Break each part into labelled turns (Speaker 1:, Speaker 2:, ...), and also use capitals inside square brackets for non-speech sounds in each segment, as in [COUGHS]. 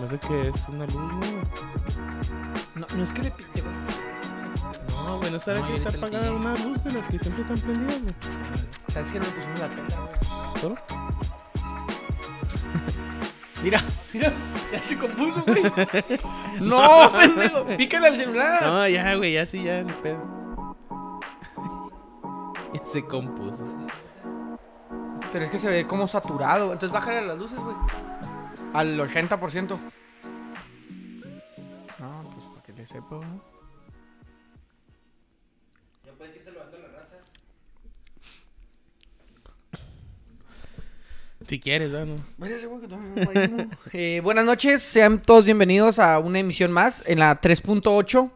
Speaker 1: parece que es una luz, ¿no?
Speaker 2: No, no es que le pinte, güey.
Speaker 1: No, bueno, ¿sabes
Speaker 2: No,
Speaker 1: que
Speaker 2: ahorita
Speaker 1: está
Speaker 2: el
Speaker 1: apagada
Speaker 2: DJ.
Speaker 1: una luz de las que siempre están prendidas, güey?
Speaker 2: ¿Sabes que no le pusimos la tela, güey?
Speaker 1: ¿Todo?
Speaker 2: Mira, mira, ya se compuso, [LAUGHS] güey. no, pendejo, pícale al celular.
Speaker 1: No, ya, güey, ya sí, ya, ni pedo. [LAUGHS] ya se compuso.
Speaker 2: Pero es que se ve como saturado. Entonces bájale las luces, güey. Al 80%. No, pues para que le sepa, ¿no?
Speaker 1: Si quieres, ¿no?
Speaker 2: [LAUGHS] Eh, buenas noches, sean todos bienvenidos a una emisión más en la 3.8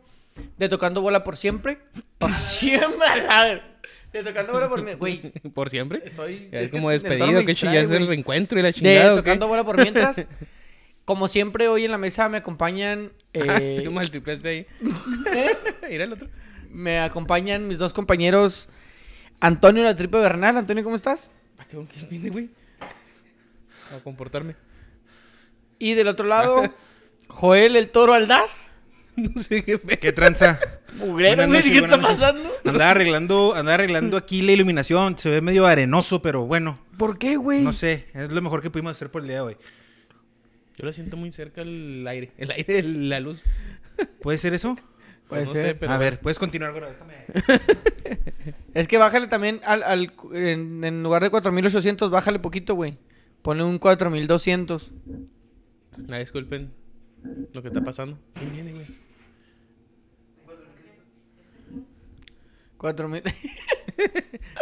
Speaker 2: de Tocando Bola por Siempre.
Speaker 3: [LAUGHS]
Speaker 2: Por siempre, a la ver- De Tocando Bola por Siempre. Güey,
Speaker 1: ¿Por siempre?
Speaker 2: estoy.
Speaker 1: Ya es,
Speaker 2: es que
Speaker 1: como
Speaker 2: el toro
Speaker 1: despedido,
Speaker 2: me
Speaker 1: que
Speaker 2: distrae,
Speaker 1: ya es el
Speaker 2: güey.
Speaker 1: reencuentro y la
Speaker 2: De
Speaker 1: chingada. ¿o qué? [LAUGHS]
Speaker 2: Tocando Bola por Mientras. Como siempre, hoy en la mesa me acompañan.
Speaker 3: [LAUGHS]
Speaker 1: Ah,
Speaker 2: eh,
Speaker 1: Tú multiplicaste
Speaker 2: [LAUGHS]
Speaker 1: ahí.
Speaker 2: ¿eh?
Speaker 1: Mira el otro.
Speaker 2: Me acompañan mis dos compañeros, Antonio La Tripe Bernal. Antonio, ¿cómo estás?
Speaker 1: ¿A Ah, qué qué viene, güey? A comportarme. [LAUGHS]
Speaker 2: Y del otro
Speaker 3: [LAUGHS]
Speaker 2: lado, Joel el Toro Aldaz.
Speaker 1: No sé qué pe-
Speaker 3: ¿Qué tranza?
Speaker 2: Mugrero,
Speaker 3: Buenas
Speaker 2: güey,
Speaker 3: noches,
Speaker 2: ¿qué
Speaker 3: buenas
Speaker 2: está
Speaker 3: noches.
Speaker 2: pasando?
Speaker 3: Andaba arreglando, andaba arreglando aquí la iluminación. Se ve medio arenoso, pero bueno,
Speaker 2: ¿Por qué, güey?
Speaker 3: no sé. Es lo mejor que pudimos hacer por el día de hoy.
Speaker 1: Yo lo siento muy cerca el aire. El aire, el- la luz.
Speaker 3: ¿Puede ser eso?
Speaker 2: Puede
Speaker 1: no
Speaker 2: ser.
Speaker 1: pero
Speaker 3: A ver, puedes continuar, pero déjame.
Speaker 2: Es que bájale también al, al- en, en lugar de 4800, bájale poquito, güey. Pone un 4200.
Speaker 1: Ah, disculpen lo que está pasando. ¿Quién viene, güey?
Speaker 2: [LAUGHS] 4000.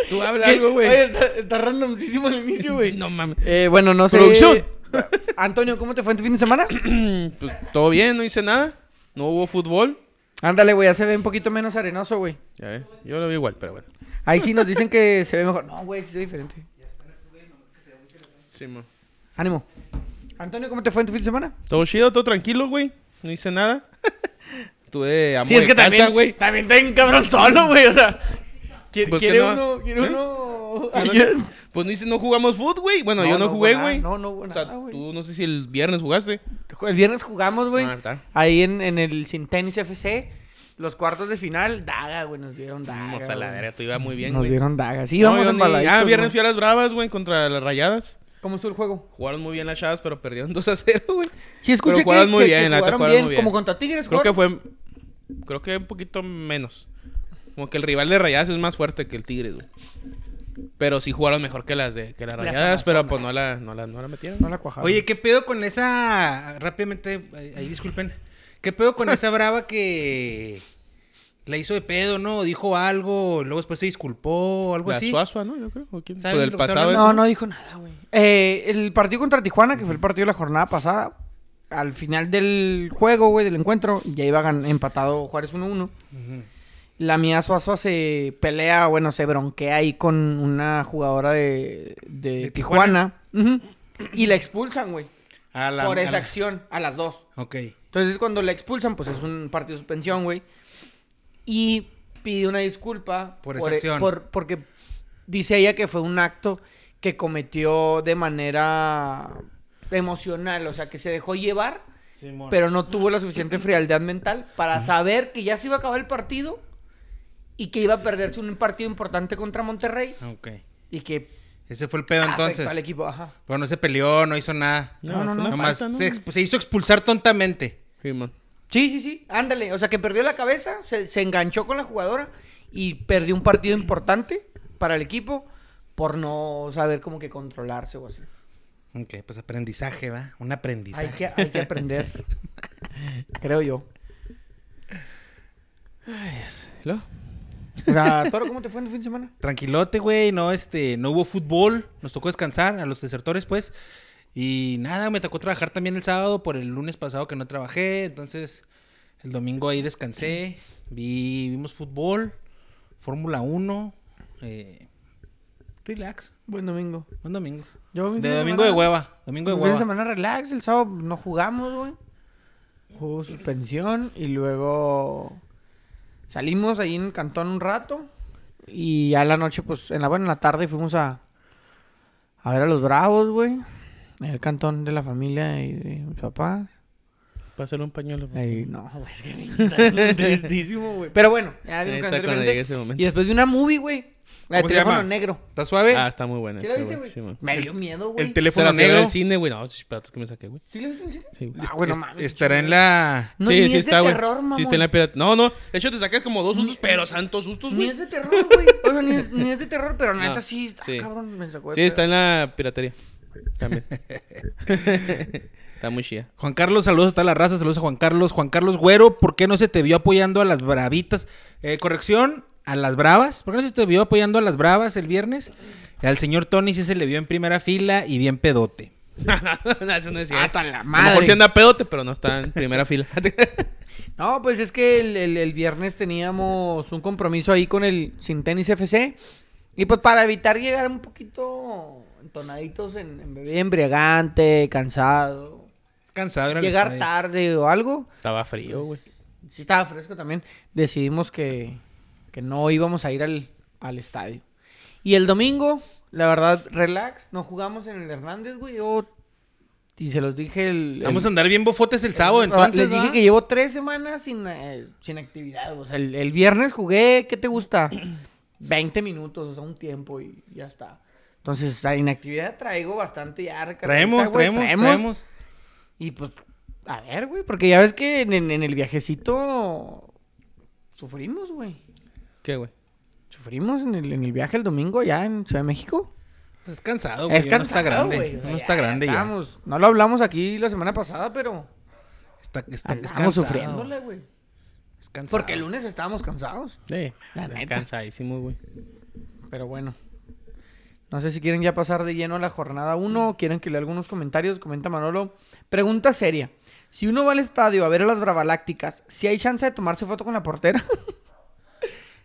Speaker 1: Tú habla algo,
Speaker 2: Oye,
Speaker 1: güey.
Speaker 2: está, está randomísimo el inicio, güey.
Speaker 1: No mames.
Speaker 2: Eh, bueno, no sé.
Speaker 1: Producción.
Speaker 2: [LAUGHS] Antonio, ¿cómo te fue en tu fin de semana? [CLEARS THROAT]
Speaker 1: Pues, todo bien, no hice nada. No hubo fútbol.
Speaker 2: Ándale, güey, ya se ve un poquito menos arenoso, güey.
Speaker 1: Ya ves, yo lo veo igual, pero bueno.
Speaker 2: Ahí sí nos dicen que se ve mejor. No, güey, sí se ve diferente.
Speaker 1: Sí, mo.
Speaker 2: Ánimo. Antonio, ¿cómo te fue en tu fin de semana?
Speaker 1: Todo chido, todo tranquilo, güey. No hice nada. [LAUGHS] Tuve amor en casa, güey.
Speaker 2: También está un cabrón solo, güey. O sea, quiere,
Speaker 1: Pues que
Speaker 2: quiere
Speaker 1: no.
Speaker 2: uno, quiere
Speaker 1: ¿Eh?
Speaker 2: uno.
Speaker 1: Yo no-
Speaker 2: Ayer-
Speaker 1: Pues no hice, no jugamos fútbol, güey. Bueno,
Speaker 2: No,
Speaker 1: yo
Speaker 2: no
Speaker 1: no,
Speaker 2: hubo
Speaker 1: jugué,
Speaker 2: nada,
Speaker 1: güey.
Speaker 2: no, no hubo
Speaker 1: O sea,
Speaker 2: nada, güey.
Speaker 1: tú no sé si el viernes jugaste.
Speaker 2: El viernes jugamos, güey.
Speaker 1: Ah, está.
Speaker 2: ahí en, en el Sin Tenis FC. Los cuartos de final, daga, güey. Nos dieron daga.
Speaker 1: Vamos a la
Speaker 2: güey.
Speaker 1: verga, tú iba muy bien,
Speaker 2: Nos
Speaker 1: güey.
Speaker 2: dieron daga. Sí,
Speaker 1: No,
Speaker 2: vamos
Speaker 1: yo ni-
Speaker 2: embaladitos,
Speaker 1: Ah, viernes
Speaker 2: güey.
Speaker 1: fui a las bravas, güey, contra las rayadas.
Speaker 2: ¿Cómo estuvo el juego?
Speaker 1: Jugaron muy bien las chavas, pero perdieron [LAUGHS] 2 a 0, güey.
Speaker 2: Sí, escuché que,
Speaker 1: jugaron muy
Speaker 2: que- que
Speaker 1: bien, la neta,
Speaker 2: jugaron
Speaker 1: jugaron
Speaker 2: bien,
Speaker 1: muy bien.
Speaker 2: Como contra Tigres,
Speaker 1: Creo que
Speaker 2: jugaron.
Speaker 1: fue. Creo que un poquito menos. Como que el rival de Rayadas es más fuerte que el Tigres, güey. Pero sí jugaron mejor que las de que las
Speaker 2: Las
Speaker 1: Rayadas, pero
Speaker 2: Amazonas. Pues
Speaker 1: pues no la, no la, no la metieron.
Speaker 2: No la cuajaron.
Speaker 3: Oye, ¿qué pedo con esa. Rápidamente, ahí ahí disculpen. ¿Qué pedo con esa brava que. La hizo de pedo, ¿no? Dijo algo, luego después se disculpó, algo
Speaker 1: la
Speaker 3: así.
Speaker 1: Suazua, ¿no? Yo creo. ¿O quién?
Speaker 3: ¿Saben
Speaker 1: Pues del
Speaker 3: lo que está
Speaker 1: pasado.
Speaker 3: hablando?
Speaker 2: No, no dijo nada, güey. Eh, el partido contra Tijuana, que fue el partido de la jornada pasada, al final del juego, güey, del encuentro, ya iba gan- empatado Juárez 1-1.
Speaker 3: Ujú.
Speaker 2: La mía Suazua se pelea, bueno, se bronquea ahí con una jugadora de, de
Speaker 3: ¿De
Speaker 2: Tijuana. Ujú. Y la expulsan, güey.
Speaker 3: A la.
Speaker 2: Por
Speaker 3: a
Speaker 2: esa
Speaker 3: la-
Speaker 2: acción, a las dos.
Speaker 3: Ok.
Speaker 2: Entonces, cuando la expulsan, pues es un partido de suspensión, güey. Y pide una disculpa.
Speaker 3: Por esa acción.
Speaker 2: por- porque dice ella que fue un acto que cometió de manera emocional, o sea, que se dejó llevar, pero no tuvo la suficiente frialdad mental para saber que ya se iba a acabar el partido y que iba a perderse un partido importante contra Monterrey
Speaker 3: Ok.
Speaker 2: y que
Speaker 3: Ese fue el pedo Ah. entonces.
Speaker 2: afectó al Ah, equipo. Ajá.
Speaker 3: Pero no se peleó, no hizo nada.
Speaker 1: No,
Speaker 2: No, no,
Speaker 1: fue
Speaker 2: no.
Speaker 1: una
Speaker 3: Nomás
Speaker 1: falta, ¿no?
Speaker 3: se, expu- se hizo expulsar tontamente.
Speaker 1: Sí, man.
Speaker 2: Sí, sí, sí, ándale. O sea, que perdió la cabeza, se, se enganchó con la jugadora y perdió un partido importante para el equipo por no saber como que controlarse o así.
Speaker 3: Ok, pues aprendizaje, ¿va? Un aprendizaje.
Speaker 2: Hay que, hay que aprender, creo yo.
Speaker 1: ¿Lo?
Speaker 2: O sea, Toro, ¿cómo te fue en tu fin de semana?
Speaker 3: Tranquilote, güey, no, este, no hubo fútbol, nos tocó descansar a los desertores, pues. Y nada, me tocó trabajar también el sábado por el lunes pasado que no trabajé, entonces el domingo ahí descansé, vi, vimos fútbol, Fórmula 1, eh, relax,
Speaker 2: Buen domingo.
Speaker 3: buen domingo.
Speaker 2: Yo, mi fin
Speaker 3: De domingo de
Speaker 2: semana-
Speaker 3: hueva, domingo de
Speaker 2: Mi fin de
Speaker 3: hueva.
Speaker 2: semana relax, el sábado no jugamos, güey. Hubo suspensión y luego salimos ahí en el cantón un rato. Y ya en la noche, pues, en la, bueno, en la tarde fuimos a, a ver a los bravos, güey. En el cantón de la familia y de mis papás.
Speaker 1: Pásale un pañuelo. por
Speaker 2: Ay, no, [LAUGHS] güey, es que está
Speaker 1: [LAUGHS]
Speaker 2: tristísimo, güey. Pero bueno, ya digo calendario
Speaker 1: Ahorita cuando
Speaker 2: diferente.
Speaker 1: llegue ese momento.
Speaker 2: Y después vi una movie, güey. La de
Speaker 3: ¿Cómo se
Speaker 2: teléfono
Speaker 3: llama?
Speaker 2: negro.
Speaker 3: ¿Está suave?
Speaker 1: Ah, está muy buena.
Speaker 2: ¿Sí la
Speaker 1: esa,
Speaker 2: viste,
Speaker 1: Sí,
Speaker 2: güey?
Speaker 1: man.
Speaker 2: Me dio miedo, güey.
Speaker 3: el
Speaker 1: Se la
Speaker 3: teléfono
Speaker 1: fui a ver
Speaker 3: negro
Speaker 1: al cine, güey. No, sí, platos que me saqué, güey.
Speaker 2: ¿Sí la viste en cine?
Speaker 1: Sí, güey.
Speaker 2: Ah, bueno,
Speaker 3: es-
Speaker 2: mames.
Speaker 3: estará en la...
Speaker 2: No, ni
Speaker 1: sí, sí
Speaker 2: es de
Speaker 1: está, güey.
Speaker 2: terror, mamón.
Speaker 1: Sí está en la pirata. No, no. De hecho, te sacas como dos sustos, pero santos sustos,
Speaker 2: Ni
Speaker 1: güey.
Speaker 2: es de terror, Pues, güey. [LAUGHS] O sea, ni es, ni es de terror, pero
Speaker 1: No,
Speaker 2: neta sí. ah,
Speaker 1: sí.
Speaker 2: cabrón, me sacó de
Speaker 1: Sí,
Speaker 2: pedo.
Speaker 1: está en la piratería.
Speaker 2: [LAUGHS]
Speaker 1: También. [LAUGHS] está muy chida.
Speaker 3: Juan Carlos, saludos a toda la raza, saludos a Juan Carlos. Juan Carlos Güero, ¿por qué no se te vio apoyando a las bravitas? Eh, corrección, a las bravas. ¿Por qué no se te vio apoyando a las bravas el viernes? Al señor Tony sí se le vio en primera fila y bien pedote.
Speaker 1: [LAUGHS] No, eso no es cierto.
Speaker 2: Ah, Hasta la
Speaker 1: A lo mejor
Speaker 2: madre.
Speaker 1: sí anda pedote, pero no está en
Speaker 2: [LAUGHS]
Speaker 1: primera fila.
Speaker 2: No, pues es que el, el- el viernes teníamos un compromiso ahí con el Sin Tenis FC. Y pues para evitar llegar un poquito entonaditos en, en bebida embriagante, cansado,
Speaker 3: Cansado, era
Speaker 2: llegar tarde o algo,
Speaker 1: Estaba frío, güey.
Speaker 2: si estaba fresco también, decidimos que, que no íbamos a ir al, al estadio. Y el domingo, la verdad, relax, no jugamos en el Hernández, güey. Yo, y se los dije el... el-
Speaker 3: Vamos a andar bien bofotes el sábado,
Speaker 2: Ah,
Speaker 3: entonces.
Speaker 2: Les dije
Speaker 3: ¿va?
Speaker 2: que llevo tres semanas sin, eh, sin actividad. O sea, el, el viernes jugué, ¿qué te
Speaker 3: [CLEARS THROAT]
Speaker 2: gusta? 20 minutos, o sea, un tiempo y ya está. Entonces, la inactividad traigo bastante ya recargadita,
Speaker 3: Traemos,
Speaker 2: güey,
Speaker 3: traemos, traemos.
Speaker 2: Y pues, a ver, güey, porque ya ves que en, en- en el viajecito sufrimos, güey.
Speaker 1: ¿Qué, güey?
Speaker 2: Sufrimos en el, en el viaje el domingo ya en Ciudad de México.
Speaker 3: Pues es cansado, güey.
Speaker 2: es
Speaker 3: ya
Speaker 2: que
Speaker 3: no está grande. ya no está grande ya.
Speaker 2: No lo hablamos aquí la semana pasada, pero
Speaker 3: Está, está, es cansado.
Speaker 2: estamos sufriéndole, güey.
Speaker 3: es cansado.
Speaker 2: Porque el lunes estábamos cansados.
Speaker 1: Sí,
Speaker 2: La neta.
Speaker 1: cansadísimo, güey.
Speaker 2: Pero bueno. No sé si quieren ya pasar de lleno a la jornada 1 o quieren que lea algunos comentarios. Comenta Manolo. Pregunta seria. Si uno va al estadio a ver a las Bravalácticas, ¿si hay chance de tomarse foto con la portera? [LAUGHS]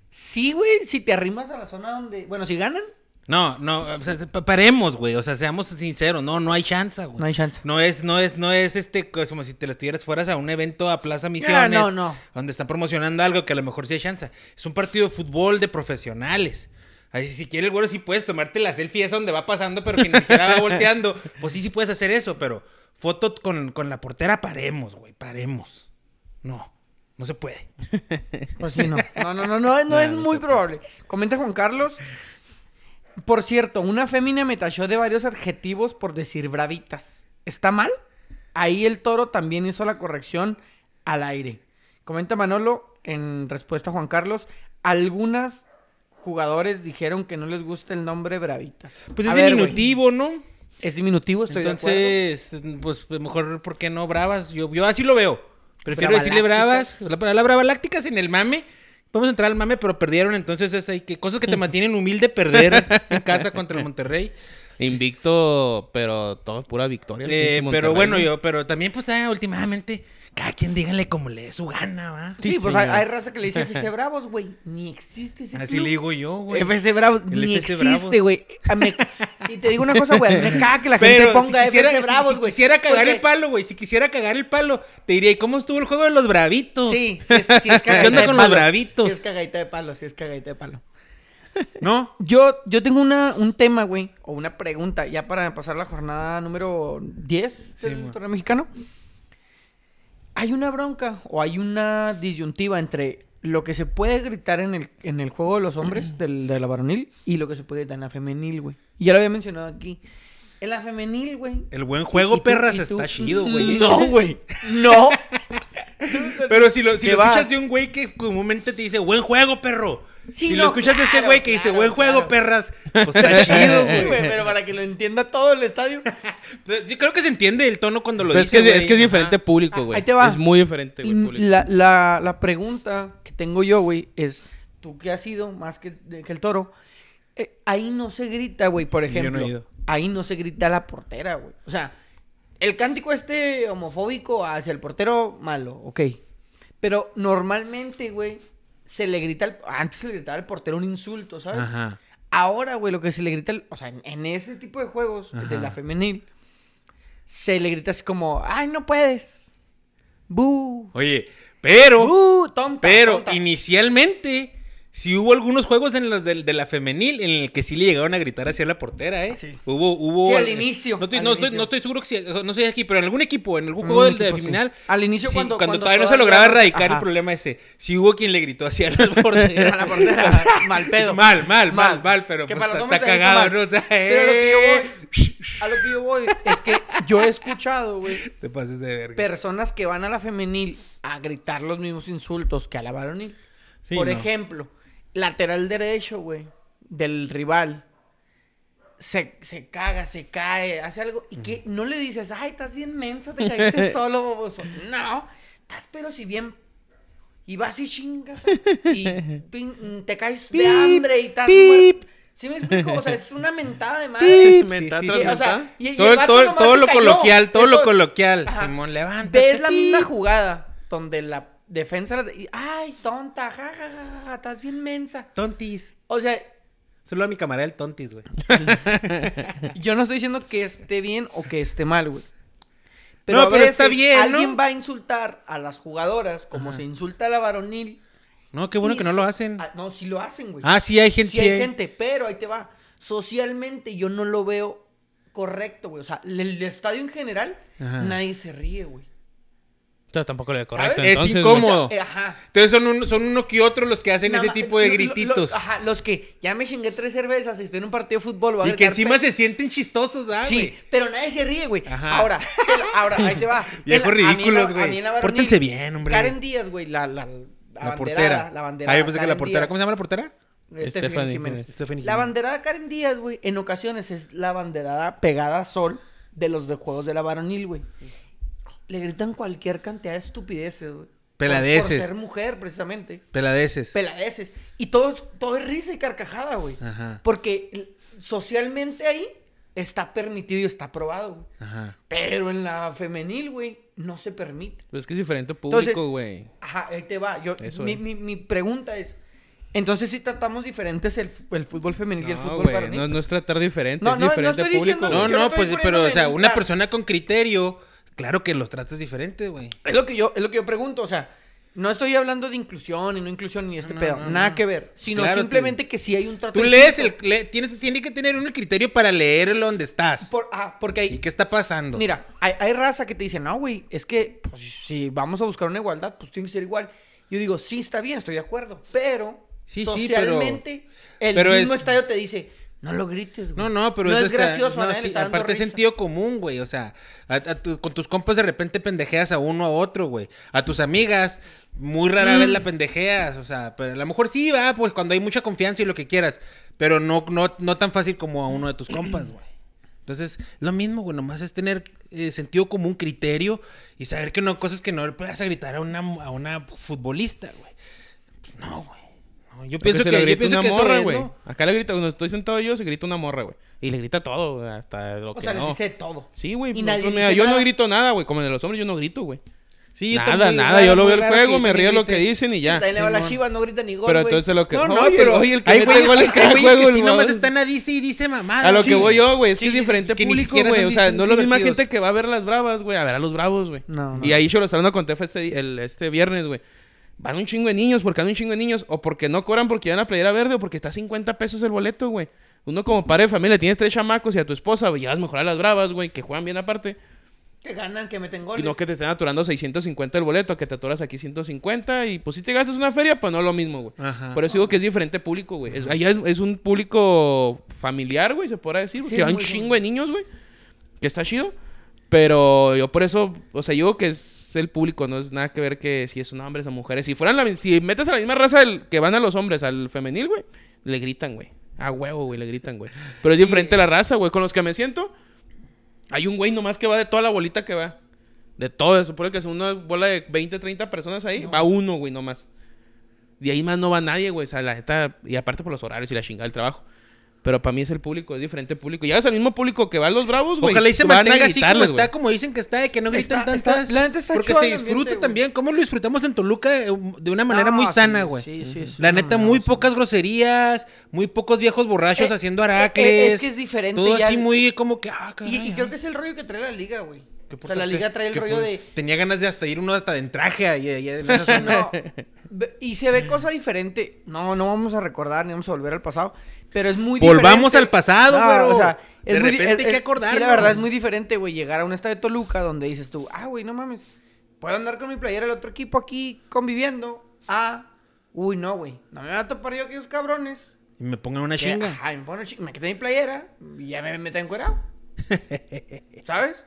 Speaker 2: sí, güey. Si te arrimas a la zona donde... Bueno, si ganan,
Speaker 3: No, no, o sea, se- pa- paremos, güey. O sea, seamos sinceros. No, no hay chance, güey.
Speaker 2: no hay chance.
Speaker 3: No es, no es, no es este, co- como si te lo estuvieras fueras a un evento a Plaza Misiones.
Speaker 2: Ah, no, no.
Speaker 3: Donde están promocionando algo que a lo mejor sí hay chance. Es un partido de fútbol de profesionales. Ahí, si quieres, güero, sí puedes tomarte la selfie esa donde va pasando, pero que ni siquiera
Speaker 2: [LAUGHS]
Speaker 3: va volteando. Pues sí, sí puedes hacer eso, pero foto con, con la portera, paremos, güey, paremos. No, no se puede.
Speaker 2: Pues sí, no. No, no, no, no, no es muy probable. Comenta Juan Carlos. Por cierto, una fémina me tachó de varios adjetivos por decir bravitas. ¿Está mal? Ahí el toro también hizo la corrección al aire. Comenta Manolo en respuesta a Juan Carlos. Algunas jugadores dijeron que no les gusta el nombre bravitas.
Speaker 3: Pues
Speaker 2: A
Speaker 3: es
Speaker 2: ver, güey.
Speaker 3: diminutivo, ¿no?
Speaker 2: Es diminutivo, estoy de acuerdo.
Speaker 3: Entonces, pues mejor, ¿por qué no bravas? Yo, yo así lo veo. Prefiero decirle bravas.
Speaker 2: Bravalácticas.
Speaker 3: La palabra bravalácticas en el mame. Podemos entrar al mame, pero perdieron. Entonces, es ahí que cosas que te mantienen humilde perder
Speaker 2: [LAUGHS]
Speaker 3: en casa contra el Monterrey.
Speaker 1: Invicto, pero todo pura victoria. el
Speaker 3: Eh,
Speaker 1: pinche
Speaker 3: pero
Speaker 1: Monterrey,
Speaker 3: bueno,
Speaker 1: ¿no?
Speaker 3: yo, pero también, pues, ah, últimamente, cada quien díganle como le dé su gana, ¿va?
Speaker 2: Sí,
Speaker 1: Sí,
Speaker 2: pues hay,
Speaker 1: señor.
Speaker 2: hay raza que le dice
Speaker 3: [LAUGHS]
Speaker 2: FC Bravos, güey. Ni existe ese
Speaker 3: Así
Speaker 2: club.
Speaker 3: le digo yo, güey.
Speaker 2: FC Bravos
Speaker 3: El
Speaker 2: ni
Speaker 3: FC
Speaker 2: existe,
Speaker 3: Bravos.
Speaker 2: güey. A me-
Speaker 3: [LAUGHS]
Speaker 2: Y te digo una cosa, güey. a mí Me caga que la
Speaker 3: Pero
Speaker 2: gente ponga
Speaker 3: si quisiera,
Speaker 2: FC
Speaker 3: si-
Speaker 2: Bravos,
Speaker 3: si
Speaker 2: güey.
Speaker 3: quisiera cagar
Speaker 2: Porque-
Speaker 3: el palo, güey. Si quisiera cagar el palo, te diría, ¿y cómo estuvo el juego de los bravitos?
Speaker 2: Sí, sí, es- sí es cagaita
Speaker 3: [LAUGHS] ¿Qué onda
Speaker 2: de
Speaker 3: con los
Speaker 2: palo.
Speaker 3: bravitos?
Speaker 2: Sí es cagaita de palo, sí es cagaita de palo.
Speaker 3: ¿No?
Speaker 2: [LAUGHS] Yo, yo tengo una, un tema, güey, o una pregunta, ya para pasar la jornada número 10
Speaker 3: Sí,
Speaker 2: del
Speaker 3: mo.
Speaker 2: torneo mexicano. Hay una bronca o hay una disyuntiva entre lo que se puede gritar en el, en el juego de los
Speaker 3: [CLEARS THROAT]
Speaker 2: hombres, del, de la varonil, y lo que se puede gritar en la femenil, güey. Y ya lo había mencionado aquí. En la femenil, güey.
Speaker 3: El buen
Speaker 2: ¿Y
Speaker 3: juego,
Speaker 2: tú-
Speaker 3: perras,
Speaker 2: y tú?
Speaker 3: está chido, güey. ¿eh?
Speaker 2: No, güey. No.
Speaker 3: [LAUGHS] Pero si lo, si
Speaker 2: Te
Speaker 3: lo
Speaker 2: vas.
Speaker 3: escuchas de un güey que comúnmente te dice, buen juego, perro.
Speaker 2: Sí,
Speaker 3: si
Speaker 2: no,
Speaker 3: lo escuchas de ese
Speaker 2: claro,
Speaker 3: güey que dice,
Speaker 2: claro,
Speaker 3: buen juego,
Speaker 2: claro.
Speaker 3: perras, pues
Speaker 1: [LAUGHS]
Speaker 3: está chido,
Speaker 2: Sí, güey,
Speaker 3: güey.
Speaker 2: pero para que lo entienda todo el estadio.
Speaker 3: Yo creo que se entiende el tono cuando lo
Speaker 1: Pero Pues es,
Speaker 3: dice.
Speaker 1: que, es-
Speaker 3: güey.
Speaker 1: es que es diferente
Speaker 3: Ajá.
Speaker 1: público,
Speaker 2: Ah,
Speaker 1: güey.
Speaker 2: ahí te va. Mm,
Speaker 1: Es muy diferente, güey, el público.
Speaker 2: La, la, la pregunta que tengo yo, güey, es: ¿tú qué has sido más que, de- que el toro? Eh, ahí no se grita, güey, por
Speaker 3: Yo no he
Speaker 2: ejemplo.
Speaker 3: ido.
Speaker 2: Ahí no se grita la portera, güey. O sea, el cántico este homofóbico hacia el portero, malo, ok. Pero normalmente, güey, se le grita al. Antes se le gritaba al portero un insulto, ¿sabes?
Speaker 3: Ajá.
Speaker 2: Ahora, güey, lo que se le grita, al- o sea, en, en ese tipo de juegos de la
Speaker 3: Ajá.
Speaker 2: femenil, se le grita así como, ay, no puedes. Bu.
Speaker 3: Oye, pero,
Speaker 2: Bu, tonta.
Speaker 3: pero
Speaker 2: tonta".
Speaker 3: inicialmente Sí hubo algunos juegos en los del- de, la femenil en el que sí le llegaron a gritar hacia la portera, ¿eh?
Speaker 2: Sí.
Speaker 3: Hubo, hubo...
Speaker 2: Sí, al inicio,
Speaker 3: No estoy,
Speaker 2: al
Speaker 3: no estoy-
Speaker 2: inicio.
Speaker 3: no estoy seguro que si- no sé aquí, pero en algún equipo, en algún
Speaker 2: En
Speaker 3: juego
Speaker 2: algún
Speaker 3: del de
Speaker 2: equipo, sí.
Speaker 3: femenil...
Speaker 2: Al inicio
Speaker 3: sí,
Speaker 2: cuando-
Speaker 3: cuando,
Speaker 2: cuando
Speaker 3: todavía, no se
Speaker 2: todavía-
Speaker 3: lograba erradicar
Speaker 2: Ajá.
Speaker 3: el problema ese. Sí hubo quien le gritó hacia
Speaker 2: [LAUGHS]
Speaker 3: la portera.
Speaker 2: A la portera, mal pedo.
Speaker 3: Mal, mal, mal, mal, pero
Speaker 2: Que
Speaker 3: pues,
Speaker 2: para los
Speaker 3: está,
Speaker 2: hombres
Speaker 3: está
Speaker 2: también
Speaker 3: cagado,
Speaker 2: mal.
Speaker 3: ¿no? O sea,
Speaker 2: Pero lo que yo
Speaker 3: eh,
Speaker 2: voy- a lo que yo voy es que yo he escuchado, güey,
Speaker 3: [LAUGHS] Te pases de verga.
Speaker 2: personas que van a la femenil a gritar los mismos insultos que a la varonil.
Speaker 3: Sí,
Speaker 2: Por
Speaker 3: no.
Speaker 2: ejemplo, lateral derecho, güey, del rival. Se, se caga, se cae, hace algo. Y que no le dices, ay, estás bien mensa, te
Speaker 3: [LAUGHS]
Speaker 2: caíste solo, boboso. No, estás pero si bien. Y vas y chingas.
Speaker 3: [LAUGHS]
Speaker 2: Y pin- te caes de
Speaker 1: Pip,
Speaker 2: hambre y estás
Speaker 1: pip.
Speaker 2: muerto. ¿Sí me explico? O sea, es una mentada de madre.
Speaker 1: Sí,
Speaker 3: sí,
Speaker 1: mentada
Speaker 3: sí,
Speaker 1: tras
Speaker 3: sí.
Speaker 2: Y, o sea,
Speaker 1: mentada.
Speaker 2: y- y
Speaker 3: Todo,
Speaker 2: el
Speaker 3: el-
Speaker 2: vato
Speaker 3: todo, el-
Speaker 2: nomás
Speaker 3: todo
Speaker 2: se
Speaker 3: lo
Speaker 2: cayó.
Speaker 3: coloquial, todo lo
Speaker 2: Entonces,
Speaker 3: coloquial.
Speaker 2: Ajá.
Speaker 3: Simón, levanta.
Speaker 2: Ves la misma jugada donde la defensa... y, Ay, tonta, ja, ja, ja, ja, ja, estás bien mensa.
Speaker 3: Tontis.
Speaker 2: O sea,
Speaker 3: Solo a mi camarada el tontis, güey.
Speaker 2: [LAUGHS] yo no estoy diciendo que esté bien o que esté mal, güey.
Speaker 3: No,
Speaker 2: a
Speaker 3: pero está bien, ¿no?
Speaker 2: Alguien va a insultar a las jugadoras como se insulta a la varonil.
Speaker 3: No, qué bueno
Speaker 2: y
Speaker 3: que no
Speaker 2: so-
Speaker 3: lo hacen.
Speaker 2: Ah, no, sí lo hacen, güey.
Speaker 3: Ah, sí, hay gente.
Speaker 2: Sí hay gente, pero ahí te va. Socialmente yo no lo veo correcto, güey. O sea, el, el estadio en general,
Speaker 3: Ajá.
Speaker 2: nadie se ríe, güey.
Speaker 1: Entonces tampoco lo de correcto.
Speaker 2: ¿Sabes?
Speaker 3: Es
Speaker 1: entonces,
Speaker 3: incómodo.
Speaker 2: Eh, ajá.
Speaker 3: Entonces son, un- son uno que otro los que hacen
Speaker 2: Nada
Speaker 3: ese
Speaker 2: más-
Speaker 3: tipo de
Speaker 2: lo- lo- lo-
Speaker 3: grititos.
Speaker 2: ajá, los que ya me chingué tres cervezas y estoy en un partido de fútbol. va a
Speaker 3: y que
Speaker 2: dar
Speaker 3: encima
Speaker 2: pena.
Speaker 3: se sienten chistosos, ¿ah,
Speaker 2: Sí,
Speaker 3: güey?
Speaker 2: pero nadie se ríe, güey.
Speaker 3: Ajá.
Speaker 2: Ahora, te la- ahora, ahí
Speaker 3: [LAUGHS]
Speaker 2: te va.
Speaker 3: Viejos
Speaker 2: Te la- a mí en la-
Speaker 3: ridículos,
Speaker 2: a
Speaker 3: güey.
Speaker 2: mí en la varonil,
Speaker 3: Pórtense bien, hombre.
Speaker 2: Karen Díaz, güey, la, la,
Speaker 3: La
Speaker 2: abanderada,
Speaker 3: portera.
Speaker 2: La banderada.
Speaker 3: Ah, yo pensé que la
Speaker 2: Karen
Speaker 3: portera.
Speaker 2: Díaz.
Speaker 3: ¿Cómo se llama la portera?
Speaker 2: Stephanie
Speaker 1: Stephanie
Speaker 2: Jiménez.
Speaker 1: Jiménez.
Speaker 3: Stephanie
Speaker 2: La
Speaker 3: Jiménez.
Speaker 2: banderada Karen Díaz, güey, en ocasiones es la banderada pegada a sol de los de juegos de la varonil, güey. Le gritan cualquier cantidad de estupideces, güey.
Speaker 3: Peladeces.
Speaker 2: Por, por ser mujer, precisamente.
Speaker 3: Peladeces.
Speaker 2: Peladeces. Y todo, es- todo es risa y carcajada, güey.
Speaker 3: Ajá.
Speaker 2: Porque l- socialmente ahí está permitido y está aprobado, güey.
Speaker 3: Ajá.
Speaker 2: Pero en la femenil, güey, no se permite.
Speaker 1: Pues es que es diferente
Speaker 2: Entonces-
Speaker 1: público, güey.
Speaker 2: Ajá, ahí te va. Yo,
Speaker 1: Eso
Speaker 2: mi,
Speaker 1: es.
Speaker 2: mi- mi pregunta es, entonces si tratamos diferentes el, f- el fútbol femenil y el
Speaker 1: No,
Speaker 2: fútbol
Speaker 1: güey,
Speaker 2: varonil.
Speaker 1: no, no es tratar diferente,
Speaker 2: No,
Speaker 1: es
Speaker 2: no, no
Speaker 1: diferente
Speaker 2: estoy
Speaker 1: público.
Speaker 2: diciendo
Speaker 1: güey.
Speaker 3: No,
Speaker 2: Yo no
Speaker 3: no,
Speaker 2: estoy
Speaker 3: pues,
Speaker 2: poniendo
Speaker 3: pero, o sea,
Speaker 2: de
Speaker 3: una
Speaker 2: mitad.
Speaker 3: persona con criterio, claro que los tratas diferente, güey.
Speaker 2: Es lo que yo, es lo que yo pregunto, o sea, no estoy hablando de inclusión y no inclusión ni este
Speaker 3: No,
Speaker 2: pedo,
Speaker 3: no,
Speaker 2: nada
Speaker 3: no.
Speaker 2: que ver, sino
Speaker 3: Claro,
Speaker 2: simplemente
Speaker 3: te-
Speaker 2: que si hay un trato
Speaker 3: Tú lees,
Speaker 2: distinto.
Speaker 3: el, le- tienes, tiene que tener un criterio para leerlo donde estás.
Speaker 2: Por- ah, porque hay,
Speaker 3: ¿Y qué está pasando?
Speaker 2: mira, hay, hay raza que te dice, no, güey, es que pues, si vamos a buscar una igualdad, pues tiene que ser igual. Yo digo, sí, está bien, estoy de acuerdo, pero
Speaker 3: Sí, sí, pero-
Speaker 2: socialmente el
Speaker 3: pero
Speaker 2: mismo
Speaker 3: es-
Speaker 2: estadio te dice, no lo grites, güey.
Speaker 3: No, no, pero
Speaker 2: no
Speaker 3: eso
Speaker 2: es,
Speaker 3: está-
Speaker 2: gracioso, a
Speaker 3: no,
Speaker 2: nadie le
Speaker 3: sí,
Speaker 2: está dando
Speaker 3: aparte es
Speaker 2: risa.
Speaker 3: sentido común, güey. O sea, a- a tu- con tus compas de repente pendejeas a uno a otro, güey. A tus amigas, muy rara vez la
Speaker 2: Mm.
Speaker 3: pendejeas. O sea, pero a lo mejor sí va, pues cuando hay mucha confianza y lo que quieras. Pero no, no, no tan fácil como a uno de tus compas, güey. Entonces, lo mismo, güey, nomás es tener eh, sentido común, criterio y saber que no, cosas que no le puedas gritar a una, a una futbolista, güey. Pues no, güey. No, yo pienso
Speaker 1: se
Speaker 3: que,
Speaker 1: lo
Speaker 3: yo
Speaker 1: grita
Speaker 3: pienso
Speaker 1: una
Speaker 3: que eso
Speaker 1: morra,
Speaker 3: es,
Speaker 1: güey.
Speaker 3: ¿no?
Speaker 1: Acá le grita, cuando estoy sentado yo, se grita una morra, güey. Y le grita todo, güey, hasta lo
Speaker 2: O
Speaker 1: que
Speaker 2: sea,
Speaker 1: no.
Speaker 2: les dice todo.
Speaker 1: Sí, güey.
Speaker 2: Y
Speaker 3: pues,
Speaker 1: nosotros,
Speaker 2: nadie
Speaker 1: mira,
Speaker 2: dice
Speaker 1: yo no
Speaker 2: nada.
Speaker 1: grito nada, güey. Como de los hombres, yo no grito, güey.
Speaker 3: Sí, yo
Speaker 1: nada,
Speaker 3: también,
Speaker 1: nada.
Speaker 3: raro,
Speaker 1: Yo lo
Speaker 3: muy
Speaker 1: veo el
Speaker 3: raro
Speaker 1: juego,
Speaker 3: que
Speaker 1: me río lo que
Speaker 3: griten.
Speaker 1: dicen y ya.
Speaker 2: También le va a las
Speaker 3: Simón.
Speaker 2: chivas, no grita ni gol,
Speaker 1: Pero
Speaker 2: güey.
Speaker 1: entonces lo que.
Speaker 3: No, no,
Speaker 1: oye,
Speaker 3: pero
Speaker 1: oye, el que
Speaker 3: hay
Speaker 1: mete
Speaker 3: güeyes
Speaker 1: goles
Speaker 3: que,
Speaker 1: cada
Speaker 3: hay güeyes que
Speaker 1: juego,
Speaker 3: sí
Speaker 1: güey.
Speaker 3: nomás están a dice y dice mamá.
Speaker 1: A lo
Speaker 3: sí.
Speaker 1: que voy yo, güey, es que es
Speaker 3: Sí,
Speaker 1: diferente
Speaker 3: que ni
Speaker 1: público,
Speaker 3: siquiera
Speaker 1: güey.
Speaker 3: son
Speaker 1: O sea,
Speaker 3: dis-
Speaker 1: no es la misma
Speaker 3: divertidos.
Speaker 1: gente que va a ver a las bravas, güey, a ver a los bravos, güey.
Speaker 2: No, no.
Speaker 1: Y ahí yo lo estaba con Tefa este, di- el, este viernes, güey. Van un chingo de niños, porque van un chingo de niños, o porque no cobran porque van a playera verde, o porque está a 50 pesos el boleto, güey. Uno como padre de familia, tienes tres chamacos y a tu esposa, güey, ya vas a mejorar a las bravas, güey, que juegan bien aparte.
Speaker 2: Que ganan, que meten
Speaker 1: Y
Speaker 2: goles.
Speaker 1: no que te estén aturando 650 el boleto, que te aturas aquí 150 y pues si te gastas una feria, pues no lo mismo, güey.
Speaker 3: Ajá.
Speaker 1: Por eso digo que es diferente público, güey. Es- Allá es, es un público familiar, güey, se podrá decir.
Speaker 2: Sí,
Speaker 1: que hay un
Speaker 2: muy
Speaker 1: chingo de niños, güey. Que está chido. Pero yo por eso, o sea, yo digo que es el público, no es nada que ver que si es un hombres o mujeres. Si fueran la mis- si metes a la misma raza del- que van a los hombres, al femenil, güey, le gritan, güey. A huevo, güey, le gritan, güey. Pero es diferente la raza, güey. Con los que me siento, hay un güey nomás que va de toda la bolita que va. De todo, se supone que es una bola de 20, 30 personas ahí. Va uno, güey, nomás. De ahí más no va nadie, güey. O sea, la neta. Y aparte por los horarios y la chingada del trabajo. Pero para mí es el público, es diferente público. Llegas al mismo público que va a los bravos, güey.
Speaker 3: Ojalá y se
Speaker 1: van a
Speaker 3: mantenga así como
Speaker 1: gritarles,
Speaker 3: está,
Speaker 1: güey.
Speaker 3: como dicen que está, de que no gritan
Speaker 2: Está-
Speaker 3: tantas.
Speaker 2: está- la neta está
Speaker 3: porque
Speaker 2: chido
Speaker 3: se
Speaker 2: el ambiente,
Speaker 3: disfruta
Speaker 2: güey.
Speaker 3: también. ¿Cómo lo disfrutamos en Toluca? eh, De una manera
Speaker 2: No,
Speaker 3: muy
Speaker 2: sí,
Speaker 3: sana, güey.
Speaker 2: sí, sí, es
Speaker 3: La
Speaker 2: una
Speaker 3: neta,
Speaker 2: mamada,
Speaker 3: muy
Speaker 2: sí.
Speaker 3: pocas groserías, muy pocos viejos borrachos
Speaker 2: Eh,
Speaker 3: haciendo
Speaker 2: eh, eh,
Speaker 3: aracles.
Speaker 2: es que es diferente
Speaker 3: Todo
Speaker 2: ya
Speaker 3: así
Speaker 2: el-
Speaker 3: muy como que. Ah,
Speaker 2: Y,
Speaker 3: caray,
Speaker 2: y creo
Speaker 3: ah,
Speaker 2: que es el rollo que trae la liga, güey.
Speaker 3: qué
Speaker 2: O sea, la
Speaker 3: putas,
Speaker 2: liga
Speaker 3: eh,
Speaker 2: trae el
Speaker 3: qué
Speaker 2: rollo
Speaker 3: pu-
Speaker 2: de...
Speaker 3: Tenía ganas de hasta ir uno hasta de entraje. ahí- ahí en esa [LAUGHS]
Speaker 2: Sí,
Speaker 3: zona.
Speaker 2: no. Ve- Y se ve cosa diferente. No, no vamos a recordar ni vamos a volver al pasado. Pero es muy
Speaker 3: Volvamos
Speaker 2: diferente.
Speaker 3: al pasado, güero. De
Speaker 2: muy di-
Speaker 3: repente hay que
Speaker 2: Sí, la
Speaker 3: acordarnos.
Speaker 2: verdad es muy diferente, güey. Llegar a un estadio de Toluca donde dices tú, ah, güey, no mames. Puedo andar con mi playera del otro equipo aquí conviviendo. Ah, uy, no, güey. No me va a topar yo a aquellos cabrones.
Speaker 3: Y me pongan una
Speaker 2: Que,
Speaker 3: chinga.
Speaker 2: ajá, me, pongo chi- me quité mi playera y ya me meto
Speaker 3: [LAUGHS]
Speaker 2: encuerado. ¿Sabes?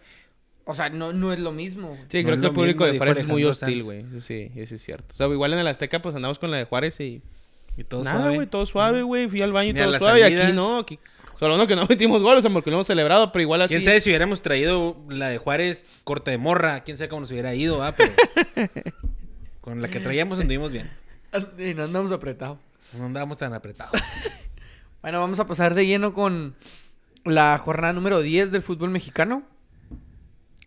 Speaker 2: O sea, no, no es lo mismo. güey.
Speaker 1: Sí, creo
Speaker 3: No es
Speaker 1: que
Speaker 3: lo
Speaker 1: el público
Speaker 3: mismo,
Speaker 1: de
Speaker 3: dijo
Speaker 1: Juárez es muy
Speaker 3: Alejandro
Speaker 1: hostil,
Speaker 3: Sanz.
Speaker 1: güey. Eso sí, eso es cierto. O sea, igual en el Azteca, pues andamos con la de Juárez y.
Speaker 3: Y todo
Speaker 1: Nada,
Speaker 3: suave.
Speaker 1: güey, todo suave, güey. Fui al baño y
Speaker 3: Ni a
Speaker 1: todo
Speaker 3: la
Speaker 1: suave. Y
Speaker 3: salida.
Speaker 1: aquí no, aquí. Solo no que no metimos goles, porque lo hemos celebrado, pero igual así.
Speaker 3: ¿Quién sabe si hubiéramos traído la de Juárez corta de morra? ¿Quién sabe cómo nos hubiera ido? ah? Pero con la que traíamos anduvimos bien.
Speaker 2: Y no andamos apretados.
Speaker 3: No andábamos tan apretados.
Speaker 2: Bueno, vamos a pasar de lleno con la jornada número 10 del fútbol mexicano.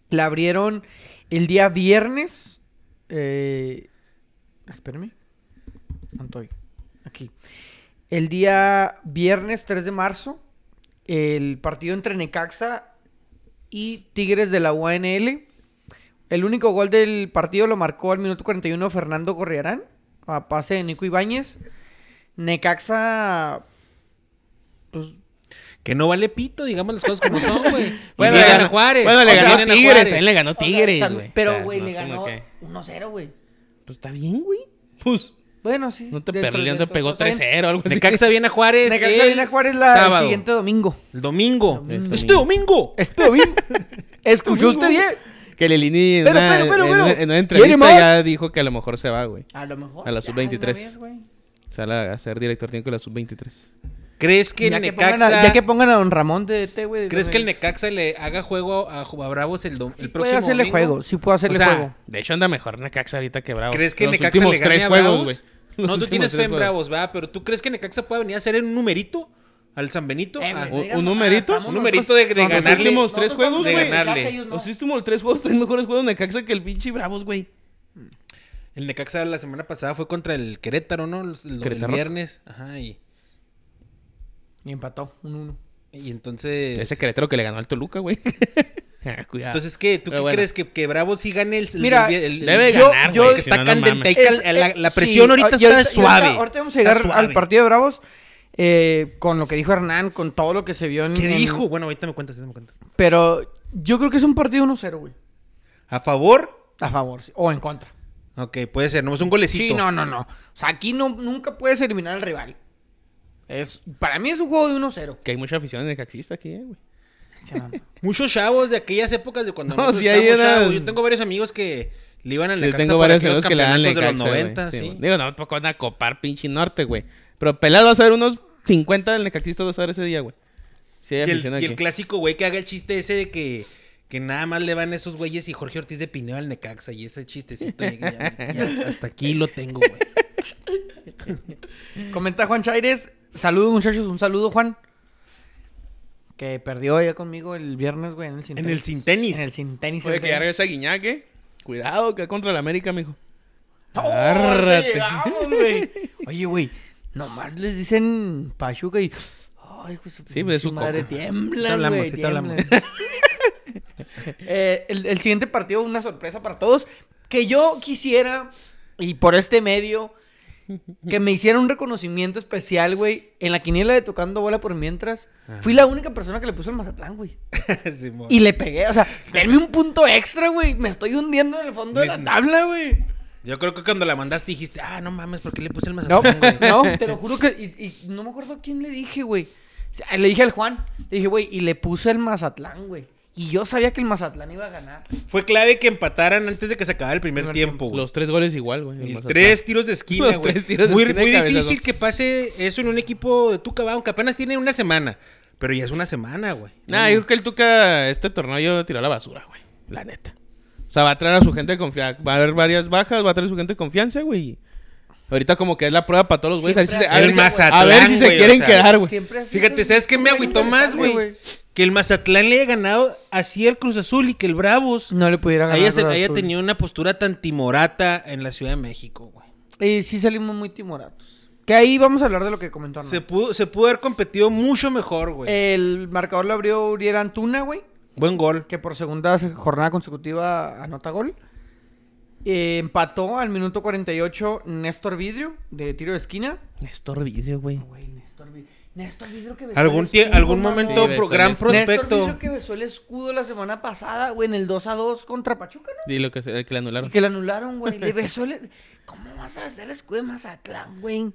Speaker 2: La abrieron el día viernes. Eh, espérame. No estoy. Aquí. El día viernes 3 de marzo, el partido entre Necaxa y Tigres de la UANL. El único gol del partido lo marcó al minuto 41 Fernando Corriarán, a pase de Nico Ibáñez. Necaxa pues,
Speaker 3: Que no vale pito, digamos las cosas como son, güey.
Speaker 1: Bueno,
Speaker 3: Y
Speaker 1: le
Speaker 3: ganan
Speaker 1: ganó-
Speaker 3: a Juárez.
Speaker 1: bueno, le
Speaker 3: O sea,
Speaker 1: ganó
Speaker 3: ganan a
Speaker 1: Tigres,
Speaker 3: Juárez.
Speaker 1: también le ganó
Speaker 2: o sea,
Speaker 1: Tigres,
Speaker 2: tam-
Speaker 1: güey. O
Speaker 2: Pero,
Speaker 1: sea,
Speaker 2: güey,
Speaker 1: no
Speaker 2: le
Speaker 1: es como
Speaker 2: ganó
Speaker 1: que-
Speaker 2: 1-0, güey.
Speaker 1: Pues está bien, güey. Pues.
Speaker 2: Bueno, sí.
Speaker 1: No te
Speaker 2: dentro-
Speaker 1: perdió, te
Speaker 2: dentro-
Speaker 1: pegó
Speaker 2: está bien.
Speaker 1: 3-0 o algo
Speaker 2: [LAUGHS]
Speaker 1: así.
Speaker 3: Necaxa viene a Juárez.
Speaker 2: Necaxa
Speaker 3: el
Speaker 2: viene a Juárez la, el
Speaker 3: sábado.
Speaker 2: siguiente domingo.
Speaker 3: El domingo.
Speaker 1: Domingo.
Speaker 3: Este domingo.
Speaker 2: Este [LAUGHS] domingo. ¿Escuchó usted Pues, bien?
Speaker 1: Que Lilini en,
Speaker 2: Pero,
Speaker 1: una,
Speaker 2: pero, pero,
Speaker 1: en
Speaker 2: pero.
Speaker 1: una- en una
Speaker 2: ¿Quiere
Speaker 1: entrevista
Speaker 2: más?
Speaker 1: ya dijo que a lo mejor se va, güey.
Speaker 2: A lo mejor.
Speaker 1: A la sub-23.
Speaker 2: ya, no ves, güey.
Speaker 1: Sale a ser director técnico de la sub-23.
Speaker 3: ¿Crees que el
Speaker 2: Ya que pongan a-
Speaker 3: Necaxa...
Speaker 2: ya que pongan a Don Ramón de este, güey.
Speaker 3: ¿Crees que el Necaxa le haga juego a, Ju- a Bravos el, dom-
Speaker 2: Sí
Speaker 3: el próximo
Speaker 2: puede hacerle
Speaker 3: domingo?
Speaker 2: juego, sí puede hacerle
Speaker 3: O sea,
Speaker 2: juego.
Speaker 1: De hecho, anda mejor Necaxa ahorita que Bravo.
Speaker 3: ¿Crees que
Speaker 1: Los
Speaker 3: Necaxa
Speaker 1: últimos
Speaker 3: le gane
Speaker 1: tres
Speaker 3: a
Speaker 1: juegos,
Speaker 3: Bravos?
Speaker 1: güey. Los
Speaker 3: No, tú
Speaker 1: últimos
Speaker 3: tienes
Speaker 1: tres
Speaker 3: fe en
Speaker 1: juegos.
Speaker 3: Bravos, ¿verdad? Pero ¿tú crees que Necaxa puede venir a hacer un numerito al San Benito?
Speaker 2: Eh, güey,
Speaker 3: Ah,
Speaker 2: no
Speaker 1: un-
Speaker 2: digas
Speaker 1: un
Speaker 2: mamadas,
Speaker 1: numerito,
Speaker 2: estamos
Speaker 3: un numerito de- de
Speaker 2: nosotros-
Speaker 1: ganarle.
Speaker 2: nosotros
Speaker 1: Últimos tres
Speaker 2: estamos
Speaker 1: juegos,
Speaker 2: en
Speaker 1: güey.
Speaker 2: Necaxa,
Speaker 3: ganarle.
Speaker 2: ellos no.
Speaker 1: Los últimos tres juegos, tres mejores juegos de Necaxa que el pinche Bravos, güey.
Speaker 3: el Necaxa la semana pasada fue contra el Querétaro, ¿no? El, el- el
Speaker 1: Querétaro.
Speaker 3: viernes. Ajá, y,
Speaker 2: Y empató, un 1
Speaker 3: y entonces...
Speaker 1: Ese Querétaro que le ganó al Toluca, güey. [LAUGHS] Ah, Cuidado.
Speaker 3: Entonces, ¿qué? ¿Tú
Speaker 1: Pero
Speaker 3: qué
Speaker 1: bueno.
Speaker 3: crees? ¿Que, que Bravos sí gane el... el-
Speaker 2: Mira,
Speaker 3: el- el-
Speaker 1: Debe
Speaker 3: el-
Speaker 2: yo-
Speaker 1: ganar,
Speaker 2: yo-
Speaker 1: güey. que si no,
Speaker 3: Está
Speaker 1: no mames.
Speaker 3: candente, hay
Speaker 2: Es- eh,
Speaker 3: cal- la, la
Speaker 2: sí,
Speaker 3: presión ahorita
Speaker 2: y
Speaker 3: está suave.
Speaker 2: Ahorita, ahorita vamos a
Speaker 3: Está
Speaker 2: llegar al
Speaker 3: suave.
Speaker 2: partido de Bravos eh, con lo que dijo Hernán, con todo lo que se vio en.
Speaker 3: ¿Qué
Speaker 2: en-
Speaker 3: dijo? Bueno, ahorita me cuentas, ahorita me cuentas.
Speaker 2: Pero yo creo que es un partido 1-0, güey.
Speaker 3: ¿A favor?
Speaker 2: A favor sí, o en contra.
Speaker 3: Ok, puede ser. No, es un golecito.
Speaker 2: Sí, no, no, no. O sea, aquí no, nunca puedes eliminar al rival. Es, para mí es un juego de 1-0.
Speaker 1: Que hay mucha afición necaxista aquí, eh, güey.
Speaker 2: Se llama.
Speaker 3: [LAUGHS] Muchos chavos de aquellas épocas de cuando
Speaker 1: No,
Speaker 3: nosotros
Speaker 1: sí, ahí
Speaker 3: estábamos
Speaker 1: era-
Speaker 3: chavos. Yo tengo varios amigos que le iban a la
Speaker 1: Yo tengo varios amigos que le dan Necaxa,
Speaker 3: de los 90,
Speaker 1: güey.
Speaker 3: sí.
Speaker 1: Sí, güey. Digo, no, tampoco van a copar pinche norte, güey. Pero pelado vas a ver unos 50 del Necaxista vas a ver ese día, güey. Sí, hay
Speaker 3: Y
Speaker 1: afición
Speaker 3: el, y
Speaker 1: aquí.
Speaker 3: el clásico güey que haga el chiste ese de que, que nada más le van esos güeyes y Jorge Ortiz de Pineo al Necaxa y ese chistecito. ya- ya- ya- hasta aquí lo tengo, güey. [LAUGHS]
Speaker 2: Comenta Juan Chaires. Saludos, muchachos. Un saludo, Juan. Que perdió ya conmigo el viernes, güey, en el sin
Speaker 3: En el sin tenis.
Speaker 2: En el sin tenis.
Speaker 1: Oye,
Speaker 2: en
Speaker 1: que
Speaker 2: serio.
Speaker 1: ya regresa Guiñaque. Cuidado, que contra el América, mijo.
Speaker 2: ¡No!
Speaker 1: Agárrate.
Speaker 2: ahorita llegamos, güey! [LAUGHS] Oye, güey, nomás les dicen Pachuca y... Ay, pues,
Speaker 1: Sí, pues, es su
Speaker 2: madre
Speaker 1: coco.
Speaker 2: tiembla,
Speaker 3: Ahorita hablamos,
Speaker 2: güey,
Speaker 3: ahorita hablamos.
Speaker 2: tiemblan. [LAUGHS] Eh, el, el siguiente partido, una sorpresa para todos, que yo quisiera, y por este medio, que me hiciera un reconocimiento especial, güey, en la quiniela de Tocando Bola por Mientras,
Speaker 3: Ajá.
Speaker 2: fui la única persona que le puso el Mazatlán, güey.
Speaker 3: Simón.
Speaker 2: Y le pegué, o sea, denme un punto extra, güey, me estoy hundiendo en el fondo de la
Speaker 3: Me-
Speaker 2: tabla, güey.
Speaker 3: Yo creo que cuando la mandaste dijiste, ah, no mames, ¿por qué le puse
Speaker 2: [LAUGHS]
Speaker 3: el
Speaker 2: No,
Speaker 3: Mazatlán, güey?
Speaker 2: no, te lo juro que. Y, y no me acuerdo a quién le dije, güey. O sea, Le dije al Juan, le dije, güey, y le puse el Mazatlán, güey. Y yo sabía que el Mazatlán iba a ganar.
Speaker 3: Fue clave que empataran antes de que se acabara el primer
Speaker 2: Primer
Speaker 3: tiempo,
Speaker 1: [LAUGHS]
Speaker 3: güey.
Speaker 1: Los tres goles igual, güey. el
Speaker 3: Y
Speaker 1: Mazatlán.
Speaker 3: tres tiros de esquina,
Speaker 1: Los
Speaker 3: güey.
Speaker 1: tres tiros de
Speaker 3: Muy,
Speaker 1: esquina
Speaker 3: muy
Speaker 1: de cabezazo.
Speaker 3: difícil que pase eso en un equipo de Tuca, va, aunque apenas tiene una semana. Pero ya es una semana, güey.
Speaker 1: Nah, yo creo que el Tuca, este torneo yo tiró a la basura, güey. La neta. O sea, va a traer a su gente de confianza. Va a haber varias bajas, va a traer a su gente de confianza, güey. Ahorita como que es la prueba para todos los güeyes. A ver si se,
Speaker 2: Siempre
Speaker 1: a ver
Speaker 3: El
Speaker 1: si- a
Speaker 3: Mazatlán,
Speaker 1: ver si se
Speaker 3: güey, o
Speaker 1: quieren
Speaker 3: sea,
Speaker 1: quedar, güey.
Speaker 2: Siempre así,
Speaker 3: Fíjate,
Speaker 2: güey.
Speaker 3: ¿sabes qué me agüitó más, güey? Que el Mazatlán le haya ganado así al Cruz Azul y que el Bravos
Speaker 2: No le pudiera ganar.
Speaker 3: haya,
Speaker 2: Cruz
Speaker 3: haya
Speaker 2: Azul.
Speaker 3: tenido una postura tan timorata en la Ciudad de México, güey.
Speaker 2: Y Eh, sí salimos muy timoratos. Que ahí vamos a hablar de lo que comentó Arnoldo.
Speaker 3: Se pudo, se pudo haber competido mucho mejor, güey.
Speaker 2: El marcador lo abrió Uriel Antuna, güey.
Speaker 3: Buen gol.
Speaker 2: que por segunda jornada consecutiva anota gol. Eh, empató al minuto 48 Néstor Vidrio de tiro de esquina.
Speaker 1: Néstor Vidrio, güey.
Speaker 2: Güey, Néstor Vidrio. Néstor Vidrio que besó
Speaker 3: Algún,
Speaker 2: el
Speaker 3: tie-
Speaker 2: escudo,
Speaker 3: algún
Speaker 2: mano.
Speaker 1: Sí,
Speaker 3: momento,
Speaker 1: ves,
Speaker 3: pro- gran
Speaker 1: ves.
Speaker 2: Néstor
Speaker 3: prospecto.
Speaker 2: Vidrio que besó el escudo la semana pasada, güey, en el 2 a 2 contra Pachuca, ¿no?
Speaker 1: Y lo que, se- el que le
Speaker 2: Y
Speaker 1: anularon.
Speaker 2: que le anularon, güey. Le besó el. ¿Cómo vas a besar el escudo de Mazatlán, güey?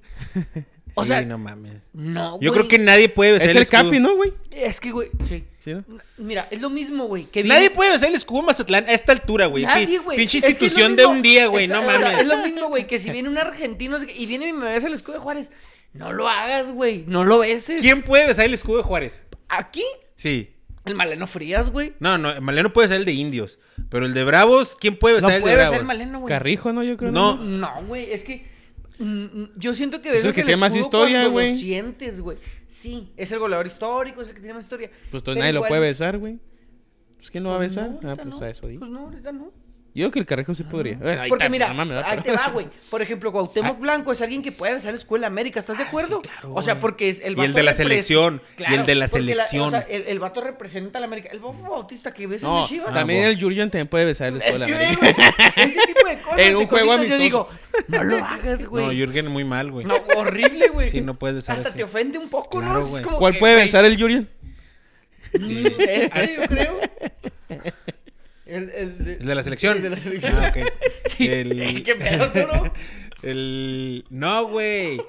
Speaker 2: O
Speaker 3: Sí,
Speaker 2: sea,
Speaker 3: no mames.
Speaker 2: no,
Speaker 3: Yo
Speaker 2: güey.
Speaker 3: creo que nadie puede besar
Speaker 1: Es el
Speaker 3: escudo.
Speaker 1: Capi, ¿no, güey?
Speaker 2: Es que, güey, sí.
Speaker 1: Sí, ¿no?
Speaker 2: Mira, es lo mismo, güey. Que
Speaker 3: Nadie
Speaker 2: viene-
Speaker 3: puede besar el escudo Mazatlán a esta altura, güey.
Speaker 2: Nadie,
Speaker 3: Pi-
Speaker 2: güey.
Speaker 3: Pinche
Speaker 2: Es que es lo
Speaker 3: institución
Speaker 2: mismo-
Speaker 3: de un día, güey. No
Speaker 2: Exacto, o sea,
Speaker 3: mames.
Speaker 2: Es lo mismo, güey, que si viene un argentino y viene y me besa el escudo de Juárez, no lo hagas, güey. No lo beses.
Speaker 3: ¿Quién puede besar el escudo de Juárez?
Speaker 2: Aquí,
Speaker 3: Sí.
Speaker 2: el Maleno Frías, güey.
Speaker 3: No, no, Maleno puede ser el de indios. Pero el de Bravos, ¿quién puede
Speaker 2: No
Speaker 1: Pues
Speaker 3: besar el
Speaker 2: puede
Speaker 3: de
Speaker 2: besar
Speaker 3: Bravos?
Speaker 2: el Maleno, güey.
Speaker 1: Carrijo, ¿no? Yo creo.
Speaker 3: No.
Speaker 2: No, güey, es que mm, mm, yo siento que
Speaker 1: Es el
Speaker 2: besas
Speaker 1: que
Speaker 2: el
Speaker 1: tiene más
Speaker 2: escudo
Speaker 1: historia,
Speaker 2: cuando lo
Speaker 1: güey.
Speaker 2: sientes, güey. Sí, es el goleador histórico, es el que tiene más historia.
Speaker 1: Pues
Speaker 2: Pero
Speaker 1: entonces nadie lo
Speaker 2: igual-
Speaker 1: puede besar, güey. Pues ¿quién lo va a
Speaker 2: Pues
Speaker 1: besar?
Speaker 2: no,
Speaker 1: ah,
Speaker 2: ahorita
Speaker 1: pues
Speaker 2: no.
Speaker 1: a eso digo.
Speaker 2: Pues no, ahorita no.
Speaker 1: Yo creo que el Carrijo sí podría. Bueno, ahí
Speaker 2: Porque
Speaker 1: está,
Speaker 2: mira,
Speaker 1: no mames, ¿verdad?
Speaker 2: ahí te
Speaker 1: Pero-
Speaker 2: va, güey. Por ejemplo,
Speaker 1: Ah,
Speaker 2: Cuauhtémoc Blanco es alguien que puede besar Escuela América, ¿estás de acuerdo?
Speaker 3: claro,
Speaker 2: o sea,
Speaker 3: güey.
Speaker 2: porque es el
Speaker 3: Y el
Speaker 2: vato
Speaker 3: de la
Speaker 2: repres-
Speaker 3: selección, y el de la
Speaker 2: porque o
Speaker 3: selección.
Speaker 2: sea, el, el vato representa a la América. El Bofo Bautista que besa en
Speaker 1: [LAUGHS] No,
Speaker 2: el Chivas.
Speaker 1: también
Speaker 3: Ah,
Speaker 1: el Jurgen también puede besar el
Speaker 2: es que,
Speaker 1: escudo de la
Speaker 2: güey,
Speaker 1: América.
Speaker 2: ese tipo
Speaker 3: [LAUGHS]
Speaker 2: de cosas.
Speaker 1: En
Speaker 2: de
Speaker 1: un juego
Speaker 2: cositas, Yo
Speaker 1: amistoso.
Speaker 2: digo, no lo hagas, güey.
Speaker 3: No, Jürgen muy mal, güey.
Speaker 2: No, horrible, güey.
Speaker 3: Sí, no puedes besar
Speaker 2: Hasta
Speaker 3: así.
Speaker 2: te ofende un poco,
Speaker 3: Claro,
Speaker 2: ¿no?
Speaker 3: güey.
Speaker 2: Es como
Speaker 1: ¿Cuál
Speaker 2: que,
Speaker 1: puede
Speaker 2: güey,
Speaker 1: besar el Jurgen?
Speaker 2: [LAUGHS] mm, Este, yo creo. [LAUGHS] El, el de-
Speaker 3: El de la selección.
Speaker 2: El de la selección. [LAUGHS]
Speaker 3: Ah, ok. El-
Speaker 2: Qué pedo, tú, ¿no?
Speaker 3: El... No, güey.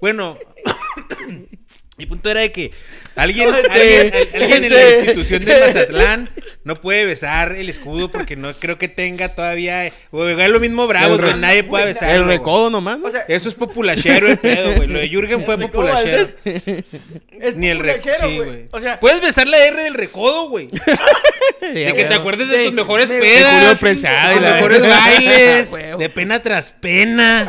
Speaker 3: Bueno. [COUGHS] Mi punto era de que alguien,
Speaker 2: Gente,
Speaker 3: alguien- al- alguien en la
Speaker 2: gente.
Speaker 3: institución de
Speaker 2: [LAUGHS]
Speaker 3: Mazatlán no puede besar el escudo porque no creo que tenga todavía. Güey, es lo mismo Bravos,
Speaker 1: El re-
Speaker 3: güey. Nadie puede
Speaker 2: Güey,
Speaker 3: besarlo.
Speaker 1: El
Speaker 3: güey.
Speaker 1: recodo nomás. ¿no?
Speaker 2: pues, O sea,
Speaker 3: Eso es populachero el pedo, güey. Lo de Jürgen fue
Speaker 2: recodo
Speaker 3: populachero.
Speaker 2: es
Speaker 3: Ni el
Speaker 2: populachero,
Speaker 3: recodo. Sí,
Speaker 2: güey.
Speaker 3: güey. Pues,
Speaker 2: O sea,
Speaker 3: Puedes besar la R del recodo, güey.
Speaker 1: Ya,
Speaker 3: De que te
Speaker 1: huevo.
Speaker 3: acuerdes de
Speaker 2: De-
Speaker 3: tus mejores
Speaker 2: de-
Speaker 1: de Julio
Speaker 3: pedas,
Speaker 1: Preciado y
Speaker 3: tus
Speaker 1: la
Speaker 3: mejores
Speaker 1: verga. [LAUGHS]
Speaker 3: bailes,
Speaker 1: Huevo.
Speaker 3: de pena
Speaker 2: [LAUGHS]
Speaker 3: tras pena.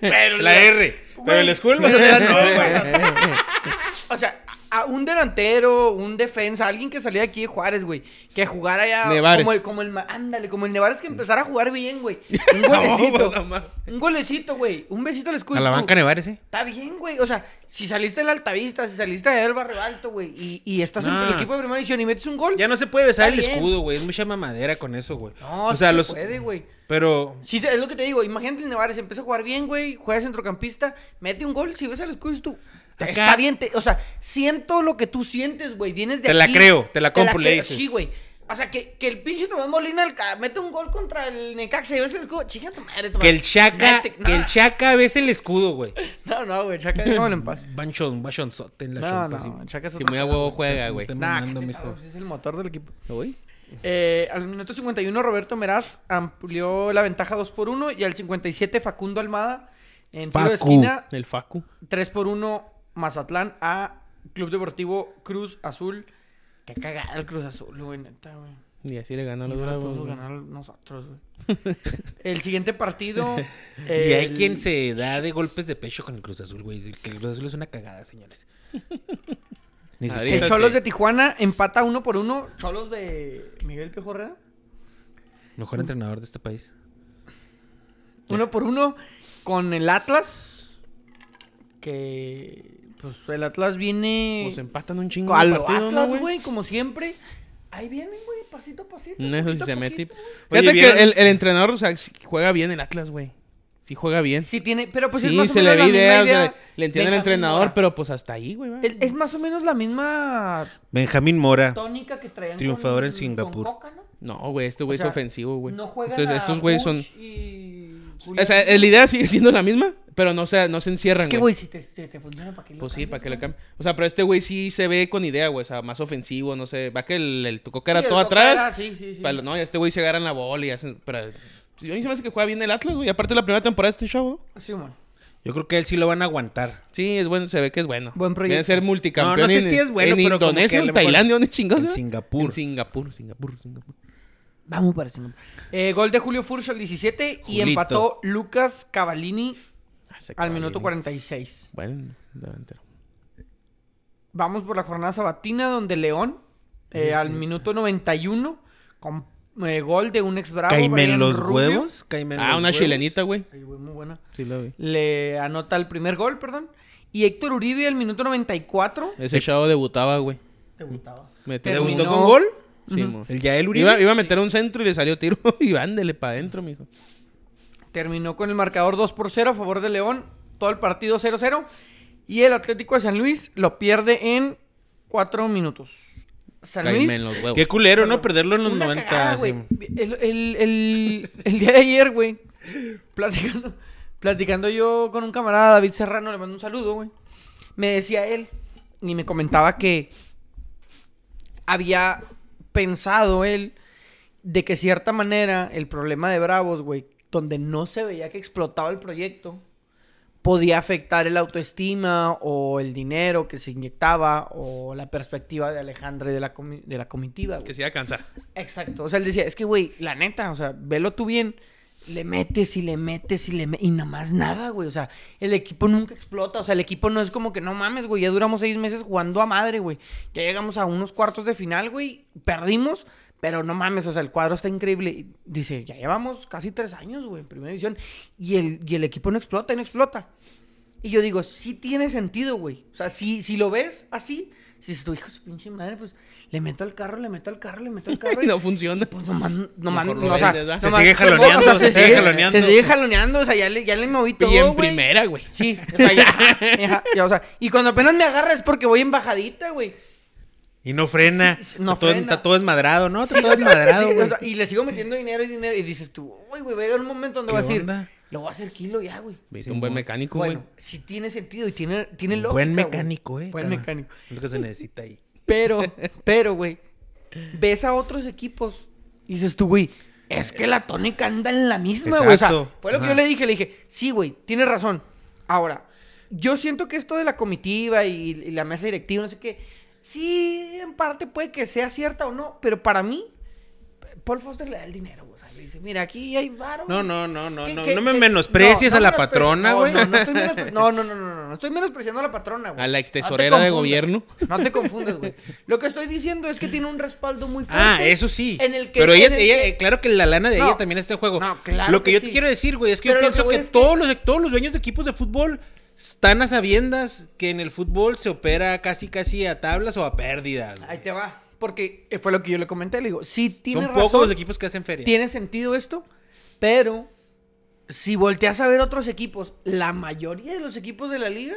Speaker 3: la R. Pero el escudo del Mazatlán no,
Speaker 2: [LAUGHS]
Speaker 3: güey.
Speaker 1: [LAUGHS]
Speaker 2: O sea, a un delantero, un defensa, alguien que salía de aquí de Juárez, güey, que jugara ya
Speaker 1: Nevares.
Speaker 2: como el como el ma- ándale, como el Nevares que empezara a jugar bien, güey. Un golecito. un golecito, güey. Un besito al escudo.
Speaker 3: A la banca Nevares, ¿eh?
Speaker 2: Está bien, güey. O sea, si saliste del Altavista, si saliste del Barrio Alto, güey, y, y estás
Speaker 3: Nah.
Speaker 2: en el equipo de primera división y metes un gol.
Speaker 3: Ya no se puede besar
Speaker 2: Está
Speaker 3: el
Speaker 2: bien.
Speaker 3: escudo, güey. Es mucha mamadera con eso, güey.
Speaker 2: No,
Speaker 3: o sea,
Speaker 2: sí
Speaker 3: los.
Speaker 2: se puede, güey.
Speaker 3: Pero.
Speaker 2: Sí, es lo que te digo. Imagínate el Nevares, empieza a jugar bien, güey. Juega centrocampista, mete un gol. Si ves al escudo, dices tú.
Speaker 3: Acá.
Speaker 2: Está bien, te- o sea, siento lo que tú sientes, güey. Vienes de
Speaker 3: Te la
Speaker 2: aquí,
Speaker 3: creo, te la compro, le
Speaker 2: creo,
Speaker 3: dices.
Speaker 2: Sí, güey. O sea, que, que el pinche Tomás Molina el ca- mete un gol contra el Necaxa y ves el escudo. Chica tu madre, Tomás.
Speaker 3: Que el Chaca.
Speaker 2: Mete-
Speaker 3: Que el
Speaker 2: no.
Speaker 3: Chaca bese el escudo, güey.
Speaker 2: No, no, güey. Chaca, déjamelo en paz.
Speaker 3: Banchon, bachonzote en la
Speaker 2: No,
Speaker 3: chompa, así.
Speaker 2: no, Chaca es
Speaker 1: Si
Speaker 2: otro
Speaker 1: muy a
Speaker 2: pedo,
Speaker 1: huevo
Speaker 2: güey.
Speaker 1: juega, güey.
Speaker 3: Están
Speaker 2: Nah,
Speaker 3: mamando,
Speaker 2: cállate,
Speaker 3: mijo.
Speaker 2: cabrón, Es el motor del equipo.
Speaker 1: Uy.
Speaker 2: Eh, al minuto 51 Roberto Meraz amplió la ventaja 2 por 1 y al 57 Facundo Almada en tiro de
Speaker 3: Facu.
Speaker 2: esquina
Speaker 1: El Facu.
Speaker 2: 3 por 1 Mazatlán a Club Deportivo Cruz Azul. Qué cagada el Cruz Azul, güey, neta, güey.
Speaker 1: Y así le ganó a
Speaker 2: No
Speaker 1: los
Speaker 2: lo
Speaker 1: bravos.
Speaker 2: podemos
Speaker 1: güey.
Speaker 2: ganar nosotros, güey. el siguiente partido
Speaker 3: [LAUGHS] Y hay
Speaker 2: el-
Speaker 3: quien se da de golpes de pecho con el Cruz Azul, güey. Dice Que el Cruz Azul es una cagada,
Speaker 2: [LAUGHS]
Speaker 3: señores. Ni
Speaker 1: Ahorita
Speaker 2: el
Speaker 3: siquiera.
Speaker 2: Cholos
Speaker 1: sí.
Speaker 2: de Tijuana empata 1 por 1 Cholos de Miguel Piojo Herrera.
Speaker 3: Mejor entrenador de este país.
Speaker 2: Uno por uno con el Atlas. Que. Pues el Atlas viene.
Speaker 1: Pues empatan un chingo.
Speaker 2: a
Speaker 1: de
Speaker 2: lo
Speaker 1: partidos, ¿no,
Speaker 2: Atlas, güey, como siempre. Ahí vienen, güey, pasito a pasito.
Speaker 1: No, eso sí
Speaker 2: poquito a
Speaker 1: se mete.
Speaker 2: poquito,
Speaker 1: Fíjate
Speaker 2: güey.
Speaker 3: Oye,
Speaker 1: que
Speaker 3: ¿vieron?
Speaker 1: el, el entrenador, o sea, sí juega bien el Atlas, güey. Sí juega bien.
Speaker 2: Sí, tiene. Pero pues es
Speaker 1: sí,
Speaker 2: más o
Speaker 1: se le
Speaker 2: menos la
Speaker 1: ve
Speaker 2: misma
Speaker 1: idea, o
Speaker 2: idea
Speaker 1: sea, le entiende el
Speaker 2: Benjamín
Speaker 1: entrenador,
Speaker 2: Mora.
Speaker 1: pero pues hasta ahí, güey. va.
Speaker 2: El- es más o menos la misma
Speaker 3: Benjamín Mora.
Speaker 2: tónica que traían.
Speaker 3: Triunfador en
Speaker 2: con
Speaker 3: Singapur.
Speaker 2: Coca, ¿no?
Speaker 1: No, güey, este güey
Speaker 2: O sea,
Speaker 1: es ofensivo, güey.
Speaker 2: No juegan
Speaker 1: Entonces,
Speaker 2: a
Speaker 1: estos güeyes son...
Speaker 2: Puch y
Speaker 1: O sea,
Speaker 2: Julián.
Speaker 1: la idea sigue siendo la misma, pero no, se- no se encierran,
Speaker 2: Es que, güey, si te, te, te funciona, ¿para qué lo
Speaker 1: Pues sí, para que le
Speaker 2: cambies,
Speaker 1: cambie. O sea, pero este güey sí se ve con idea, güey. O sea, más ofensivo, no sé. Va que el, el tu coca
Speaker 2: no? Sí,
Speaker 1: era todo
Speaker 2: el Coca
Speaker 1: atrás.
Speaker 2: era- sí, sí, sí.
Speaker 1: Pero no, y este güey se agarran la bola y hacen. Pero. A mí se me hace que juega bien el Atlas, güey. Aparte la primera temporada de este show, ¿no?
Speaker 2: Sí, bueno.
Speaker 3: Yo creo que a él sí lo van a aguantar.
Speaker 1: Sí, es bueno, se ve que es bueno.
Speaker 2: Buen proyecto.
Speaker 1: Debe ser multicampeón.
Speaker 3: No, no sé
Speaker 1: en-
Speaker 3: si es bueno,
Speaker 1: en
Speaker 3: pero como que
Speaker 1: Indonesia,
Speaker 3: a lo
Speaker 1: en
Speaker 3: mejor-
Speaker 1: Tailandia, ¿dónde chingados?
Speaker 3: En
Speaker 1: era?
Speaker 3: Singapur.
Speaker 1: En Singapur, Singapur, Singapur.
Speaker 2: Vamos para Singapur. Eh, gol de Julio Furcio al 17 y
Speaker 3: Julito.
Speaker 2: empató Lucas Cavallini
Speaker 1: Ah, se
Speaker 2: al
Speaker 1: acaba
Speaker 2: minuto
Speaker 1: bien.
Speaker 2: 46.
Speaker 1: Bueno, delantero.
Speaker 2: Vamos por la jornada sabatina donde León eh, al minuto 91 con eh, gol de un ex bravo.
Speaker 3: ¿Caimen
Speaker 2: Brian
Speaker 3: los
Speaker 2: Rubio.
Speaker 3: huevos? ¿Caimen
Speaker 1: Ah,
Speaker 3: los
Speaker 1: una
Speaker 3: huevos?
Speaker 1: chilenita, güey.
Speaker 2: Sí, güey, muy buena.
Speaker 1: Sí, la vi.
Speaker 2: Le anota el primer gol, perdón. Y Héctor Uribe al minuto 94.
Speaker 1: Ese chavo debutaba, güey.
Speaker 2: Debutaba.
Speaker 1: Metió
Speaker 3: ¿Debutó
Speaker 2: Terminó-
Speaker 3: con gol?
Speaker 1: Sí,
Speaker 2: Ujú.
Speaker 1: mo.
Speaker 3: El Yael Uribe.
Speaker 1: [LAUGHS] Iba, iba a meter un centro y le salió tiro. y ándele para adentro, mijo.
Speaker 2: terminó con el marcador 2 por 0 a favor de León, todo el partido 0-0. Y el Atlético de San Luis lo pierde en 4 minutos. San
Speaker 1: Cáeme
Speaker 2: Luis.
Speaker 1: en los huevos.
Speaker 3: Qué culero, ¿no? Perderlo en los
Speaker 2: Una
Speaker 3: 90.
Speaker 2: cagada,
Speaker 3: sí.
Speaker 2: güey. el, el- el- el día de ayer, güey, platicando, platicando yo con un camarada, David Serrano, le mando un saludo, güey. Me decía él y me comentaba que había pensado él de que cierta manera el problema de Bravos, güey, donde no se veía que explotaba el proyecto, podía afectar el autoestima o el dinero que se inyectaba o la perspectiva de Alejandra y de la, comi- de la comitiva. güey.
Speaker 1: Que se iba a cansar.
Speaker 2: Exacto. O sea, él decía, es que, güey, la neta, o sea, velo tú bien. Le metes y le metes y le metes. Y nada más nada, güey. O sea, el equipo nunca explota. O sea, el equipo no es como que no mames, güey. Ya duramos seis meses jugando a madre, güey. Ya llegamos a unos cuartos de final, güey. Perdimos, pero no mames. O sea, el cuadro está increíble. Y dice, ya llevamos casi tres años, güey, en primera división. Y el, y el equipo no explota y no explota. Y yo digo, sí tiene sentido, güey. O sea, si, si lo ves así, si es tu hijo, su pinche madre, pues le meto al carro, le meto al carro, le meto al carro.
Speaker 1: [LAUGHS] Y no funciona.
Speaker 2: Pues nomás, nomás,
Speaker 1: Mejor
Speaker 2: no,
Speaker 1: lo
Speaker 2: o sea,
Speaker 1: vendes, ¿verdad?
Speaker 3: Se
Speaker 2: nomás-
Speaker 3: sigue jaloneando,
Speaker 2: o sea,
Speaker 3: se sigue jaloneando.
Speaker 2: Se sigue jaloneando, o sea, ya le, ya le moví todo,
Speaker 1: Y en
Speaker 2: güey.
Speaker 1: primera, güey.
Speaker 2: Sí, o sea,
Speaker 1: [LAUGHS]
Speaker 2: ya, ya, ya, o sea, y cuando apenas me agarra es porque voy en bajadita, güey.
Speaker 3: Y no frena.
Speaker 2: Sí, sí, no
Speaker 3: está, todo,
Speaker 2: frena.
Speaker 3: está todo desmadrado, ¿no? Está
Speaker 2: Sí,
Speaker 3: todo desmadrado,
Speaker 2: sí,
Speaker 3: güey.
Speaker 2: o sea, y le sigo metiendo dinero y dinero, y dices tú, uy, güey, va a llegar un momento donde
Speaker 3: ¿Qué
Speaker 2: vas a decir,
Speaker 3: onda?
Speaker 2: lo voy a hacer kilo ya, güey.
Speaker 1: Viste
Speaker 3: Sí,
Speaker 1: un buen
Speaker 3: mo-
Speaker 1: mecánico, güey.
Speaker 2: Bueno, si tiene sentido y tiene, tiene lógica,
Speaker 3: Buen
Speaker 2: güey.
Speaker 3: mecánico, eh.
Speaker 2: Buen
Speaker 3: cabrón.
Speaker 2: mecánico.
Speaker 3: Es lo que se
Speaker 2: [LAUGHS]
Speaker 3: necesita ahí.
Speaker 2: Pero, pero, güey, ves a otros equipos y dices tú, güey, es que la tónica anda en la misma, güey. O sea,
Speaker 3: Exacto.
Speaker 2: fue lo que
Speaker 3: Ajá.
Speaker 2: yo le dije, le dije, sí, güey, tienes razón. Ahora, yo siento que esto de la comitiva y, y la mesa directiva, no sé qué, sí, en parte puede que sea cierta o no, pero para mí, Paul Foster le da el dinero, güey. O sea, le dice, mira, aquí hay varo.
Speaker 3: No,
Speaker 2: güey.
Speaker 3: no, no, no,
Speaker 2: ¿Qué-
Speaker 3: no.
Speaker 2: qué-
Speaker 3: No me
Speaker 2: qué-
Speaker 3: menosprecies
Speaker 2: no,
Speaker 3: a
Speaker 2: no
Speaker 3: la
Speaker 2: menosprecies-
Speaker 3: patrona,
Speaker 2: no,
Speaker 3: güey.
Speaker 2: Oh, No, no, estoy
Speaker 3: [LAUGHS]
Speaker 2: menospre- no, no, no, no, no, no estoy menospreciando a la patrona, güey.
Speaker 1: A la
Speaker 2: No te
Speaker 1: extesorera de
Speaker 2: confundas.
Speaker 1: gobierno.
Speaker 2: No te confundas, güey. Lo que estoy diciendo es que tiene un respaldo muy fuerte.
Speaker 3: Ah, eso sí.
Speaker 2: En el que,
Speaker 3: pero ella,
Speaker 2: en el
Speaker 3: ella
Speaker 2: que-
Speaker 3: eh, claro que la lana de
Speaker 2: No.
Speaker 3: ella también está en juego.
Speaker 2: No, claro
Speaker 3: lo que,
Speaker 2: que
Speaker 3: yo
Speaker 2: sí.
Speaker 3: te quiero decir, güey, es que
Speaker 2: Pero lo
Speaker 3: yo
Speaker 2: que
Speaker 3: pienso
Speaker 2: voy
Speaker 3: que,
Speaker 2: es que-
Speaker 3: todos, Los, todos los dueños de equipos de fútbol están a sabiendas que en el fútbol se opera casi, casi a tablas o a pérdidas. güey.
Speaker 2: Ahí te va. Porque fue lo que yo le comenté. Le digo, sí, tiene
Speaker 3: Son
Speaker 2: razón.
Speaker 3: pocos los equipos que hacen feria.
Speaker 2: Tiene sentido esto, pero si volteas a ver otros equipos, la mayoría de los equipos de la liga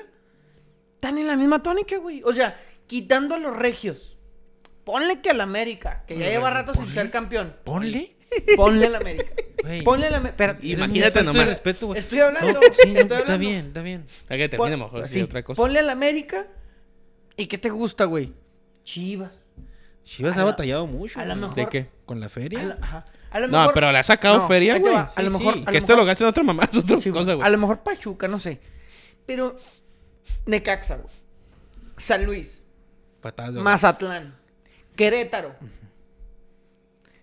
Speaker 2: están en la misma tónica, güey. O sea, quitando a los regios. Ponle que al América, que ya lleva rato sin ser campeón.
Speaker 3: Ponle.
Speaker 2: [LAUGHS] Ponle al América.
Speaker 3: Güey.
Speaker 2: Ponle al América.
Speaker 3: Eres
Speaker 1: Imagínate
Speaker 3: muy falto de
Speaker 1: nomás.
Speaker 3: respeto, güey.
Speaker 2: Estoy hablando,
Speaker 3: No, sí,
Speaker 2: estoy
Speaker 3: Está
Speaker 2: hablando.
Speaker 3: bien, está bien.
Speaker 1: Para que termine
Speaker 2: Pon-
Speaker 1: mejor. Sí,
Speaker 2: sí,
Speaker 1: otra cosa.
Speaker 2: Ponle al América. ¿Y qué te gusta, güey? Chivas.
Speaker 3: Chivas
Speaker 2: A
Speaker 3: ha
Speaker 2: la-
Speaker 3: batallado mucho.
Speaker 2: a la
Speaker 3: güey.
Speaker 2: mejor-
Speaker 1: ¿De qué?
Speaker 3: ¿Con la feria?
Speaker 2: A lo- ajá. A lo
Speaker 1: No,
Speaker 2: mejor-
Speaker 1: pero le ha sacado
Speaker 2: No,
Speaker 1: feria,
Speaker 2: ahí te
Speaker 1: güey.
Speaker 2: va. A
Speaker 3: Sí,
Speaker 2: lo mejor.
Speaker 3: sí.
Speaker 2: a
Speaker 1: Que
Speaker 2: lo
Speaker 1: esto lo
Speaker 2: mejor-
Speaker 1: gasten otra mamá, es [LAUGHS] otra
Speaker 2: sí,
Speaker 1: cosa,
Speaker 2: A
Speaker 1: güey.
Speaker 2: lo mejor Pachuca, no sé. Pero. Necaxa, güey. San Luis.
Speaker 3: Patadas de ahogado.
Speaker 2: Mazatlán. Querétaro.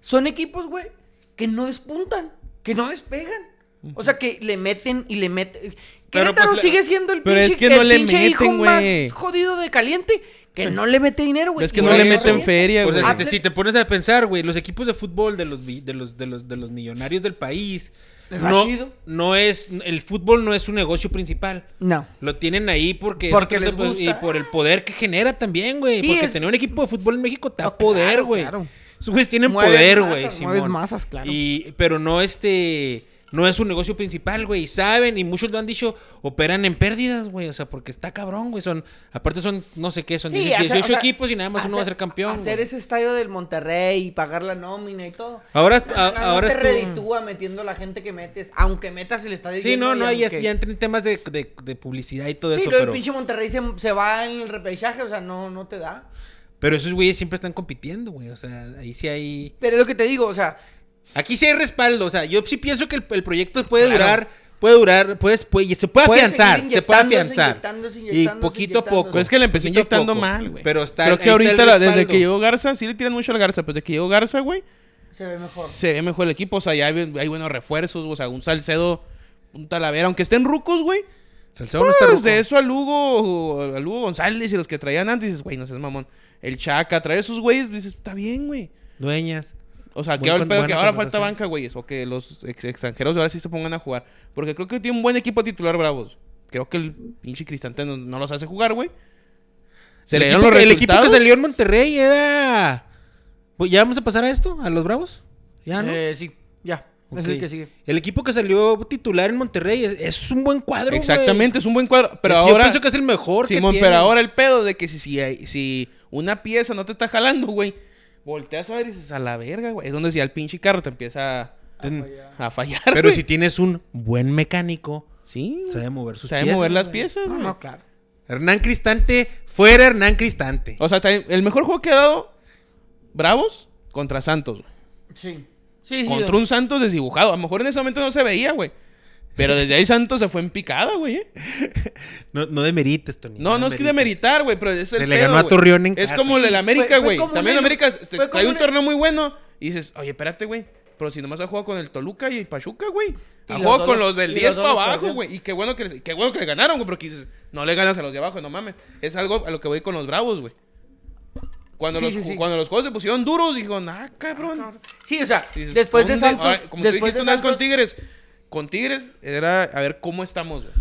Speaker 2: Son equipos, güey, que no despuntan, que no despegan. O sea, que le meten y le meten.
Speaker 3: Pero,
Speaker 2: Querétaro
Speaker 3: pues, la-
Speaker 2: sigue siendo el
Speaker 1: pero
Speaker 2: pinche,
Speaker 1: es que no
Speaker 2: el
Speaker 1: le
Speaker 2: pinche hijo
Speaker 1: meten,
Speaker 2: más
Speaker 1: güey.
Speaker 2: jodido de caliente que no le mete dinero, güey.
Speaker 1: Pero es que
Speaker 2: Y
Speaker 1: no
Speaker 2: por
Speaker 1: le
Speaker 2: eso-
Speaker 1: meten feria,
Speaker 3: O
Speaker 1: güey.
Speaker 3: sea, si te,
Speaker 2: Atle-
Speaker 3: si te pones a pensar, güey, los equipos de fútbol de los, vi- de los, de los, de los millonarios del país.
Speaker 2: Les va
Speaker 3: No,
Speaker 2: chido.
Speaker 3: no es. El fútbol no es su negocio principal.
Speaker 2: No.
Speaker 3: Lo tienen ahí porque.
Speaker 2: Porque
Speaker 3: es otro
Speaker 2: les
Speaker 3: tipo-
Speaker 2: gusta.
Speaker 3: Y por el poder que genera también, güey.
Speaker 2: Sí,
Speaker 3: porque
Speaker 2: es-
Speaker 3: tener un equipo de fútbol en México te da
Speaker 2: No,
Speaker 3: poder,
Speaker 2: claro,
Speaker 3: güey.
Speaker 2: claro.
Speaker 3: Esos güeyes tienen
Speaker 2: Mueves
Speaker 3: poder,
Speaker 2: masas,
Speaker 3: güey.
Speaker 2: mueves
Speaker 3: Simón.
Speaker 2: masas, claro.
Speaker 3: Y, pero no este. No es su negocio principal, güey. Y saben, y muchos lo han dicho, operan en pérdidas, güey. O sea, porque está cabrón, güey. Son, aparte son, no sé qué, son
Speaker 2: Sí,
Speaker 3: 18,
Speaker 2: hacer- o sea,
Speaker 3: equipos y nada más uno va a
Speaker 2: hacer-
Speaker 3: ser campeón.
Speaker 2: Hacer
Speaker 3: güey.
Speaker 2: ese estadio del Monterrey y pagar la nómina y todo.
Speaker 3: Ahora, a-
Speaker 2: No, no
Speaker 3: ahora
Speaker 2: te
Speaker 3: estuvo-
Speaker 2: reditúa metiendo la gente que metes, aunque metas el estadio.
Speaker 3: Sí,
Speaker 2: lleno
Speaker 3: no,
Speaker 2: y
Speaker 3: no, ahí ya,
Speaker 2: aunque-
Speaker 3: ya entré en temas de, de- de publicidad y todo
Speaker 2: Sí,
Speaker 3: eso,
Speaker 2: luego el
Speaker 3: pero,
Speaker 2: pinche Monterrey se, se va en el repechaje, o sea, no, no te da.
Speaker 3: pero esos güeyes siempre están compitiendo, güey. O sea, ahí sí hay...
Speaker 2: Pero es lo que te digo, o sea,
Speaker 3: Aquí sí hay respaldo, o sea, yo sí pienso que el, el proyecto puede
Speaker 1: Claro.
Speaker 3: durar, puede durar, puedes, puede, se puede
Speaker 2: Puede
Speaker 3: afianzar,
Speaker 2: seguir
Speaker 3: se puede
Speaker 2: inyectándose,
Speaker 3: afianzar.
Speaker 2: inyectándose,
Speaker 3: Y
Speaker 2: inyectándose,
Speaker 3: poquito a poco.
Speaker 1: Pues es que le empezó
Speaker 3: poquito a
Speaker 1: inyectando
Speaker 3: poco.
Speaker 1: mal, güey.
Speaker 3: Pero está
Speaker 1: Creo
Speaker 3: ahí
Speaker 1: que
Speaker 3: está el
Speaker 1: ahorita, la- desde
Speaker 3: respaldo.
Speaker 1: que llegó Garza, sí le tiran mucho al Garza. Pues desde que llegó Garza, güey,
Speaker 2: se ve mejor.
Speaker 1: se ve mejor el equipo. O sea, ya hay, hay buenos refuerzos. O sea, un Salcedo, un Talavera. Aunque estén rucos, güey.
Speaker 3: Salcedo no está
Speaker 1: Pues
Speaker 3: rojo.
Speaker 1: de eso a Lugo, a Lugo González y los que traían antes, dices, güey, no seas mamón. El Chaca, traer esos güeyes, dices, está bien, güey.
Speaker 3: Dueñas.
Speaker 1: O sea,
Speaker 3: Buen
Speaker 1: que ahora,
Speaker 3: con-
Speaker 1: el pedo
Speaker 3: buena
Speaker 1: que ahora falta
Speaker 3: contratación.
Speaker 1: banca, güeyes. O que los ex- extranjeros ahora sí se pongan a jugar. Porque creo que tiene un buen equipo titular, Bravos. Creo que el pinche Cristante no, no los hace jugar, güey. Se
Speaker 3: el,
Speaker 1: le
Speaker 3: equipo,
Speaker 1: dieron los
Speaker 3: que- el
Speaker 1: resultados.
Speaker 3: equipo que salió en Monterrey era... Pues, ¿Ya vamos a pasar a esto? ¿A los Bravos? ¿Ya no?
Speaker 2: Eh, sí, ya. Es el que sigue.
Speaker 3: El equipo que salió titular en Monterrey es, es un buen cuadro, güey.
Speaker 1: Exactamente, es un buen cuadro. Pero
Speaker 3: Es- Yo
Speaker 1: ahora.
Speaker 3: pienso que es el mejor que
Speaker 1: Simón,
Speaker 3: tiene.
Speaker 1: pero ahora el pedo de que si, si, hay- si una pieza no te está jalando, güey, volteas a ver y dices, a la verga, güey. Es donde si al pinche carro te empieza a,
Speaker 3: Ten-
Speaker 2: Ah,
Speaker 1: a fallar,
Speaker 3: Pero
Speaker 1: güey.
Speaker 3: si tienes un buen mecánico,
Speaker 1: Sí, güey.
Speaker 3: sabe mover sus
Speaker 1: sabe
Speaker 3: piezas,
Speaker 1: mover las
Speaker 3: güey.
Speaker 1: piezas,
Speaker 2: No,
Speaker 1: güey.
Speaker 2: no, claro.
Speaker 3: Hernán Cristante, fuera Hernán Cristante.
Speaker 1: O sea, también, el mejor juego que ha dado Bravos contra Santos, güey.
Speaker 2: Sí. Sí, sí.
Speaker 1: Contra
Speaker 2: don.
Speaker 1: un Santos desdibujado. A lo mejor en ese momento no se veía, güey. Pero desde ahí Santos se fue en picada, güey. ¿eh?
Speaker 3: No, no demerites, Tony.
Speaker 1: No, no es que
Speaker 3: demerites.
Speaker 1: demeritar, güey, pero es el
Speaker 3: Se le
Speaker 1: pedo,
Speaker 3: ganó a
Speaker 1: güey.
Speaker 3: Torreón en
Speaker 1: Es
Speaker 3: casa.
Speaker 1: como el América,
Speaker 2: Fue- fue
Speaker 1: güey.
Speaker 2: como
Speaker 1: También el
Speaker 2: una-
Speaker 1: América este,
Speaker 2: fue como
Speaker 1: trae un
Speaker 2: una-
Speaker 1: torneo muy bueno y dices, oye, espérate, güey. Pero si nomás ha jugado con el Toluca y el Pachuca, güey.
Speaker 2: Y
Speaker 1: Ha
Speaker 2: los
Speaker 1: jugado
Speaker 2: dos
Speaker 1: con
Speaker 2: los-
Speaker 1: los del
Speaker 2: y los
Speaker 1: 10
Speaker 2: dos
Speaker 1: para
Speaker 2: los
Speaker 1: abajo,
Speaker 2: perdió.
Speaker 1: güey. Y qué bueno, que les- qué bueno que le ganaron, güey. Porque dices, no le ganas a los de abajo, no mames. Es algo a lo que voy con los bravos, güey. Cuando,
Speaker 2: Sí,
Speaker 1: los,
Speaker 2: sí,
Speaker 1: ju-
Speaker 2: sí.
Speaker 1: cuando los juegos se pusieron duros, dijo, ah, cabrón.
Speaker 2: Sí, o sea,
Speaker 1: Y dices,
Speaker 2: después de
Speaker 1: ¿dónde?
Speaker 2: Santos.
Speaker 1: Ahora,
Speaker 2: después
Speaker 1: como tú dijiste
Speaker 2: de
Speaker 1: una vez con
Speaker 2: Santos-
Speaker 1: Tigres, con Tigres era a ver cómo estamos, güey.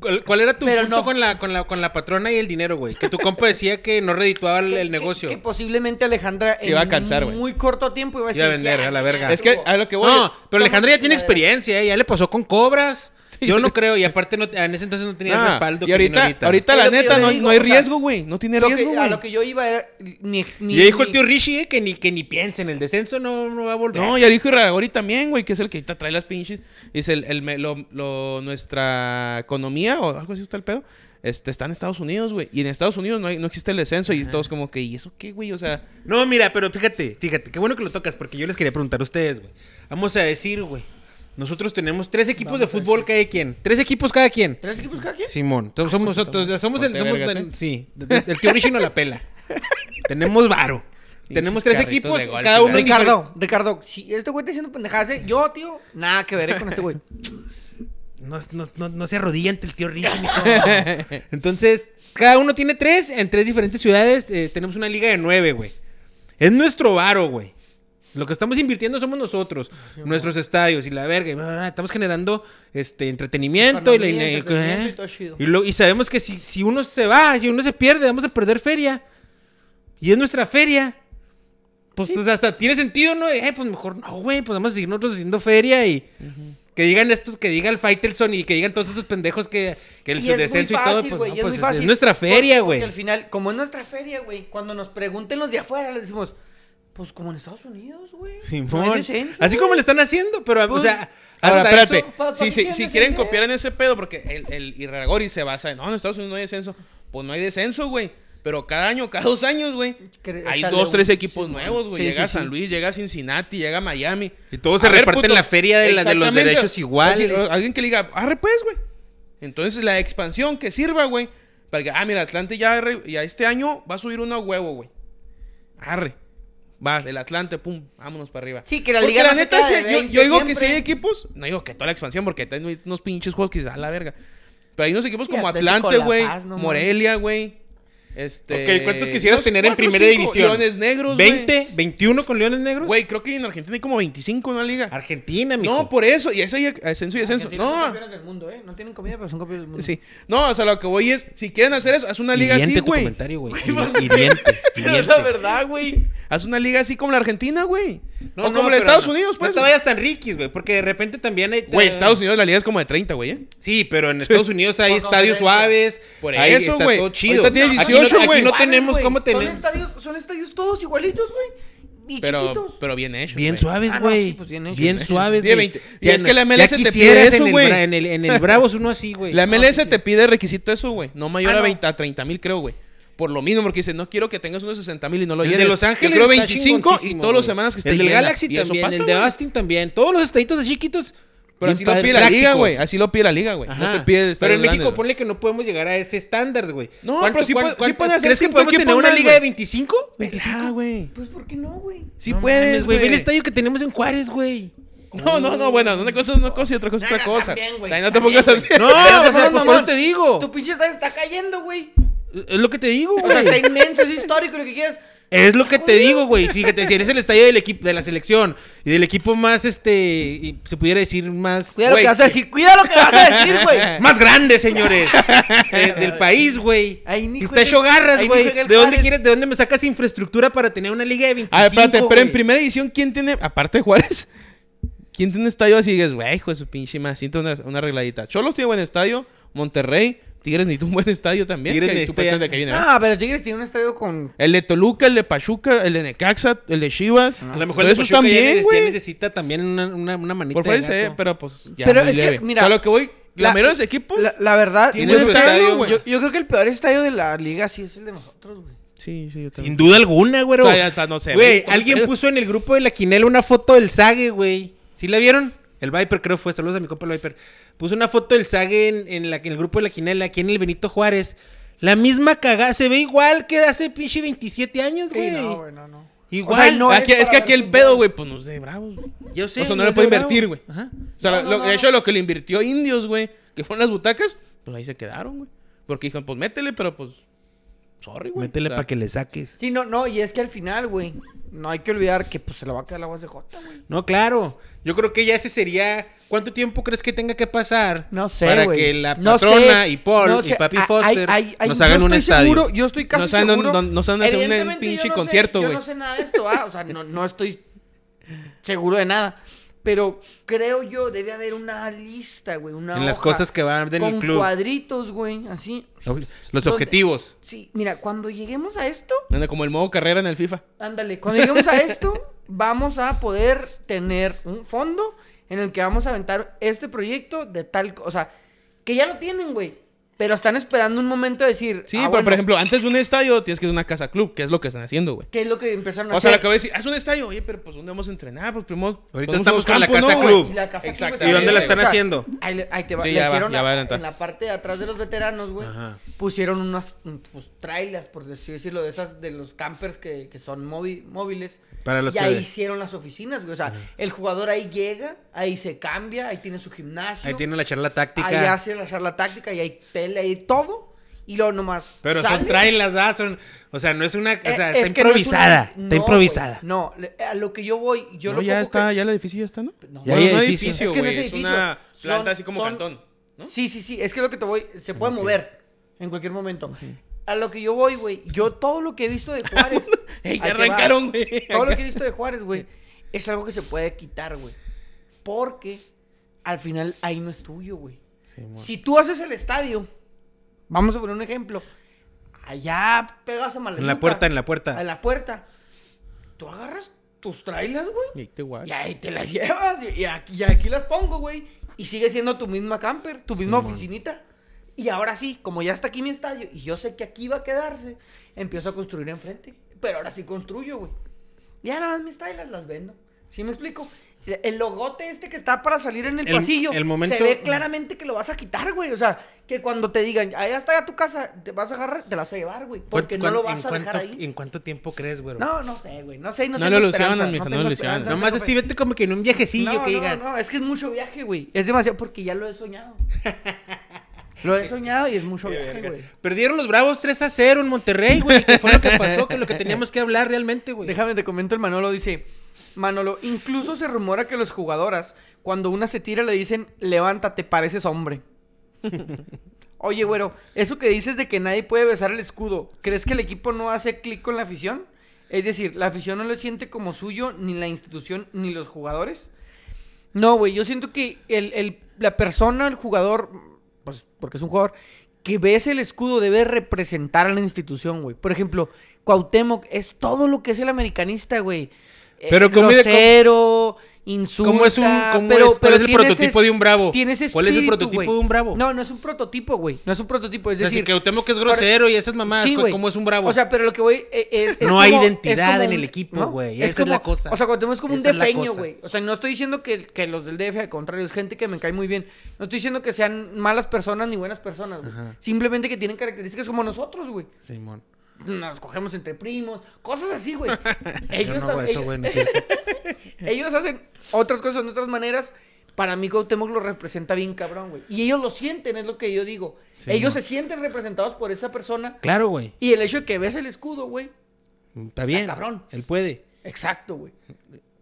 Speaker 3: ¿Cuál, cuál era tu
Speaker 2: Pero
Speaker 3: punto
Speaker 2: no.
Speaker 3: con, la, con, la, con la patrona y el dinero, güey? Que tu compa decía que no redituaba el,
Speaker 2: que-
Speaker 3: el
Speaker 2: que-
Speaker 3: negocio.
Speaker 2: Que, posiblemente Alejandra
Speaker 1: Se iba a cansar, güey.
Speaker 2: muy corto tiempo iba a decir.
Speaker 3: Iba a vender,
Speaker 2: "Ya,
Speaker 3: a la verga".
Speaker 2: ya
Speaker 1: Es que
Speaker 2: estuvo".
Speaker 1: a lo que voy.
Speaker 3: no, pero Alejandra ya tiene
Speaker 2: Madre.
Speaker 3: experiencia, ¿eh? ya le pasó con cobras. Yo no creo, y aparte no, en ese entonces no tenía el
Speaker 1: Ah,
Speaker 3: respaldo
Speaker 1: y
Speaker 3: que tiene
Speaker 1: ahorita, ahorita,
Speaker 2: Es
Speaker 1: la
Speaker 2: lo que yo
Speaker 1: neta,
Speaker 2: le
Speaker 1: no,
Speaker 2: digo,
Speaker 1: no hay
Speaker 2: o sea,
Speaker 1: riesgo, güey. No tiene
Speaker 2: Lo que-
Speaker 1: riesgo,
Speaker 2: a
Speaker 1: güey.
Speaker 2: lo que yo iba era. Ni, ni-
Speaker 3: Y ya dijo el
Speaker 2: ni-
Speaker 3: tío Rishi eh, que ni, que ni piense en el descenso, no, no va a volver.
Speaker 1: No, ya dijo Irragori también, güey, que es el que ahorita trae las pinches. Dice, el, el me- lo- lo- nuestra economía o algo así está el pedo. Este, está en Estados Unidos, güey. Y en Estados Unidos no, hay- no existe el descenso. Y todos como que, ¿y eso qué, güey? O sea,
Speaker 3: No, mira, pero fíjate, fíjate, qué bueno que lo tocas, porque yo les quería preguntar a ustedes, güey. Vamos a decir, güey, nosotros tenemos tres equipos de fútbol cada quien. Tres equipos cada quien.
Speaker 2: ¿Tres equipos pues cada quien?
Speaker 3: Simón, entonces somos nosotros, somos el,
Speaker 1: Ah, Ponte
Speaker 3: somos
Speaker 1: vergas,
Speaker 3: el-
Speaker 1: ¿eh?
Speaker 3: sí, el, el tío Rishi no la
Speaker 1: [LAUGHS]
Speaker 3: pela. tenemos varo. Tenemos tres
Speaker 1: carritos
Speaker 3: equipos,
Speaker 1: de golf y
Speaker 3: cada
Speaker 1: la-
Speaker 3: uno en
Speaker 2: Ricardo, Ricardo, si este güey está diciendo pendejadas, ¿eh? yo, tío, nada que ver eh, con este güey.
Speaker 3: No, no, no, no se arrodilla ante el tío Rishi, mijo. Entonces, cada uno tiene tres en tres diferentes ciudades. eh, tenemos una liga de nueve, güey. Es nuestro varo, güey. Lo que estamos invirtiendo somos nosotros, nuestros estadios y la verga. y bla, bla, bla. Estamos generando este entretenimiento, y, la-
Speaker 2: Economía,
Speaker 3: y-
Speaker 2: entretenimiento
Speaker 3: ¿eh?
Speaker 2: y todo chido.
Speaker 3: Y lo- y sabemos que si, si uno se va, si uno se pierde, vamos a perder feria. Y es nuestra feria. Pues hasta tiene sentido, ¿no? Eh, pues mejor no, güey. Pues vamos a seguir nosotros haciendo feria y. Que digan estos, que diga el Faitelson y que digan todos esos pendejos que, que [LAUGHS] el
Speaker 2: Y es muy
Speaker 3: descenso y todo.
Speaker 2: fácil,
Speaker 3: Pues,
Speaker 2: güey,
Speaker 3: no,
Speaker 2: y es
Speaker 3: pues,
Speaker 2: muy
Speaker 3: es-
Speaker 2: fácil.
Speaker 3: es nuestra feria,
Speaker 2: Por- porque
Speaker 3: güey.
Speaker 2: Al final, como es nuestra feria, güey, cuando nos pregunten los de afuera, les decimos, pues como en Estados Unidos, güey. no hay
Speaker 3: Simón.
Speaker 2: descenso,
Speaker 3: Así
Speaker 2: güey".
Speaker 3: como le están haciendo, pero, o
Speaker 2: Pues,
Speaker 3: sea,
Speaker 1: ahora,
Speaker 3: hasta
Speaker 1: espérate.
Speaker 3: eso-
Speaker 2: Pa- ¿para
Speaker 1: si
Speaker 2: qué
Speaker 1: si-
Speaker 2: quieren
Speaker 1: si quieren
Speaker 2: descender?
Speaker 1: copiar en ese pedo, porque el, el Irragori se basa en, no, en Estados Unidos no hay descenso. Pues no hay descenso, güey. Pero cada año, cada dos años, güey,
Speaker 2: Cre-
Speaker 1: hay
Speaker 2: sale
Speaker 1: dos,
Speaker 2: un-
Speaker 1: tres equipos
Speaker 2: Simón.
Speaker 1: nuevos, güey.
Speaker 2: Sí, sí,
Speaker 1: llega a San
Speaker 2: sí.
Speaker 1: Luis, llega a Cincinnati, llega a Miami.
Speaker 3: Y todos se
Speaker 1: A ver,
Speaker 3: reparten
Speaker 1: puto.
Speaker 3: la feria de, la, de los
Speaker 1: Exactamente.
Speaker 3: derechos
Speaker 1: Así,
Speaker 3: iguales.
Speaker 1: o- alguien que le diga, arre pues, güey. Entonces la expansión que sirva, güey. Para que, ah, mira, Atlante ya, re- ya este año va a subir uno a huevo, güey. Arre. Va, el Atlante, pum, vámonos para arriba.
Speaker 2: Sí, que la
Speaker 1: Porque
Speaker 2: liga no se
Speaker 1: neta,
Speaker 2: queda
Speaker 1: sí,
Speaker 2: de
Speaker 1: yo,
Speaker 2: 20
Speaker 1: yo digo que si
Speaker 2: siempre.
Speaker 1: hay equipos, no digo que toda la expansión, porque hay unos pinches juegos que se a la verga. Pero hay unos equipos
Speaker 2: Sí,
Speaker 1: como
Speaker 2: Atlético
Speaker 1: Atlante,
Speaker 2: La
Speaker 1: güey,
Speaker 2: Paz, no mames.
Speaker 1: Morelia, güey. Este.
Speaker 3: Ok, ¿cuántos quisieras
Speaker 1: unos
Speaker 3: tener en
Speaker 1: cuatro,
Speaker 3: primera
Speaker 1: cinco
Speaker 3: división?
Speaker 1: Leones negros, güey.
Speaker 3: 20, 21 con Leones Negros.
Speaker 1: Güey, creo que en Argentina hay como 25 en la liga.
Speaker 3: Argentina, mijo.
Speaker 1: No, por eso. Y eso hay ascenso
Speaker 2: Ah,
Speaker 1: y descenso.
Speaker 2: Argentina Son
Speaker 1: No,
Speaker 2: campeones del mundo, ¿eh? No tienen comida, pero son campeones del mundo.
Speaker 1: sí. No, o sea, lo que voy es, si quieren hacer eso, haz una liga
Speaker 3: Hiriente
Speaker 1: así,
Speaker 3: tu
Speaker 1: güey.
Speaker 3: comentario, güey. Hiri- [LAUGHS] hiriente,
Speaker 2: Pero es
Speaker 3: hiriente.
Speaker 2: la verdad, güey.
Speaker 1: Haz una liga así como la Argentina, güey. o como la
Speaker 3: pero
Speaker 1: de Estados
Speaker 3: no-
Speaker 1: Unidos,
Speaker 3: No
Speaker 1: pues.
Speaker 3: te
Speaker 1: güey.
Speaker 3: vayas tan riquis, güey, porque de repente también hay...
Speaker 1: Güey, Estados Unidos la liga es como de 30, güey, ¿eh?
Speaker 3: Sí, pero en Estados Unidos hay
Speaker 2: Por
Speaker 3: estadios
Speaker 2: conferencia.
Speaker 3: suaves.
Speaker 1: Por
Speaker 3: ahí
Speaker 1: eso,
Speaker 3: está
Speaker 1: güey.
Speaker 3: todo chido.
Speaker 1: Ahorita tiene
Speaker 3: Aquí no-
Speaker 1: 18,
Speaker 3: aquí no,
Speaker 1: güey.
Speaker 2: Iguales,
Speaker 3: tenemos
Speaker 2: güey.
Speaker 3: cómo
Speaker 2: Son
Speaker 3: tener...
Speaker 2: estadios, son estadios todos igualitos, güey. Y
Speaker 1: Pero,
Speaker 2: chiquitos.
Speaker 1: pero bien hecho.
Speaker 3: Bien
Speaker 2: Ah,
Speaker 3: suaves,
Speaker 2: no,
Speaker 3: güey.
Speaker 2: sí, pues, bien hecho.
Speaker 3: bien suaves,
Speaker 1: Tiene
Speaker 3: güey.
Speaker 1: 20. Y es que la MLS te pide
Speaker 3: quisieras
Speaker 1: eso,
Speaker 3: en el
Speaker 1: güey.
Speaker 3: Bra- En el, en el Bravos uno así, güey.
Speaker 1: La MLS
Speaker 2: sí, sí.
Speaker 1: te pide requisito eso, güey. No mayor
Speaker 2: Ah,
Speaker 1: a,
Speaker 2: no.
Speaker 1: 20, a 30 mil, creo, güey. Por lo mismo, porque dice, no quiero que tengas unos 60 mil y no lo
Speaker 3: El de
Speaker 1: llenes.
Speaker 3: Los
Speaker 1: Yo
Speaker 3: Ángeles
Speaker 1: creo
Speaker 3: está
Speaker 1: 25 y
Speaker 3: chingoncísimo,
Speaker 1: todos los
Speaker 3: güey.
Speaker 1: semanas que esté
Speaker 3: El del
Speaker 1: llena.
Speaker 3: Galaxy
Speaker 1: Y eso
Speaker 3: también,
Speaker 1: pasa,
Speaker 3: el de
Speaker 1: güey.
Speaker 3: Austin también. Todos los estaditos así chiquitos.
Speaker 1: Pero
Speaker 3: bien
Speaker 1: así lo
Speaker 3: padre-
Speaker 1: pide la liga,
Speaker 3: prácticos.
Speaker 1: güey. Así lo pide la liga, güey. No
Speaker 3: Ajá.
Speaker 1: te pides.
Speaker 3: Pero en México ponle que no podemos llegar a ese estándar, güey.
Speaker 1: No,
Speaker 3: ¿Cuánto-
Speaker 1: pero sí
Speaker 3: cuán-
Speaker 1: puede- sí
Speaker 3: cuánto-
Speaker 1: pueden hacer
Speaker 3: ¿Crees que
Speaker 1: cinco
Speaker 3: podemos
Speaker 1: equipos
Speaker 3: tener una
Speaker 1: más,
Speaker 3: liga
Speaker 1: güey.
Speaker 3: de 25?
Speaker 1: Ah, güey.
Speaker 2: Pues, ¿por qué no, güey?
Speaker 1: Sí
Speaker 3: No
Speaker 1: puedes,
Speaker 3: mames, güey. Ve el
Speaker 1: güey.
Speaker 3: estadio que tenemos en Juárez, güey.
Speaker 1: No, no, no, bueno, una cosa es una cosa y otra cosa es
Speaker 2: No,
Speaker 1: otra
Speaker 2: no,
Speaker 1: cosa.
Speaker 2: también, güey,
Speaker 1: Ay, no te
Speaker 2: también,
Speaker 1: pongas así. [LAUGHS]
Speaker 3: No,
Speaker 2: Pero
Speaker 3: o
Speaker 2: te
Speaker 3: sea,
Speaker 2: pones
Speaker 3: pues, por
Speaker 2: mamón.
Speaker 3: eso te digo.
Speaker 2: Tu pinche estadio está cayendo, güey.
Speaker 3: Es lo que te digo,
Speaker 2: O sea,
Speaker 3: güey.
Speaker 2: está inmenso, es histórico, lo que quieras.
Speaker 3: Es lo que te
Speaker 2: Jodido.
Speaker 3: digo, güey. Fíjate, si eres el estadio del equipo de la selección y del equipo más este y se pudiera decir más
Speaker 2: Cuida lo
Speaker 1: Güey,
Speaker 2: que vas a
Speaker 1: que-
Speaker 2: decir, cuida lo que vas a decir, güey.
Speaker 3: [LAUGHS] más grande, señores, eh, del país, güey.
Speaker 2: Ahí ni
Speaker 3: Está
Speaker 2: juega el-
Speaker 3: hecho garras,
Speaker 2: ahí ni
Speaker 3: güey.
Speaker 2: juega el
Speaker 3: ¿De dónde
Speaker 2: Juárez.
Speaker 3: quieres, de dónde me sacas infraestructura para tener una liga de 25?
Speaker 1: A ver, espérate, pero en
Speaker 3: güey?
Speaker 1: primera edición, ¿quién tiene, aparte de Juárez, [LAUGHS] ¿Quién tiene un estadio así? Dices, güey, hijo de su pinche más. Siento una, una arregladita. Cholos tiene buen estadio. Monterrey. Tigres necesita un buen estadio también.
Speaker 3: Tigres
Speaker 1: que
Speaker 3: necesita
Speaker 1: supuestamente
Speaker 3: ya-
Speaker 1: que viene, ¿verdad?
Speaker 2: Ah, pero Tigres tiene un estadio con.
Speaker 1: El de Toluca, el de Pachuca, el de Necaxa, el de Chivas.
Speaker 3: A lo mejor
Speaker 1: Pero
Speaker 3: el
Speaker 1: esos
Speaker 3: Pachuca ya
Speaker 1: también,
Speaker 3: neces- ya
Speaker 1: güey.
Speaker 3: necesita también una, una, una manita
Speaker 1: Por
Speaker 3: de
Speaker 1: fuerza, eh,
Speaker 3: gato.
Speaker 1: pero pues ya.
Speaker 2: Pero
Speaker 1: muy
Speaker 2: es que,
Speaker 1: leve.
Speaker 2: mira,
Speaker 1: O sea, lo que voy.
Speaker 2: la-
Speaker 1: La, mayoría de los equipos.
Speaker 2: La, la verdad,
Speaker 3: Tiene
Speaker 2: yo,
Speaker 3: su
Speaker 2: creo
Speaker 3: estadio,
Speaker 2: que,
Speaker 3: güey.
Speaker 2: yo- yo creo que el peor estadio de la liga sí es el de nosotros, güey.
Speaker 1: Sí, sí, yo
Speaker 3: Sin
Speaker 1: también.
Speaker 3: duda alguna, güey.
Speaker 1: O sea, ya hasta no sé.
Speaker 3: Güey, alguien puso en el grupo de la quinela una foto del Sage, güey. ¿Sí la vieron? El Viper creo fue, saludos a mi compa el Viper. Puso una foto del Sage en, en la- en el grupo de la quinela, aquí en el Benito Juárez. La misma cagada, se ve igual que hace pinche 27
Speaker 2: Pues,
Speaker 3: años, güey.
Speaker 2: no, no.
Speaker 3: Igual.
Speaker 2: O sea, no-
Speaker 1: Aquí-
Speaker 2: es
Speaker 1: es Ah, que
Speaker 2: para
Speaker 1: aquí
Speaker 2: ver
Speaker 1: el
Speaker 2: fútbol.
Speaker 1: pedo, güey, pues no sé, bravos. güey.
Speaker 3: Yo sé,
Speaker 1: o sea, no
Speaker 3: no
Speaker 1: le
Speaker 3: sé,
Speaker 1: puede
Speaker 3: bravo.
Speaker 1: invertir, güey.
Speaker 3: Ajá.
Speaker 1: O sea,
Speaker 2: No,
Speaker 1: lo-
Speaker 2: no,
Speaker 1: lo-
Speaker 2: no,
Speaker 1: de
Speaker 2: no.
Speaker 1: hecho, lo que le invirtió Indios, güey, que fueron las butacas, pues ahí se quedaron, güey. Porque dijeron, pues métele, pero pues. Sorry, güey.
Speaker 3: Métele
Speaker 1: O sea,
Speaker 3: para que le saques.
Speaker 2: Sí, no, no, y es que al final, güey, no hay que olvidar que pues se la va a quedar la voz de Jota, güey.
Speaker 3: No, claro. Yo creo que ya ese sería. ¿Cuánto tiempo crees que tenga que pasar?
Speaker 2: No sé,
Speaker 3: Para
Speaker 2: güey.
Speaker 3: que la
Speaker 2: No sé,
Speaker 3: patrona y Paul
Speaker 2: no
Speaker 3: y
Speaker 2: sé.
Speaker 3: Papi
Speaker 2: Ay,
Speaker 3: Foster
Speaker 2: ay, ay,
Speaker 3: nos
Speaker 2: yo
Speaker 3: hagan un
Speaker 2: estoy
Speaker 3: estadio.
Speaker 2: seguro, yo estoy casi
Speaker 1: No saben dónde-
Speaker 2: seguro.
Speaker 1: dónde- no saben hacer un
Speaker 2: Evidentemente,
Speaker 1: pinche
Speaker 2: yo no sé-
Speaker 1: concierto,
Speaker 2: Yo
Speaker 1: güey.
Speaker 2: no sé nada de esto, ah, o sea, no, no estoy seguro de nada. Pero creo yo debe haber una lista, güey, una
Speaker 3: En las
Speaker 2: hoja
Speaker 3: cosas que van del
Speaker 2: con
Speaker 3: club.
Speaker 2: cuadritos, güey, así.
Speaker 3: Los
Speaker 2: ¿Dónde?
Speaker 3: objetivos.
Speaker 2: Sí, mira, cuando lleguemos a esto,
Speaker 1: anda Como el modo carrera en el FIFA.
Speaker 2: Ándale, cuando lleguemos a esto, vamos a poder tener un fondo en el que vamos a aventar este proyecto de tal, co- o sea, que ya lo tienen, güey, pero están esperando un momento de decir,
Speaker 1: Sí,
Speaker 2: ah,
Speaker 1: pero
Speaker 2: bueno,
Speaker 1: por ejemplo, antes de un estadio tienes que ir a una casa club, que es lo que están haciendo, güey.
Speaker 2: ¿qué es lo que empezaron a
Speaker 1: O sea,
Speaker 2: hacer?
Speaker 1: lo que voy a decir, haz un estadio, oye, pero pues ¿dónde vamos a entrenar? Pues primero.
Speaker 3: Ahorita
Speaker 1: ponemos
Speaker 3: estamos
Speaker 1: unos
Speaker 3: con la
Speaker 1: campos,
Speaker 3: casa
Speaker 1: ¿no,
Speaker 3: club.
Speaker 1: güey?
Speaker 2: Y la casa club
Speaker 1: Exactamente.
Speaker 2: está
Speaker 3: ¿Y dónde la
Speaker 2: bien,
Speaker 3: están
Speaker 2: güey.
Speaker 3: haciendo?
Speaker 2: Ahí, le- ahí te va,
Speaker 1: Sí,
Speaker 2: le
Speaker 1: ya va,
Speaker 2: hicieron
Speaker 1: ya
Speaker 2: la-
Speaker 1: va a adelantar.
Speaker 2: en la parte de atrás de los veteranos, güey,
Speaker 3: Ajá.
Speaker 2: pusieron unas pues, trailers, por decir- decirlo, de esas de los campers que, que son móvi- móviles.
Speaker 3: Para los
Speaker 2: y
Speaker 3: que-
Speaker 2: ahí hicieron las oficinas, güey. O sea, el jugador ahí llega, ahí se cambia, ahí tiene su gimnasio.
Speaker 3: Ahí tienen la charla
Speaker 2: Ahí
Speaker 3: táctica.
Speaker 2: hace la charla táctica y hay tele y todo. Y luego nomás.
Speaker 3: Pero
Speaker 2: sale.
Speaker 3: son trailers, ¿verdad? Son, o sea, no es una. O
Speaker 2: Eh,
Speaker 3: sea,
Speaker 2: es
Speaker 3: está
Speaker 2: que no es una-
Speaker 3: improvisada.
Speaker 2: no,
Speaker 3: está improvisada.
Speaker 2: güey, no, le- a lo que yo voy, yo
Speaker 1: No,
Speaker 2: lo
Speaker 1: ya
Speaker 2: poco
Speaker 1: está,
Speaker 2: que-
Speaker 1: ya el edificio ya está, ¿no?
Speaker 2: No.
Speaker 3: Ya
Speaker 1: Bueno,
Speaker 3: hay
Speaker 1: no
Speaker 3: edificio.
Speaker 1: edificio,
Speaker 2: Es que no
Speaker 1: güey.
Speaker 2: es
Speaker 1: Es,
Speaker 2: edificio.
Speaker 1: una planta
Speaker 2: Son-
Speaker 1: así como
Speaker 2: son-
Speaker 1: cantón, ¿no?
Speaker 2: Sí, sí, sí. Es que lo que te voy, se puede mover en cualquier momento. A lo que yo voy, güey. Yo todo lo que he visto de
Speaker 3: [LAUGHS]
Speaker 2: Juárez.
Speaker 1: Ey, ya
Speaker 2: ahí te va.
Speaker 1: arrancaron, güey.
Speaker 2: Todo lo que he visto de Juárez, güey, es algo que se puede quitar, güey. Porque al final ahí no es tuyo, güey. Si tú haces el estadio, vamos a poner un ejemplo. Allá pegas a Malayuca.
Speaker 3: En la puerta, en la puerta.
Speaker 2: En la puerta. Tú agarras tus trailers, güey.
Speaker 1: Y ahí te guay.
Speaker 2: Y ahí te las [LAUGHS] llevas. Y y aquí, y aquí las pongo, güey. Y sigue siendo tu misma camper, tu misma
Speaker 3: mon.
Speaker 2: oficinita. Y ahora sí, como ya está aquí mi estadio y yo sé que aquí va a quedarse, empiezo a construir enfrente. Pero ahora sí construyo, güey. Ya nada más mis trailers las vendo. ¿Sí me explico? El logote este que está para salir en el,
Speaker 3: El-
Speaker 2: pasillo.
Speaker 3: el momento-
Speaker 2: Se ve claramente que lo vas a quitar, güey. O sea, que cuando te digan, allá está ya tu casa, te vas a agarrar, te la vas a llevar, güey. Porque no
Speaker 3: ¿Cuán-
Speaker 2: lo
Speaker 3: cuán-
Speaker 2: vas
Speaker 3: en
Speaker 2: a dejar
Speaker 3: cuánto-
Speaker 2: ahí.
Speaker 3: ¿En cuánto tiempo crees, güey?
Speaker 2: No, no sé, güey. No sé, y no,
Speaker 1: No
Speaker 2: tengo
Speaker 1: lo
Speaker 2: esperanza,
Speaker 1: ilusionan, mijo, no
Speaker 2: tengo
Speaker 1: lo
Speaker 2: esperanza,
Speaker 1: ilusionan.
Speaker 3: Nomás
Speaker 2: tengo
Speaker 3: así vete como que en un viajecillo
Speaker 2: no,
Speaker 3: que
Speaker 2: no,
Speaker 3: digas.
Speaker 2: No, es que es mucho viaje, güey. Es demasiado porque ya lo he
Speaker 3: [LAUGHS]
Speaker 2: soñado. lo he soñado y es mucho viaje, güey.
Speaker 3: Perdieron los Bravos 3 a 0 en Monterrey, güey. Que fue lo que pasó, que lo que teníamos que hablar realmente, güey.
Speaker 2: Déjame te comento, el Manolo dice, Manolo, incluso se rumora que las jugadoras, cuando una se tira, le dicen, levántate, pareces
Speaker 3: [LAUGHS]
Speaker 2: hombre. Oye, güero, eso que dices de que nadie puede besar el escudo, ¿crees que el equipo no hace clic con la afición? Es decir, la afición no lo siente como suyo, ni la institución, ni los jugadores. No, güey, yo siento que el, el- la persona, el jugador, pues porque es un jugador, que ves el escudo debe representar a la institución, güey. Por ejemplo, Cuauhtémoc es todo lo que es el americanista, güey. Eh,
Speaker 3: Pero ¿cómo-
Speaker 2: grosero, insulta,
Speaker 3: ¿Cómo es un- cómo
Speaker 2: pero,
Speaker 3: es- cuál
Speaker 2: pero
Speaker 3: es el
Speaker 2: tiene ese
Speaker 3: prototipo de un bravo?
Speaker 2: tiene ese
Speaker 3: ¿Cuál es el
Speaker 2: espíritu,
Speaker 3: prototipo
Speaker 2: güey.
Speaker 3: de un bravo?
Speaker 2: No, no es un prototipo, güey. No es un prototipo, es
Speaker 3: Es decir,
Speaker 2: decir...
Speaker 3: que Cuauhtémoc es grosero y esas mamadas,
Speaker 2: Sí,
Speaker 3: güey,
Speaker 2: güey.
Speaker 3: como es un bravo.
Speaker 2: O sea, pero lo que voy eh, es, es
Speaker 3: No hay
Speaker 2: como-
Speaker 3: identidad
Speaker 2: es como
Speaker 3: en el
Speaker 2: un-
Speaker 3: equipo,
Speaker 2: ¿no?
Speaker 3: güey, esa es la cosa.
Speaker 2: O sea, Cuauhtémoc es como
Speaker 3: Esa es
Speaker 2: un
Speaker 3: la
Speaker 2: defeño,
Speaker 3: cosa.
Speaker 2: güey. O sea, no estoy diciendo que, que los del DF, al contrario, es gente que me cae muy bien. No estoy diciendo que sean malas personas ni buenas personas, güey.
Speaker 3: Ajá.
Speaker 2: Simplemente que tienen características como nosotros, güey.
Speaker 3: Simón.
Speaker 2: Nos cogemos entre primos, cosas así,
Speaker 3: [LAUGHS]
Speaker 2: güey. Ellos,
Speaker 3: Yo no
Speaker 2: tam-
Speaker 3: hago eso,
Speaker 2: ellos-
Speaker 3: güey. no es cierto.
Speaker 2: [LAUGHS] ellos hacen otras cosas de otras maneras. Para mí Cuauhtémoc lo representa bien cabrón, güey. Y ellos lo sienten, es lo que yo digo.
Speaker 3: Sí,
Speaker 2: ellos
Speaker 3: mo.
Speaker 2: se sienten representados por esa persona.
Speaker 3: Claro, güey.
Speaker 2: Y el hecho de que ves el escudo, güey.
Speaker 3: Está bien.
Speaker 2: cabrón.
Speaker 3: Él puede.
Speaker 2: Exacto, güey.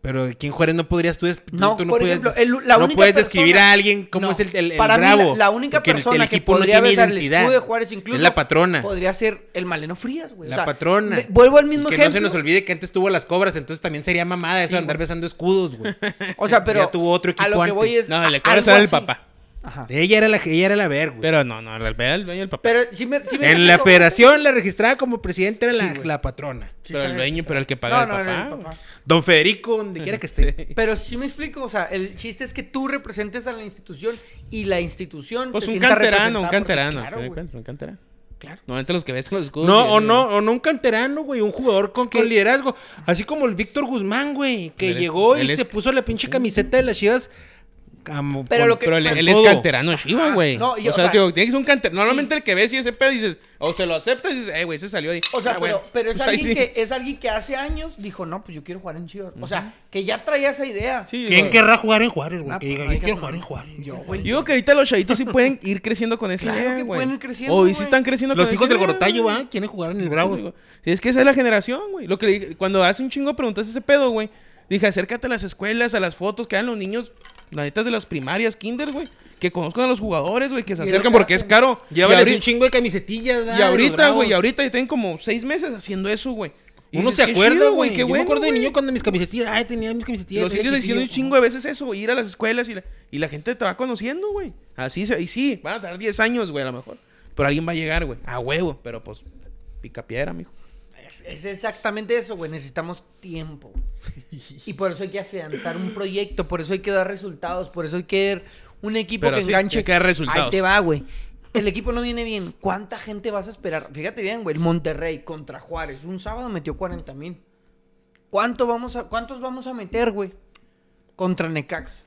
Speaker 3: Pero aquí en Juárez no podrías tú, des- tú-
Speaker 2: No,
Speaker 3: tú
Speaker 2: por
Speaker 3: puedes-
Speaker 2: ejemplo, el- la
Speaker 3: no
Speaker 2: única persona-
Speaker 3: puedes describir a alguien cómo
Speaker 2: No,
Speaker 3: es el, el- el
Speaker 2: Para mí, la-
Speaker 3: bravo.
Speaker 2: la, única
Speaker 3: porque el-
Speaker 2: persona
Speaker 3: el
Speaker 2: que
Speaker 3: equipo no
Speaker 2: podría
Speaker 3: tiene
Speaker 2: besar el
Speaker 3: identidad.
Speaker 2: escudo de Juárez incluso
Speaker 3: Es la patrona.
Speaker 2: podría ser el Maleno Frías, güey. O
Speaker 3: La
Speaker 2: sea,
Speaker 3: patrona.
Speaker 2: ve- Vuelvo al
Speaker 3: Y
Speaker 2: mismo
Speaker 3: que no se
Speaker 2: ejemplo.
Speaker 3: nos olvide que antes tuvo las cobras, entonces también sería mamada eso de andar besando escudos, güey.
Speaker 2: O sea, pero
Speaker 3: Ya tuvo otro
Speaker 2: a
Speaker 3: equipo
Speaker 2: lo que
Speaker 3: antes.
Speaker 2: voy es
Speaker 1: No, le
Speaker 2: a-
Speaker 1: cobras
Speaker 2: algo
Speaker 1: al
Speaker 2: así.
Speaker 1: papá.
Speaker 2: Ajá.
Speaker 3: ella era la ella era la ver, güey.
Speaker 1: Pero no, no, el el dueño y el papá. Pero,
Speaker 2: Pero sí me, sí me
Speaker 3: En la
Speaker 2: explico.
Speaker 3: federación la registrada como presidenta era la,
Speaker 2: Sí, güey.
Speaker 3: la patrona.
Speaker 2: Sí,
Speaker 1: el
Speaker 2: está bien.
Speaker 1: dueño, pero el que paga
Speaker 2: No,
Speaker 1: el
Speaker 2: no,
Speaker 1: papá.
Speaker 2: era el
Speaker 1: güey.
Speaker 2: papá.
Speaker 3: Don Federico, donde quiera que esté.
Speaker 2: Pero sí me explico, o sea, el chiste es que tú representes a la institución y la institución
Speaker 1: Pues
Speaker 2: te
Speaker 1: un
Speaker 2: sienta
Speaker 1: canterano, un
Speaker 2: representada
Speaker 1: canterano.
Speaker 2: porque,
Speaker 1: al fin de
Speaker 2: claro, güey,
Speaker 1: cuentas, un canterano.
Speaker 2: claro.
Speaker 1: Normalmente los que ves con los escudos.
Speaker 3: No, o
Speaker 1: tienen-
Speaker 3: no, o no un canterano, güey, un jugador con,
Speaker 2: que-
Speaker 3: con liderazgo. Así como el Víctor Guzmán, güey, que
Speaker 1: Él es-
Speaker 3: llegó y
Speaker 1: él es-
Speaker 3: se puso la pinche camiseta de las chivas. como-
Speaker 2: Pero lo que-
Speaker 1: Pero él,
Speaker 2: con
Speaker 1: él es
Speaker 3: todo.
Speaker 1: canterano Shiva,
Speaker 2: Ajá.
Speaker 1: güey.
Speaker 2: No, yo,
Speaker 1: o sea,
Speaker 2: o sea,
Speaker 1: digo, tiene que ser un canterano. Normalmente el que ves y ese pedo dices, o se lo aceptas y dices, eh, güey, se salió ahí.
Speaker 2: O sea,
Speaker 1: Ah,
Speaker 2: pero,
Speaker 1: bueno,
Speaker 2: pero es,
Speaker 1: pues ahí
Speaker 2: alguien
Speaker 1: sí.
Speaker 2: que, es alguien que hace años dijo, no, pues yo quiero jugar en Chivas. O sea, que ya traía esa idea.
Speaker 1: Sí,
Speaker 3: ¿Quién
Speaker 1: güey.
Speaker 3: querrá jugar en Juárez, güey?
Speaker 2: Ah,
Speaker 3: que diga,
Speaker 2: pues,
Speaker 3: yo
Speaker 2: hay
Speaker 3: quiero
Speaker 2: que-
Speaker 3: jugar en Juárez.
Speaker 2: Yo, güey.
Speaker 1: Yo creo que ahorita los chavitos sí pueden ir creciendo con esa
Speaker 2: Claro
Speaker 1: idea,
Speaker 2: que
Speaker 1: güey.
Speaker 2: pueden ir creciendo,
Speaker 1: O y sí
Speaker 2: güey.
Speaker 1: están creciendo
Speaker 3: Los hijos del
Speaker 1: Gorotayo,
Speaker 3: Gorotayo, ¿va? Quieren jugar en el Bravos.
Speaker 1: Si es que esa es la generación, güey. Lo que le dije- cuando hace un chingo preguntas ese pedo, güey. Dije, acércate a las escuelas, a las fotos que dan los niños, las netas de las primarias, kinder, güey. Que conozcan a los jugadores, güey, que se
Speaker 2: Y es lo
Speaker 1: acercan
Speaker 2: que
Speaker 1: porque es
Speaker 2: hacen.
Speaker 1: caro. Y,
Speaker 3: Llévales
Speaker 1: ahorita-
Speaker 3: un chingo de camisetillas,
Speaker 1: y
Speaker 3: ¿va? De los
Speaker 1: ahorita,
Speaker 3: Bravos.
Speaker 1: güey, y ahorita ya tienen como seis meses haciendo eso, güey. Y
Speaker 3: Uno
Speaker 1: dices,
Speaker 3: se
Speaker 1: qué
Speaker 3: acuerda,
Speaker 1: chido,
Speaker 3: güey. Yo me
Speaker 1: bueno,
Speaker 3: acuerdo de
Speaker 1: güey.
Speaker 3: niño cuando mis camisetillas. Ay, tenía mis camisetillas.
Speaker 1: Los
Speaker 3: tenía
Speaker 1: niños diciendo un
Speaker 3: chiquillo.
Speaker 1: chingo de veces eso, güey, ir a las escuelas y la, y la gente te va conociendo, güey. Así se, y sí, van a tardar 10 años, güey, a lo mejor. Pero alguien va a llegar, güey, a huevo, pero pues picapiedra, mijo.
Speaker 2: Es, es exactamente eso, güey. Necesitamos tiempo. Y por eso hay que afianzar un proyecto, por eso hay que dar resultados, por eso hay que dar un equipo
Speaker 1: Pero
Speaker 2: que
Speaker 1: sí,
Speaker 2: enganche.
Speaker 1: hay que dar resultados.
Speaker 2: Ahí te va, güey. El equipo no viene bien. ¿Cuánta gente vas a esperar? Fíjate bien, güey. El Monterrey contra Juárez. Un sábado metió 40 mil. ¿Cuánto vamos a, ¿Cuántos vamos a meter, güey? Contra Necax.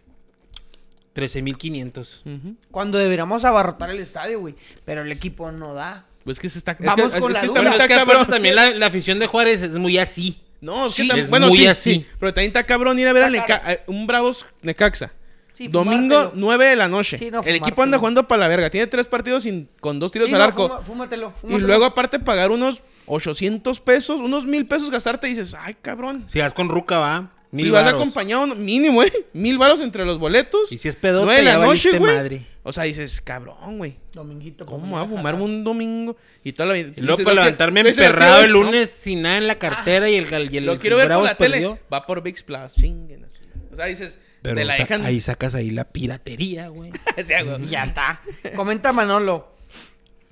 Speaker 3: 13.500.
Speaker 1: Ujú.
Speaker 2: Cuando deberíamos abarrotar el estadio, güey. Pero el equipo no da.
Speaker 1: Pues que se está. es
Speaker 2: Vamos
Speaker 1: que- es
Speaker 2: con
Speaker 1: que
Speaker 2: la
Speaker 1: está-
Speaker 2: duda.
Speaker 3: Bueno,
Speaker 1: está
Speaker 3: es que
Speaker 1: cabrón.
Speaker 3: aparte también la, la afición de Juárez es muy así.
Speaker 1: [LAUGHS] No, es que
Speaker 3: Sí,
Speaker 1: tam-
Speaker 3: es
Speaker 1: bueno,
Speaker 3: muy
Speaker 1: sí,
Speaker 3: así.
Speaker 1: sí, Pero también está cabrón ir a ver
Speaker 2: Está
Speaker 1: al Neca-
Speaker 2: caro.
Speaker 1: a un Bravos Necaxa.
Speaker 2: Sí,
Speaker 1: Domingo,
Speaker 2: fumártelo.
Speaker 1: 9 de la noche.
Speaker 2: Sí, no,
Speaker 1: el equipo anda
Speaker 2: fumártelo.
Speaker 1: jugando para la verga. Tiene tres partidos sin, con dos tiros
Speaker 2: Sí,
Speaker 1: al
Speaker 2: no,
Speaker 1: arco.
Speaker 2: fuma- fúmatelo,
Speaker 1: y
Speaker 2: fúmatelo.
Speaker 1: luego, aparte, pagar unos 800 pesos, unos mil pesos gastarte, dices, ay, cabrón.
Speaker 3: Si vas con Ruca, va. Mil
Speaker 1: y vas
Speaker 3: varos.
Speaker 1: acompañado no- mínimo, ¿eh? Mil varos entre los boletos.
Speaker 3: Y si es pedote,
Speaker 1: Nueve de
Speaker 3: ya
Speaker 1: la noche,
Speaker 3: valiste
Speaker 1: güey.
Speaker 3: madre.
Speaker 1: O sea, dices, cabrón, güey.
Speaker 2: Dominguito.
Speaker 1: ¿Cómo
Speaker 2: como
Speaker 1: va a
Speaker 2: ya
Speaker 1: fumarme
Speaker 2: jalaba.
Speaker 1: un domingo? Y toda la vida.
Speaker 3: Y luego para levantarme emperrado el lunes sin nada en
Speaker 2: Ah,
Speaker 3: la cartera y el, y el
Speaker 1: Lo quiero ver por
Speaker 3: Bravos
Speaker 1: la tele.
Speaker 3: perdió.
Speaker 1: Va por Big Splash. chinguen a su madre. O sea, dices,
Speaker 3: Pero
Speaker 1: te la
Speaker 3: sa-
Speaker 1: dejan.
Speaker 3: ahí
Speaker 1: [LAUGHS]
Speaker 3: sacas ahí la piratería, güey.
Speaker 1: Sí, güey.
Speaker 2: Ya está. [LAUGHS] Comenta Manolo.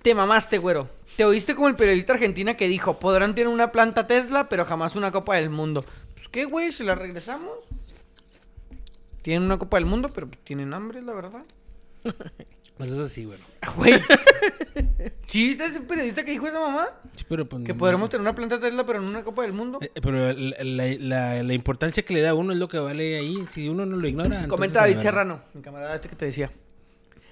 Speaker 2: Te mamaste, güero. Te oíste como el periodista argentina que dijo, podrán tener una planta Tesla, pero jamás una Copa del Mundo. Pues qué, güey, se la regresamos. Tienen una Copa del Mundo, pero pues, tienen hambre, la verdad. [LAUGHS]
Speaker 3: No es así, güey.
Speaker 2: Güey. ¿Sí viste ese periodista que dijo esa mamá?
Speaker 3: Sí, pero pues,
Speaker 2: Que
Speaker 3: no-
Speaker 1: Mm.
Speaker 2: podremos tener una planta Tesla, pero no una Copa del Mundo.
Speaker 3: Eh, Pero la, la- la- la importancia que le da a uno es lo que vale ahí. Si uno no lo ignora. entonces,
Speaker 2: Comenta
Speaker 3: a la
Speaker 2: David
Speaker 3: verga.
Speaker 2: Serrano, mi camarada este que te decía.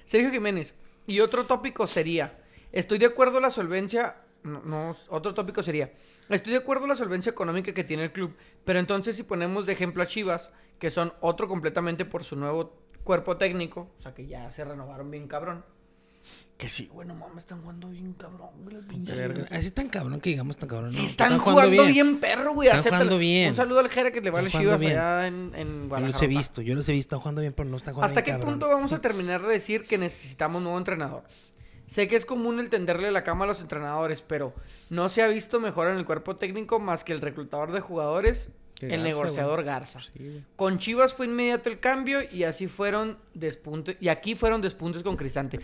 Speaker 2: Sergio Jiménez. Y otro tópico sería, estoy de acuerdo a la solvencia, no, no, otro tópico sería, estoy de acuerdo a la solvencia económica que tiene el club, pero entonces si ponemos de ejemplo a Chivas, que son otro completamente por su nuevo cuerpo técnico, o sea que ya se renovaron bien cabrón. Que sí, bueno, mames, están jugando bien cabrón, güey, las pinches
Speaker 3: Verga. Ah, Así tan cabrón que digamos tan cabrón.
Speaker 2: Sí,
Speaker 3: no,
Speaker 2: están, jugando, bien. perro, güey.
Speaker 3: Están
Speaker 2: acéptalo.
Speaker 3: jugando bien.
Speaker 2: Un saludo al Jera que le va a las
Speaker 3: Están jugando
Speaker 2: Chivas
Speaker 3: bien.
Speaker 2: allá en, en
Speaker 3: Yo
Speaker 2: Guadalajara.
Speaker 3: los he
Speaker 2: pa.
Speaker 3: visto, yo los he visto. Están jugando bien, pero no están jugando
Speaker 2: ¿Hasta qué
Speaker 3: bien, cabrón.
Speaker 2: punto
Speaker 1: [LAUGHS]
Speaker 2: vamos a terminar de decir que necesitamos nuevo entrenador? Sé que es común el tenderle la cama a los entrenadores, pero no se ha visto mejora en el cuerpo técnico más que el reclutador de jugadores,
Speaker 1: Qué
Speaker 2: el
Speaker 1: Garza,
Speaker 2: negociador
Speaker 1: güey.
Speaker 2: Garza.
Speaker 1: Sí, güey.
Speaker 2: Con Chivas fue inmediato el cambio y así fueron despuntes, y aquí fueron despuntes con Cristante.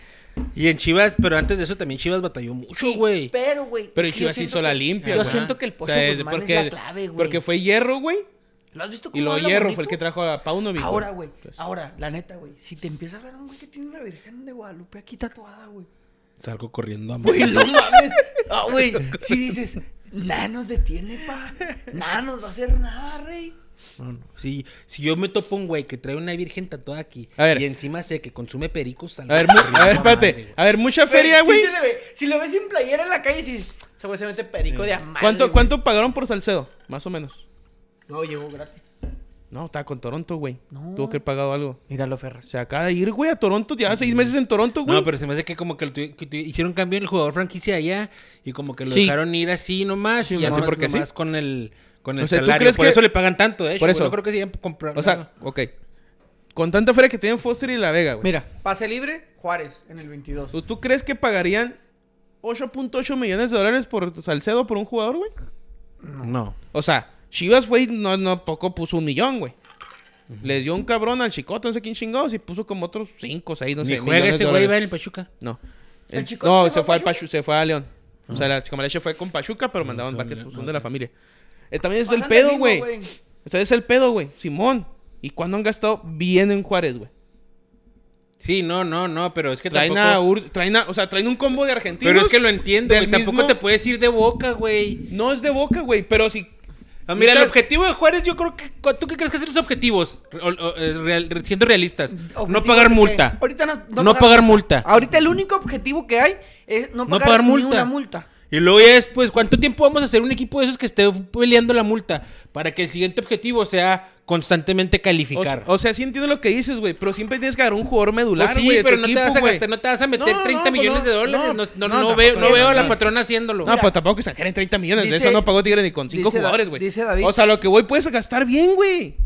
Speaker 3: Y en Chivas, pero antes de eso también Chivas batalló mucho, güey.
Speaker 2: pero güey,
Speaker 1: Pero
Speaker 2: es que yo
Speaker 1: Chivas
Speaker 2: siento
Speaker 1: hizo la
Speaker 2: que-
Speaker 1: limpia.
Speaker 2: Yo
Speaker 1: güey.
Speaker 2: siento que el
Speaker 1: O
Speaker 2: Pozo
Speaker 1: sea, es
Speaker 2: Guzmán
Speaker 1: porque-
Speaker 2: es la clave, güey.
Speaker 1: Porque fue hierro, güey.
Speaker 2: ¿Lo has visto
Speaker 1: Y
Speaker 2: cómo
Speaker 1: lo
Speaker 2: habla
Speaker 1: hierro
Speaker 2: bonito?
Speaker 1: fue el que trajo a Paunovic.
Speaker 2: Ahora, güey.
Speaker 1: Entonces,
Speaker 2: Ahora, la neta, güey. Si te empieza a hablar un güey que tiene una virgen de Guadalupe aquí tatuada, güey.
Speaker 3: Salgo corriendo a
Speaker 2: Güey,
Speaker 3: morir.
Speaker 2: no mames.
Speaker 1: [LAUGHS]
Speaker 2: Ah, güey. Si dices, nada nos detiene, pa. Nada nos va a hacer nada, rey.
Speaker 3: No, no. Si, si yo me topo un güey que trae una virgen tatuada aquí
Speaker 1: A ver.
Speaker 3: y encima sé que consume pericos, salgo
Speaker 1: A ver, mu-
Speaker 3: corriendo
Speaker 1: a ver,
Speaker 3: madre,
Speaker 1: espérate.
Speaker 3: güey.
Speaker 1: A ver, mucha feria,
Speaker 2: Güey,
Speaker 1: güey.
Speaker 2: sí se le ve. Si lo ves en playera en la calle, si se güey se mete perico de amar.
Speaker 1: ¿Cuánto, ¿Cuánto pagaron por Salcedo? Más o menos.
Speaker 2: No, llegó gratis.
Speaker 1: No, estaba con Toronto, güey.
Speaker 2: No.
Speaker 1: Tuvo que haber pagado algo.
Speaker 2: Míralo, Ferras.
Speaker 1: Se acaba de ir, güey, a Toronto. Lleva seis meses en Toronto, güey.
Speaker 3: No, pero se me hace que como que, lo tuvi- que tuvi- hicieron cambio en el jugador franquicia allá y como que lo
Speaker 1: Sí.
Speaker 3: dejaron ir así nomás
Speaker 1: Sí,
Speaker 3: y ya
Speaker 1: nomás.
Speaker 3: nomás,
Speaker 1: Sí, porque sí.
Speaker 3: nomás con el Con el
Speaker 1: O sea, ¿tú
Speaker 3: salario.
Speaker 1: crees
Speaker 3: por
Speaker 1: que-
Speaker 3: eso le pagan tanto, ¿eh?
Speaker 1: Por eso.
Speaker 3: Yo creo que sí han comprado.
Speaker 1: O sea, ok. Con tanta feria que tienen Foster y La Vega, güey.
Speaker 2: Mira, pase libre, Juárez, en el 22.
Speaker 1: ¿Tú, tú crees que pagarían 8.8 millones de dólares por Salcedo por un jugador, güey?
Speaker 3: no.
Speaker 1: O sea, Chivas, güey, no, no poco puso un millón, güey. Les dio un cabrón al chicote, no sé quién chingados, y puso como otros 5, 6, no
Speaker 3: Ni
Speaker 1: sé.
Speaker 3: juega
Speaker 1: millones
Speaker 3: ese
Speaker 1: de
Speaker 3: güey,
Speaker 1: dólares.
Speaker 3: va en el Pachuca.
Speaker 1: No.
Speaker 2: ¿El
Speaker 1: El-
Speaker 2: Chicote
Speaker 1: no,
Speaker 2: no
Speaker 1: se
Speaker 2: fue
Speaker 1: fue,
Speaker 2: a
Speaker 1: al Pachu- se fue a León. O
Speaker 3: Ah.
Speaker 1: sea, la Chicamaleche fue con Pachuca, pero mandaban Vázquez, pues, son de la familia. Eh, también es el
Speaker 2: Bastante
Speaker 1: pedo,
Speaker 2: mismo,
Speaker 1: güey. O sea, es el pedo, güey. Simón. ¿Y cuándo han gastado bien en Juárez, güey?
Speaker 3: Sí, no, no, no, pero es que
Speaker 1: Traen a,
Speaker 3: tampoco.
Speaker 1: Ur- traen a- O sea, traen un combo de argentinos.
Speaker 3: Pero es que lo entiendo,
Speaker 1: del
Speaker 3: güey. Tampoco
Speaker 1: mismo-
Speaker 3: te puedes ir de boca, güey.
Speaker 1: No es de boca, güey, pero si...
Speaker 3: Ah, mira, el
Speaker 1: Mitad-
Speaker 3: objetivo de Juárez, yo creo que. ¿Tú qué crees que son los objetivos? O- o- eh, real- siendo realistas.
Speaker 2: Objetivo
Speaker 3: no pagar
Speaker 2: de que-
Speaker 3: multa.
Speaker 2: Ahorita no, Ah.
Speaker 3: No pagar multa.
Speaker 2: Ahorita el único objetivo que hay es no
Speaker 3: No
Speaker 2: pagar,
Speaker 3: pagar
Speaker 2: ni
Speaker 3: multa.
Speaker 2: una multa.
Speaker 3: Y luego ya después, ¿cuánto tiempo vamos a hacer un equipo de esos que esté peleando la multa? Para que el siguiente objetivo sea constantemente
Speaker 1: O,
Speaker 3: calificar.
Speaker 1: o sea, sí entiendo lo que dices, güey, pero siempre tienes que agarrar un jugador medular,
Speaker 3: Pues
Speaker 1: güey,
Speaker 3: sí,
Speaker 1: de tu
Speaker 3: pero no,
Speaker 1: equipo,
Speaker 3: te vas a
Speaker 1: güey.
Speaker 3: gastar, no te vas a meter
Speaker 1: No, no,
Speaker 3: 30
Speaker 1: pues
Speaker 3: millones
Speaker 1: no,
Speaker 3: de dólares.
Speaker 1: no,
Speaker 3: No,
Speaker 1: no,
Speaker 3: no, no veo,
Speaker 1: tampoco
Speaker 3: no veo a la
Speaker 1: es-
Speaker 3: patrona haciéndolo.
Speaker 1: No, pues tampoco exageren 30 millones. de
Speaker 2: Dice-
Speaker 1: eso no pagó Tigre ni con 5
Speaker 2: dice Da-
Speaker 1: jugadores, güey.
Speaker 2: dice David-
Speaker 1: O sea, lo que voy puedes gastar bien, güey.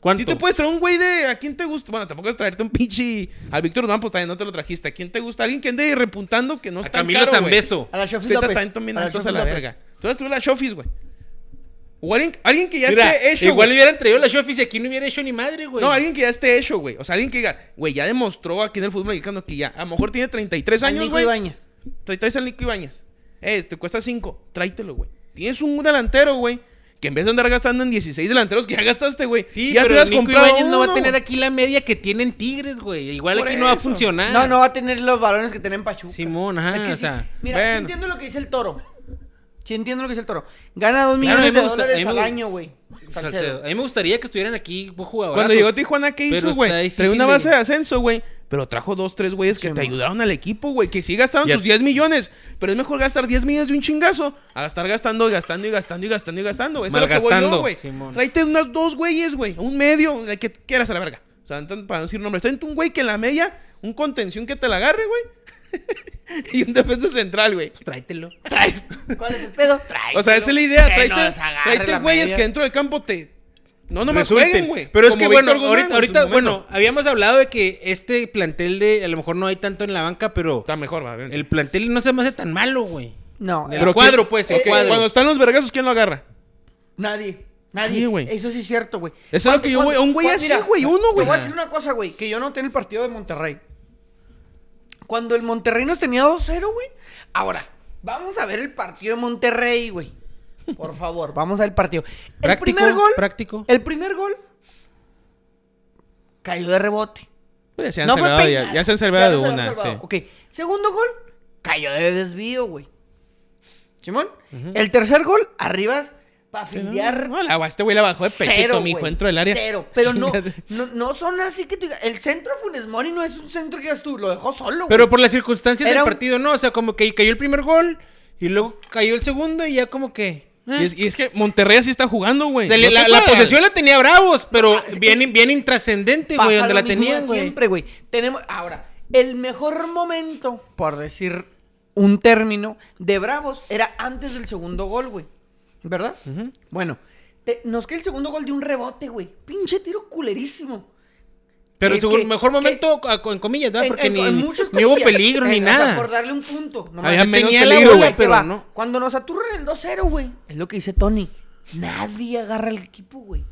Speaker 3: ¿Cuánto?
Speaker 1: Si te puedes traer un güey de. ¿A quién te gusta? Bueno, tampoco es traerte un pinche. Al Víctor Durán, pues también no te lo trajiste. ¿A quién te gusta? Alguien que ande repuntando que no
Speaker 3: a
Speaker 1: está tan
Speaker 3: Camilo
Speaker 1: caro, güey.
Speaker 3: Zambeso.
Speaker 2: A la
Speaker 1: Es
Speaker 2: Shofis
Speaker 1: que ahorita
Speaker 2: López.
Speaker 1: están también
Speaker 2: a la
Speaker 1: altos a
Speaker 2: Shofis
Speaker 1: la
Speaker 2: López.
Speaker 1: verga. Tú vas a la Chofis, güey. O alguien, alguien que ya
Speaker 3: Mira,
Speaker 1: esté hecho.
Speaker 3: igual
Speaker 1: güey.
Speaker 3: hubieran traído la Shofis y aquí no hubiera hecho ni madre, güey.
Speaker 1: No, alguien que ya esté hecho, güey. O sea, alguien que diga, güey, ya demostró aquí en el fútbol mexicano que ya. A lo mejor tiene 33
Speaker 2: Al
Speaker 1: años,
Speaker 2: Nico
Speaker 1: güey.
Speaker 2: Ibáñez.
Speaker 1: Te traes al Nico Ibañez. Eh, te cuesta 5. Tráitelo, güey. Tienes un delantero, güey. Que en vez de andar gastando en 16 delanteros que ya gastaste, güey.
Speaker 3: Sí,
Speaker 1: ya te
Speaker 3: pero
Speaker 1: hubieras
Speaker 3: Nico
Speaker 1: comprado
Speaker 3: Ibáñez no va a
Speaker 1: uno.
Speaker 3: tener aquí la media que tienen Tigres, güey. Igual
Speaker 1: Por
Speaker 3: aquí no va a
Speaker 1: eso.
Speaker 3: funcionar.
Speaker 2: No, no va a tener los balones que tienen Pachuca.
Speaker 3: Simón, ajá,
Speaker 2: Es que
Speaker 3: o
Speaker 2: sí.
Speaker 3: sea.
Speaker 2: Mira,
Speaker 1: bueno.
Speaker 2: sí entiendo lo que dice el toro. Sí entiendo lo que dice el toro. Gana 2
Speaker 3: Claro, a mí
Speaker 2: millones
Speaker 3: me
Speaker 2: de
Speaker 3: gusta- a
Speaker 2: dólares
Speaker 3: mí me
Speaker 2: al
Speaker 3: gusta-
Speaker 2: año, güey.
Speaker 3: Salcedo.
Speaker 2: Salcedo.
Speaker 3: A mí me gustaría que estuvieran aquí jugadores.
Speaker 1: Cuando llegó Tijuana, ¿qué
Speaker 3: Pero
Speaker 1: hizo,
Speaker 3: está
Speaker 1: güey?
Speaker 3: difícil
Speaker 1: Trae una
Speaker 3: de-
Speaker 1: base de ascenso, güey. Pero trajo dos, tres güeyes que
Speaker 2: Sí,
Speaker 1: te
Speaker 2: man.
Speaker 1: ayudaron al equipo, güey. Que sí gastaron
Speaker 3: Y a-
Speaker 1: sus 10 millones. Pero es mejor gastar 10 millones de un chingazo a gastar gastando, y gastando y gastando y gastando y gastando. Eso es lo que voy yo,
Speaker 3: Malgastando,
Speaker 1: güey.
Speaker 3: Simón.
Speaker 1: Tráete unas dos güeyes, güey. Un medio, el que quieras a la verga. O sea, entonces, para no decir nombres. Tráete un güey que en la media, un contención que te la agarre, güey. [LAUGHS] y un defensa central, güey.
Speaker 3: Pues
Speaker 1: [LAUGHS]
Speaker 3: Tráetelo.
Speaker 2: ¿Cuál es el pedo? Trae.
Speaker 1: O sea, esa es la idea.
Speaker 2: que
Speaker 1: Tráete,
Speaker 2: nos agarre
Speaker 1: tráete
Speaker 2: la
Speaker 1: güeyes
Speaker 2: media.
Speaker 1: que dentro del campo te. No, no me
Speaker 3: Resulten.
Speaker 1: jueguen, güey.
Speaker 3: Pero es
Speaker 1: Como
Speaker 3: que
Speaker 1: Víctor
Speaker 3: bueno,
Speaker 1: Guzmán en
Speaker 3: ahorita,
Speaker 1: su
Speaker 3: ahorita
Speaker 1: momento.
Speaker 3: bueno, habíamos hablado de que este plantel de a lo mejor no hay tanto en la banca, pero
Speaker 1: Está mejor, va. bien.
Speaker 3: el plantel no se me hace tan malo, güey.
Speaker 2: No,
Speaker 3: Del
Speaker 2: eh,
Speaker 1: Pero
Speaker 3: cuadro,
Speaker 1: ¿quién-
Speaker 3: pues, el
Speaker 1: ok,
Speaker 3: cuadro.
Speaker 1: Cuando están los vergazos, ¿quién lo agarra?
Speaker 2: nadie.
Speaker 1: Nadie,
Speaker 2: Nadie,
Speaker 1: güey.
Speaker 2: güey. Eso sí es cierto, güey.
Speaker 1: Eso es lo
Speaker 2: ¿Cuándo-
Speaker 1: que yo, güey,
Speaker 2: cuándo-
Speaker 1: un güey
Speaker 2: cuándo-
Speaker 1: así, güey, uno,
Speaker 2: Te
Speaker 1: güey.
Speaker 2: voy a decir una cosa, güey, que yo noté en el partido de Monterrey. Cuando el Monterrey nos tenía 2-0, güey. Ahora, vamos a ver el partido de Monterrey, güey. Por favor, [LAUGHS] vamos al partido. El
Speaker 3: Práctico,
Speaker 2: primer gol.
Speaker 3: práctico.
Speaker 2: El primer gol cayó de rebote.
Speaker 1: Pues ya se han
Speaker 2: No fue
Speaker 1: salvado, ya,
Speaker 2: penal.
Speaker 1: ya se han salvado
Speaker 2: Ya
Speaker 1: de
Speaker 2: se han
Speaker 1: una,
Speaker 2: salvado.
Speaker 1: sí.
Speaker 2: Ok. Segundo gol, cayó de desvío, güey. ¿Simón? El tercer gol, arribas para
Speaker 1: Sí, no,
Speaker 2: fildear.
Speaker 1: no, la- este güey la bajó de pechito,
Speaker 2: Cero,
Speaker 1: mijo,
Speaker 2: güey.
Speaker 1: dentro del área.
Speaker 2: Cero. Pero no,
Speaker 1: Chingate.
Speaker 2: no, no son así que tú digas- El centro de Funes Mori no es un centro que digas tú, lo dejó
Speaker 1: Ah,
Speaker 2: solo.
Speaker 3: Pero
Speaker 2: güey.
Speaker 3: por las circunstancias
Speaker 2: Era
Speaker 3: del
Speaker 2: un-
Speaker 3: partido, no, o sea, como que cayó el primer gol y luego cayó el segundo y ya como que eh.
Speaker 2: Ah.
Speaker 1: Y es, y es que Monterrey así está jugando, güey.
Speaker 3: Se le-
Speaker 1: ¿No te
Speaker 3: la, la
Speaker 1: acuerdas?
Speaker 3: posesión la tenía Bravos, pero
Speaker 2: es que-
Speaker 3: bien, bien intrascendente,
Speaker 2: Pasa
Speaker 3: güey, donde
Speaker 2: lo
Speaker 3: la
Speaker 2: mismo de
Speaker 3: tenían, güey.
Speaker 2: Siempre, güey. Tenemos. Ahora, el mejor momento, por decir un término, de Bravos era antes del segundo gol, güey. ¿Verdad? Bueno, te- nos queda el segundo gol de un rebote, güey. Pinche tiro culerísimo.
Speaker 3: Pero
Speaker 2: que-
Speaker 3: su
Speaker 2: Eh, que-
Speaker 3: mejor momento, a- en comillas,
Speaker 1: Ah,
Speaker 3: ¿verdad?
Speaker 2: En-
Speaker 3: Porque
Speaker 2: en-
Speaker 3: ni,
Speaker 2: en muchos
Speaker 3: ni hubo
Speaker 2: comillas.
Speaker 3: peligro
Speaker 2: En-
Speaker 3: ni
Speaker 2: o sea,
Speaker 3: nada.
Speaker 2: por darle un punto. nomás.
Speaker 1: Había
Speaker 3: Se
Speaker 1: menos
Speaker 3: tenía la
Speaker 1: peligro,
Speaker 3: bola,
Speaker 1: güey.
Speaker 2: Pero
Speaker 3: pero no.
Speaker 2: Cuando nos aturran el 2-0, güey. Es lo que dice Tony. Nadie agarra al equipo, güey.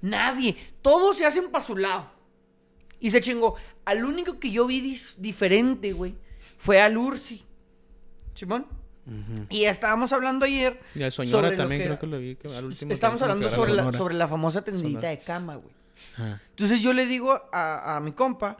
Speaker 2: Nadie. Todos se hacen para su lado. Y se chingó. Al único que yo vi dis- diferente, güey, fue al Ursi. ¿Simón? Y ya estábamos hablando ayer.
Speaker 1: Y al Soñora
Speaker 2: sobre
Speaker 1: también,
Speaker 2: era-
Speaker 1: creo que lo vi que al último
Speaker 2: Estábamos
Speaker 1: tiempo
Speaker 2: hablando
Speaker 1: que era
Speaker 2: sobre la,
Speaker 3: Sonora.
Speaker 2: sobre la famosa tendidita
Speaker 1: Sonora.
Speaker 2: de cama, güey.
Speaker 3: Ajá.
Speaker 2: Entonces yo le digo a, a mi compa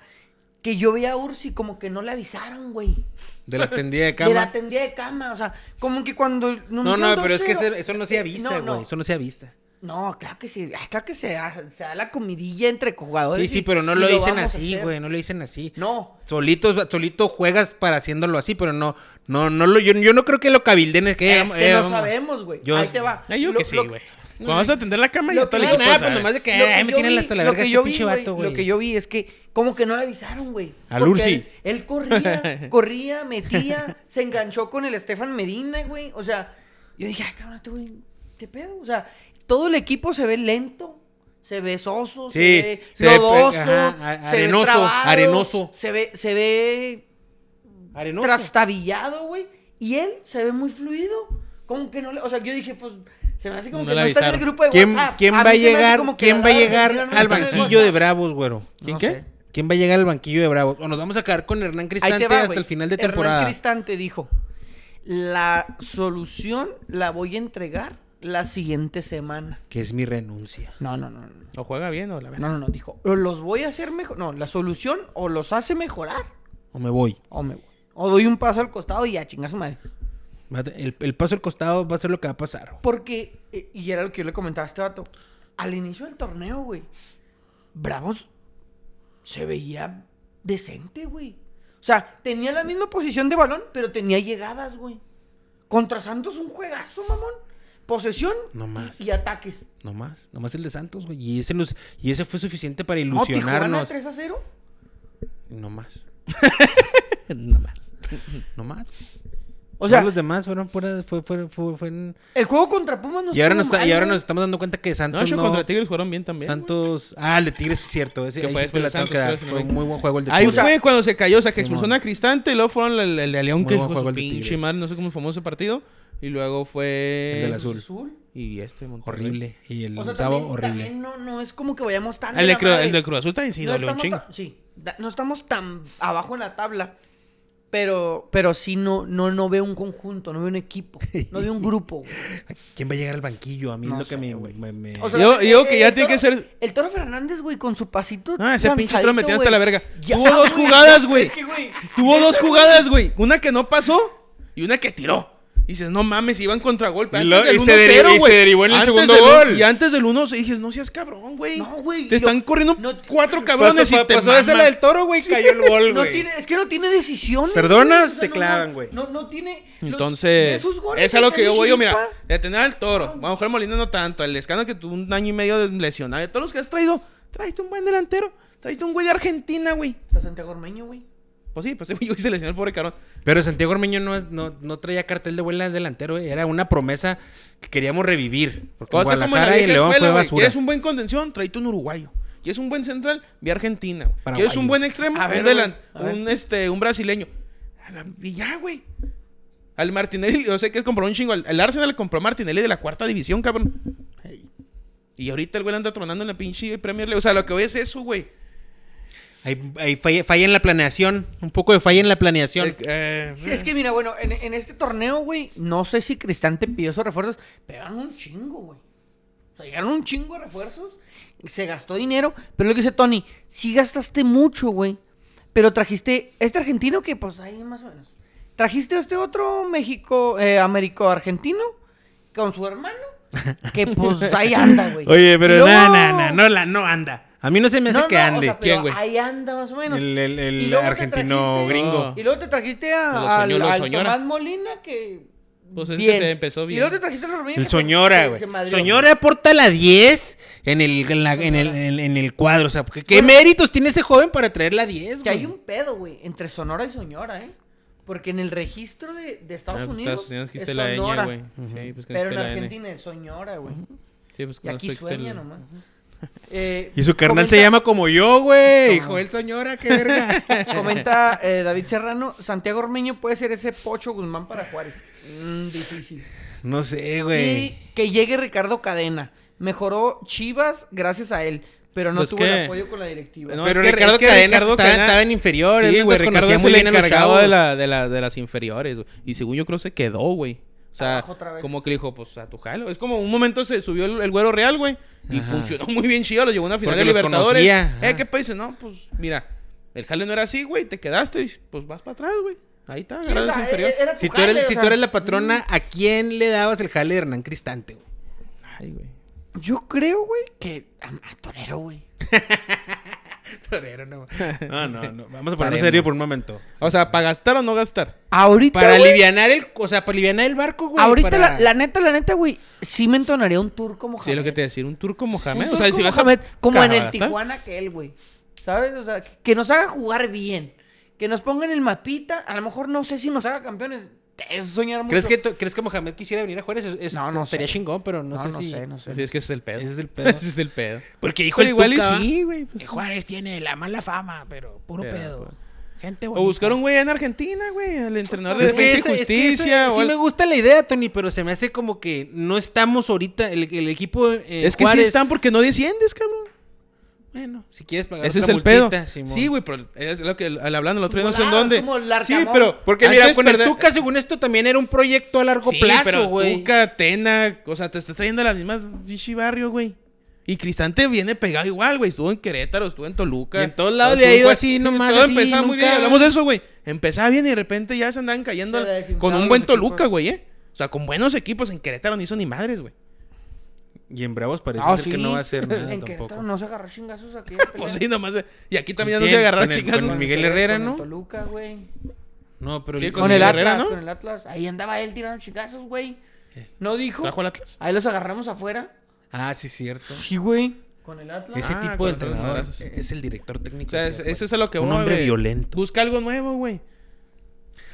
Speaker 2: que yo veía a Ursi como que no le avisaron, güey.
Speaker 3: De la tendida de
Speaker 2: De la
Speaker 3: cama.
Speaker 2: tendida de cama, o sea, como que cuando...
Speaker 3: No,
Speaker 2: nos
Speaker 3: no,
Speaker 2: dieron
Speaker 3: pero es que
Speaker 2: 2-0,
Speaker 3: ese- eso no se
Speaker 2: eh,
Speaker 3: avisa,
Speaker 2: no,
Speaker 3: güey.
Speaker 2: no.
Speaker 3: Eso no se avisa.
Speaker 2: No, claro que sí, ah, claro que se, da- se da la comidilla entre jugadores.
Speaker 3: Sí, sí,
Speaker 2: y-
Speaker 3: pero no
Speaker 2: y
Speaker 3: lo dicen
Speaker 2: vamos a
Speaker 3: así,
Speaker 2: hacer.
Speaker 3: güey. No lo dicen así.
Speaker 2: No,
Speaker 3: Solitos, solito juegas para haciéndolo así, pero no, no, no lo, yo, yo no creo que lo cabilden. Es que,
Speaker 2: es que
Speaker 3: eh,
Speaker 2: no
Speaker 3: vamos.
Speaker 2: sabemos, güey.
Speaker 3: Yo-
Speaker 2: Ahí te va.
Speaker 1: Ah, yo
Speaker 2: Lo-
Speaker 1: que sí,
Speaker 2: lo-
Speaker 1: güey. Cuando vas a tender la cama,
Speaker 2: lo
Speaker 1: ya todo el
Speaker 2: que-
Speaker 1: equipo
Speaker 2: Nada,
Speaker 3: Nada,
Speaker 1: sabe.
Speaker 3: pues nomás de que
Speaker 2: lo
Speaker 3: "Ay,
Speaker 2: que
Speaker 3: me
Speaker 2: yo
Speaker 3: tienen
Speaker 2: vi-
Speaker 3: hasta la
Speaker 2: lo
Speaker 3: verga
Speaker 2: que
Speaker 3: este
Speaker 2: yo vi,
Speaker 3: pinche
Speaker 2: güey,
Speaker 3: vato,
Speaker 2: Lo que
Speaker 3: güey.
Speaker 2: yo vi es que como que no le avisaron, güey.
Speaker 3: Al
Speaker 2: Porque
Speaker 3: Ursi.
Speaker 2: Él, él
Speaker 3: [LAUGHS]
Speaker 2: corría, corría, metía, se enganchó con el Estefan Medina, güey. O sea, yo dije, ah, cabrón, este güey, ¿qué pedo? O sea, todo el equipo se ve lento, se ve soso,
Speaker 3: Sí,
Speaker 2: se ve
Speaker 3: se ve,
Speaker 2: lodoso,
Speaker 3: ajá, a-
Speaker 2: se ve
Speaker 3: arenoso,
Speaker 2: trabado,
Speaker 3: arenoso.
Speaker 2: Se ve, se ve
Speaker 3: Arenoso.
Speaker 2: trastabillado, güey. Y él se ve muy fluido. Como que no le. O sea, yo dije, pues. Se me hace como
Speaker 1: No
Speaker 2: que
Speaker 1: le
Speaker 2: no está en el
Speaker 1: avisaron.
Speaker 2: grupo de
Speaker 3: ¿Quién,
Speaker 2: WhatsApp.
Speaker 3: quién
Speaker 2: mí
Speaker 3: va a
Speaker 2: se me hace
Speaker 3: llegar,
Speaker 2: como que
Speaker 3: quién
Speaker 2: la
Speaker 3: va a
Speaker 2: nada,
Speaker 3: llegar
Speaker 2: no me
Speaker 3: al
Speaker 2: ponen
Speaker 3: banquillo de
Speaker 2: WhatsApp.
Speaker 3: Bravos, güero?
Speaker 1: ¿Quién
Speaker 2: No
Speaker 1: qué?
Speaker 2: sé.
Speaker 3: ¿Quién va a llegar al banquillo de Bravos? O nos vamos a quedar con Hernán
Speaker 2: Ahí
Speaker 3: Cristante
Speaker 2: te va,
Speaker 3: hasta
Speaker 2: güey.
Speaker 3: el final de
Speaker 2: Hernán
Speaker 3: temporada.
Speaker 2: Cristante dijo: La solución la voy a entregar la siguiente semana.
Speaker 3: Que es mi renuncia.
Speaker 2: No, no, no. no.
Speaker 1: ¿O juega bien o la
Speaker 2: No,
Speaker 1: verdad?
Speaker 2: no, no, dijo, o los voy a hacer mejor, no, la solución o los hace mejorar
Speaker 3: O me voy.
Speaker 2: o me voy. O doy un paso al costado y ya, chingas madre.
Speaker 3: Va a te- El, el paso al costado va a ser lo que va a pasar.
Speaker 2: Porque, eh, y era lo que yo le comentaba a este vato, al inicio del torneo, güey, Bravos se veía decente, güey. O sea, tenía la misma posición de balón, pero tenía llegadas, güey. Contra Santos un juegazo, mamón. Posesión
Speaker 3: No más.
Speaker 2: y ataques.
Speaker 3: No más. No más el de Santos, güey. Y ese, nos- y ese fue suficiente para
Speaker 2: No, Tijuana
Speaker 3: ilusionarnos.
Speaker 2: 3 a 0.
Speaker 3: No más.
Speaker 1: No más.
Speaker 3: No más.
Speaker 2: O sea,
Speaker 3: Todos los demás fueron fuera. Fue, fue, fue, fue en-
Speaker 2: el juego contra Pumas no
Speaker 3: Y ahora,
Speaker 2: estuvo
Speaker 3: nos está-
Speaker 2: mal,
Speaker 3: y ahora
Speaker 2: güey.
Speaker 3: nos estamos dando cuenta que
Speaker 1: No,
Speaker 3: Santos
Speaker 1: ellos
Speaker 3: no.
Speaker 1: contra Tigres jugaron bien también. güey.
Speaker 3: Santos. Ah, el de Tigres, es cierto. Ese,
Speaker 1: Que
Speaker 3: ahí
Speaker 1: fue
Speaker 3: sí te la
Speaker 1: después
Speaker 3: tengo
Speaker 1: de
Speaker 3: que dar.
Speaker 1: Santos, creo
Speaker 3: Fue
Speaker 1: que
Speaker 3: un
Speaker 1: no
Speaker 3: muy buen juego el de
Speaker 1: Ahí
Speaker 3: Tigres.
Speaker 1: fue cuando se cayó, o sea, que expulsó
Speaker 3: Simón.
Speaker 1: a Cristante y luego fueron el, el de León
Speaker 3: Muy
Speaker 1: que
Speaker 3: buen
Speaker 1: dijo
Speaker 3: juego
Speaker 1: su
Speaker 3: el de
Speaker 1: pinche
Speaker 3: Tigres.
Speaker 1: madre, no sé cómo famoso partido. Y luego fue.
Speaker 3: El del azul.
Speaker 1: Y este, Monterrey.
Speaker 3: Horrible. Y el
Speaker 2: O sea,
Speaker 3: octavo,
Speaker 2: también,
Speaker 3: horrible.
Speaker 2: también no, no es como que vayamos tan.
Speaker 1: El
Speaker 2: de
Speaker 1: de,
Speaker 2: la
Speaker 1: Cru-
Speaker 2: madre.
Speaker 1: Ah, el de Cruz Azul también sí
Speaker 2: no
Speaker 1: dolió un
Speaker 2: estamos
Speaker 1: chingo.
Speaker 2: tan- sí, da- no estamos tan abajo en la tabla. Pero, pero sí no, no, no veo un conjunto, no veo un equipo, no veo un grupo.
Speaker 1: [LAUGHS]
Speaker 2: güey.
Speaker 3: ¿Quién va a llegar al banquillo? A mí
Speaker 2: No
Speaker 3: es lo
Speaker 2: sé,
Speaker 3: que me.
Speaker 2: güey.
Speaker 3: me- me-
Speaker 2: O sea,
Speaker 1: Yo- yo que ya
Speaker 2: el
Speaker 1: tiene que
Speaker 2: Toro-
Speaker 1: ser-
Speaker 2: El Toro Fernández, güey, con su pasito.
Speaker 1: Ah, ese pinche Toro
Speaker 2: lanzadito,
Speaker 1: metió
Speaker 2: güey.
Speaker 1: hasta
Speaker 2: [LAUGHS]
Speaker 1: la verga.
Speaker 2: Ya,
Speaker 1: Tuvo dos
Speaker 2: güey,
Speaker 1: jugadas,
Speaker 2: es
Speaker 1: güey.
Speaker 2: que,
Speaker 1: [LAUGHS]
Speaker 2: güey,
Speaker 1: Tuvo
Speaker 2: neta,
Speaker 1: dos
Speaker 2: güey.
Speaker 1: jugadas, güey. Una que no pasó y una que tiró. Y dices, no mames, iban contra golpe.
Speaker 4: Y lo- y se derivó- y se derivó en el segundo gol.
Speaker 1: Y antes del 1 dices, no seas cabrón, güey.
Speaker 2: No, güey,
Speaker 1: Te
Speaker 2: yo-
Speaker 1: están corriendo
Speaker 2: no-
Speaker 1: cuatro
Speaker 3: Pasó-
Speaker 1: cabrones
Speaker 3: pa-
Speaker 1: y te
Speaker 3: pasó Pues, esa la
Speaker 1: maman.
Speaker 3: del toro, güey. Cayó el gol,
Speaker 2: No
Speaker 3: güey.
Speaker 2: tiene, es que no tiene decisiones.
Speaker 3: Perdonas,
Speaker 2: güey,
Speaker 3: te
Speaker 2: no-
Speaker 3: clavan,
Speaker 2: no-
Speaker 3: güey.
Speaker 2: No, no tiene. los-
Speaker 1: Entonces,
Speaker 2: esos goles
Speaker 1: es a lo que yo voy yo, mira,
Speaker 2: Chiripa.
Speaker 1: detener al toro. A lo mejor Molina no tanto, el escándalo que tuvo un año y medio de lesionado, de todos los que has traído, tráete un buen delantero, tráete un güey de Argentina, güey.
Speaker 2: Está Santiago Ormeño, güey.
Speaker 1: Pues sí, pues ese güey [LAUGHS] se lesionó el pobre cabrón.
Speaker 3: Pero Santiago Ormeño no, es- no, no traía cartel de vuelta al delantero, güey. Era una promesa que queríamos revivir. Porque
Speaker 1: O está como en la
Speaker 3: Guadalajara y
Speaker 1: vieja
Speaker 3: León fue
Speaker 1: escuela, güey.
Speaker 3: basura.
Speaker 1: Quieres un buen contención, tráete un uruguayo. Quieres un buen central, ve a Argentina. güey.
Speaker 3: Paraguayo.
Speaker 1: Quieres un buen extremo,
Speaker 2: A
Speaker 1: un,
Speaker 2: ver,
Speaker 1: delan-
Speaker 2: güey, a ver.
Speaker 1: un, este, un brasileño. A la- Y ya, güey. Al Martinelli, yo sé que compró un chingo. al- El Arsenal compró a Martinelli de la cuarta división, cabrón. Y ahorita el güey anda tronando en la pinche Premier League. O sea, lo que voy es eso, güey.
Speaker 3: Hay, hay falla, falla en la planeación. Un poco de falla en la planeación.
Speaker 1: Eh, eh,
Speaker 2: Sí, es que mira, bueno, en, en este torneo, güey, no sé si Cristante pidió esos refuerzos, pero eran un chingo, güey. O sea, llegaron un chingo de refuerzos, se gastó dinero, pero lo que dice Tony, sí gastaste mucho, güey, pero trajiste este argentino que, pues, ahí más o menos. Trajiste a este otro México, eh, Américo argentino, con su hermano, que, pues, ahí anda, güey.
Speaker 3: [LAUGHS] Oye,
Speaker 2: Y
Speaker 3: pero
Speaker 2: luego-
Speaker 3: no, no, no, no, la, no anda. A mí no se me hace
Speaker 2: No,
Speaker 3: que
Speaker 2: no, o
Speaker 3: ande.
Speaker 2: sea, pero
Speaker 1: ¿Quién, güey?
Speaker 2: Ahí anda más o menos.
Speaker 3: El- el- el
Speaker 2: Y luego te
Speaker 3: argentino
Speaker 2: trajiste-
Speaker 3: gringo.
Speaker 2: Y luego te trajiste
Speaker 1: Ah. Pues Lo
Speaker 2: a,
Speaker 1: soñó,
Speaker 2: al-
Speaker 1: lo
Speaker 2: al
Speaker 1: soñora.
Speaker 2: Tomás Molina que...
Speaker 1: Pues es que
Speaker 2: bien.
Speaker 1: se empezó bien.
Speaker 2: Y luego te trajiste a los Romero,
Speaker 3: El
Speaker 2: que
Speaker 3: Soñora,
Speaker 2: se-
Speaker 3: güey.
Speaker 2: se madrió.
Speaker 3: Soñora aporta la 10 en el, en la- en el, en el- en el cuadro. O sea, ¿qué, qué méritos tiene ese joven para traer la 10,
Speaker 2: Que
Speaker 3: güey?
Speaker 2: hay un pedo, güey, entre Sonora y Soñora, ¿eh? Porque en el registro de, de Estados,
Speaker 1: Ah, pues,
Speaker 2: Unidos,
Speaker 1: Estados Unidos quiste
Speaker 2: es
Speaker 1: la
Speaker 2: Sonora.
Speaker 1: ñ, güey. Sí, pues que
Speaker 2: Pero en
Speaker 1: quiste la N.
Speaker 2: Argentina es Soñora, güey.
Speaker 1: Sí, pues
Speaker 2: Y
Speaker 1: que
Speaker 2: aquí
Speaker 1: nos quiste
Speaker 2: sueña
Speaker 1: el-
Speaker 2: nomás. Eh,
Speaker 3: Y su carnal se
Speaker 2: comenta-
Speaker 3: llama como yo, güey.
Speaker 2: No.
Speaker 3: Joel Soñora, ah, qué verga.
Speaker 2: [LAUGHS] Comenta eh, David Serrano, Santiago Ormeño puede ser ese Pocho Guzmán para Juárez. Mm, difícil.
Speaker 3: no sé, güey.
Speaker 2: Y que llegue Ricardo Cadena. Mejoró Chivas gracias a él, pero no
Speaker 1: Pues
Speaker 2: tuvo
Speaker 1: que-
Speaker 2: el apoyo con la directiva.
Speaker 1: No,
Speaker 3: Pero
Speaker 1: es que-
Speaker 3: Ricardo
Speaker 1: es que
Speaker 3: Cadena
Speaker 1: Ricardo
Speaker 3: estaba,
Speaker 1: Cadena-
Speaker 3: estaba en inferior.
Speaker 1: Sí,
Speaker 3: él
Speaker 1: güey, Ricardo
Speaker 3: desconocía
Speaker 1: es el
Speaker 3: muy bien a los
Speaker 1: encargado de,
Speaker 3: chavos.
Speaker 1: la, de, la- de las inferiores, güey. Y según yo creo se quedó, güey. O sea,
Speaker 2: Abajo otra vez.
Speaker 1: como que le dijo, pues a tu jalo. Es como un momento se subió el, el güero real, güey. Y
Speaker 3: Ajá.
Speaker 1: funcionó [LAUGHS] muy bien chido, lo llevó a una final
Speaker 3: Porque
Speaker 1: de
Speaker 3: los
Speaker 1: Libertadores.
Speaker 3: conocía, ajá.
Speaker 1: Eh, ¿qué país? No, pues mira, el jale no era así, güey. Te quedaste, y, pues vas para atrás, güey. Ahí está,
Speaker 2: Sí, o
Speaker 1: agarradas
Speaker 2: sea,
Speaker 1: inferior.
Speaker 2: eh, era tu
Speaker 3: Si tú, eres,
Speaker 2: jale, o
Speaker 3: si
Speaker 2: sea,
Speaker 3: tú eres la patrona, ¿a quién le dabas el jale de Hernán Cristante, güey?
Speaker 1: Ay, güey.
Speaker 2: Yo creo, güey, que a, a Torero, güey.
Speaker 3: Torero, no. No, no, no. Vamos a ponernos
Speaker 1: Paremos.
Speaker 3: serio por un momento.
Speaker 1: O sea, ¿para gastar o no gastar?
Speaker 2: Ahorita,
Speaker 3: Para
Speaker 2: güey,
Speaker 3: alivianar el, o sea, para alivianar el barco, güey.
Speaker 2: ahorita
Speaker 3: para-
Speaker 2: la, la neta, la neta, güey, sí me entonaría un tour como
Speaker 1: Sí, es lo que te iba a decir, un turco Mohamed.
Speaker 2: Un
Speaker 1: O sea,
Speaker 2: turco
Speaker 1: si vas
Speaker 2: Mohamed,
Speaker 1: a.
Speaker 2: como en el
Speaker 1: gastar.
Speaker 2: Tijuana que él, güey. ¿Sabes? O sea, que nos haga jugar bien. Que nos pongan el mapita. A lo mejor no sé si nos haga campeones. es soñar mucho.
Speaker 3: ¿Crees que, to- ¿Crees que Mohamed quisiera venir a Juárez? Es- es-
Speaker 2: No, no
Speaker 3: Estaría
Speaker 2: sé.
Speaker 3: chingón, pero no, sé si...
Speaker 2: no
Speaker 1: Así es que ese es el pedo.
Speaker 3: Ese es el
Speaker 1: [LAUGHS]
Speaker 3: pedo.
Speaker 1: Ese es el pedo.
Speaker 3: Porque dijo
Speaker 1: Pero
Speaker 3: el
Speaker 1: igual y
Speaker 3: Tuca,
Speaker 1: sí, güey. pues.
Speaker 3: que Juárez tiene la mala fama, pero puro
Speaker 1: Ya,
Speaker 3: pedo.
Speaker 1: pues.
Speaker 3: Gente
Speaker 1: O buscar un güey en Argentina, güey, al entrenador de
Speaker 3: Es que
Speaker 1: Defensa
Speaker 3: esa-
Speaker 1: y
Speaker 3: es que esa-
Speaker 1: Justicia. o
Speaker 3: sí
Speaker 1: al-
Speaker 3: me gusta la idea, Tony, pero se me hace como que no estamos ahorita. El, el equipo. eh,
Speaker 1: Es que sí
Speaker 3: Juárez-
Speaker 1: están porque no desciendes, cabrón.
Speaker 3: Bueno, si quieres pagar.
Speaker 1: Ese es
Speaker 3: otra
Speaker 1: el pedo.
Speaker 3: multita, Simón.
Speaker 1: Sí, güey, pero es lo que al hablando el otro día no sé en
Speaker 2: Volado,
Speaker 1: dónde.
Speaker 2: como el Arcamón.
Speaker 1: Sí, pero
Speaker 3: Porque mira,
Speaker 1: antes
Speaker 3: con el
Speaker 1: perder-
Speaker 3: Tuca, según esto, también era un proyecto a largo
Speaker 1: Sí,
Speaker 3: plazo,
Speaker 1: pero
Speaker 3: güey.
Speaker 1: Tuca, Tena, o sea, te estás trayendo las mismas bichi barrio, güey. Y Cristante viene pegado igual, güey. Estuvo en Querétaro, estuvo en Toluca.
Speaker 3: Y en todos lados
Speaker 1: Estuvo
Speaker 3: le ha
Speaker 1: en
Speaker 3: ido
Speaker 1: Cua-
Speaker 3: así nomás,
Speaker 1: Todo
Speaker 3: así,
Speaker 1: empezaba muy bien.
Speaker 3: nunca-
Speaker 1: Hablamos de eso, güey. Empezaba bien y de repente ya se andaban cayendo
Speaker 2: Se le desinflaron
Speaker 1: con un
Speaker 2: los
Speaker 1: buen Toluca,
Speaker 2: equipos.
Speaker 1: güey, ¿eh? O sea, con buenos equipos en Querétaro no hizo ni madres, güey.
Speaker 3: Y en Bravos parece
Speaker 2: Ah,
Speaker 3: ser
Speaker 2: sí.
Speaker 3: que no va
Speaker 2: [LAUGHS]
Speaker 3: a [LAUGHS] ser nada
Speaker 2: En
Speaker 3: tampoco.
Speaker 2: Querétaro no se agarró chingazos aquí.
Speaker 1: [LAUGHS] Pues sí, nomás. eh, Y aquí también ya no
Speaker 3: quién?
Speaker 1: se agarraron
Speaker 3: ¿Con el- con
Speaker 1: chingazos.
Speaker 3: el Miguel Herrera,
Speaker 2: con el
Speaker 3: ¿no?
Speaker 2: Toluca, güey.
Speaker 3: No, pero.
Speaker 1: Sí,
Speaker 3: el-
Speaker 1: Con
Speaker 2: Con el
Speaker 1: Miguel
Speaker 2: Atlas,
Speaker 1: Herrera, ¿no?
Speaker 2: con el Atlas. Ahí andaba él tirando chingazos, güey. No dijo.
Speaker 1: ¿Trajo Pues al Atlas?
Speaker 2: Ahí los agarramos afuera.
Speaker 3: Ah, sí, cierto.
Speaker 2: Sí, güey. Con el Atlas.
Speaker 3: Ese
Speaker 1: Ah,
Speaker 3: tipo
Speaker 1: con
Speaker 3: de
Speaker 1: todos los
Speaker 3: entrenador
Speaker 1: madrazos.
Speaker 3: es el director técnico.
Speaker 1: O sea,
Speaker 3: de
Speaker 1: es-
Speaker 3: Juárez.
Speaker 1: eso es a lo que
Speaker 3: Un
Speaker 1: voy,
Speaker 3: hombre
Speaker 1: güey.
Speaker 3: violento.
Speaker 1: Busca algo nuevo, güey.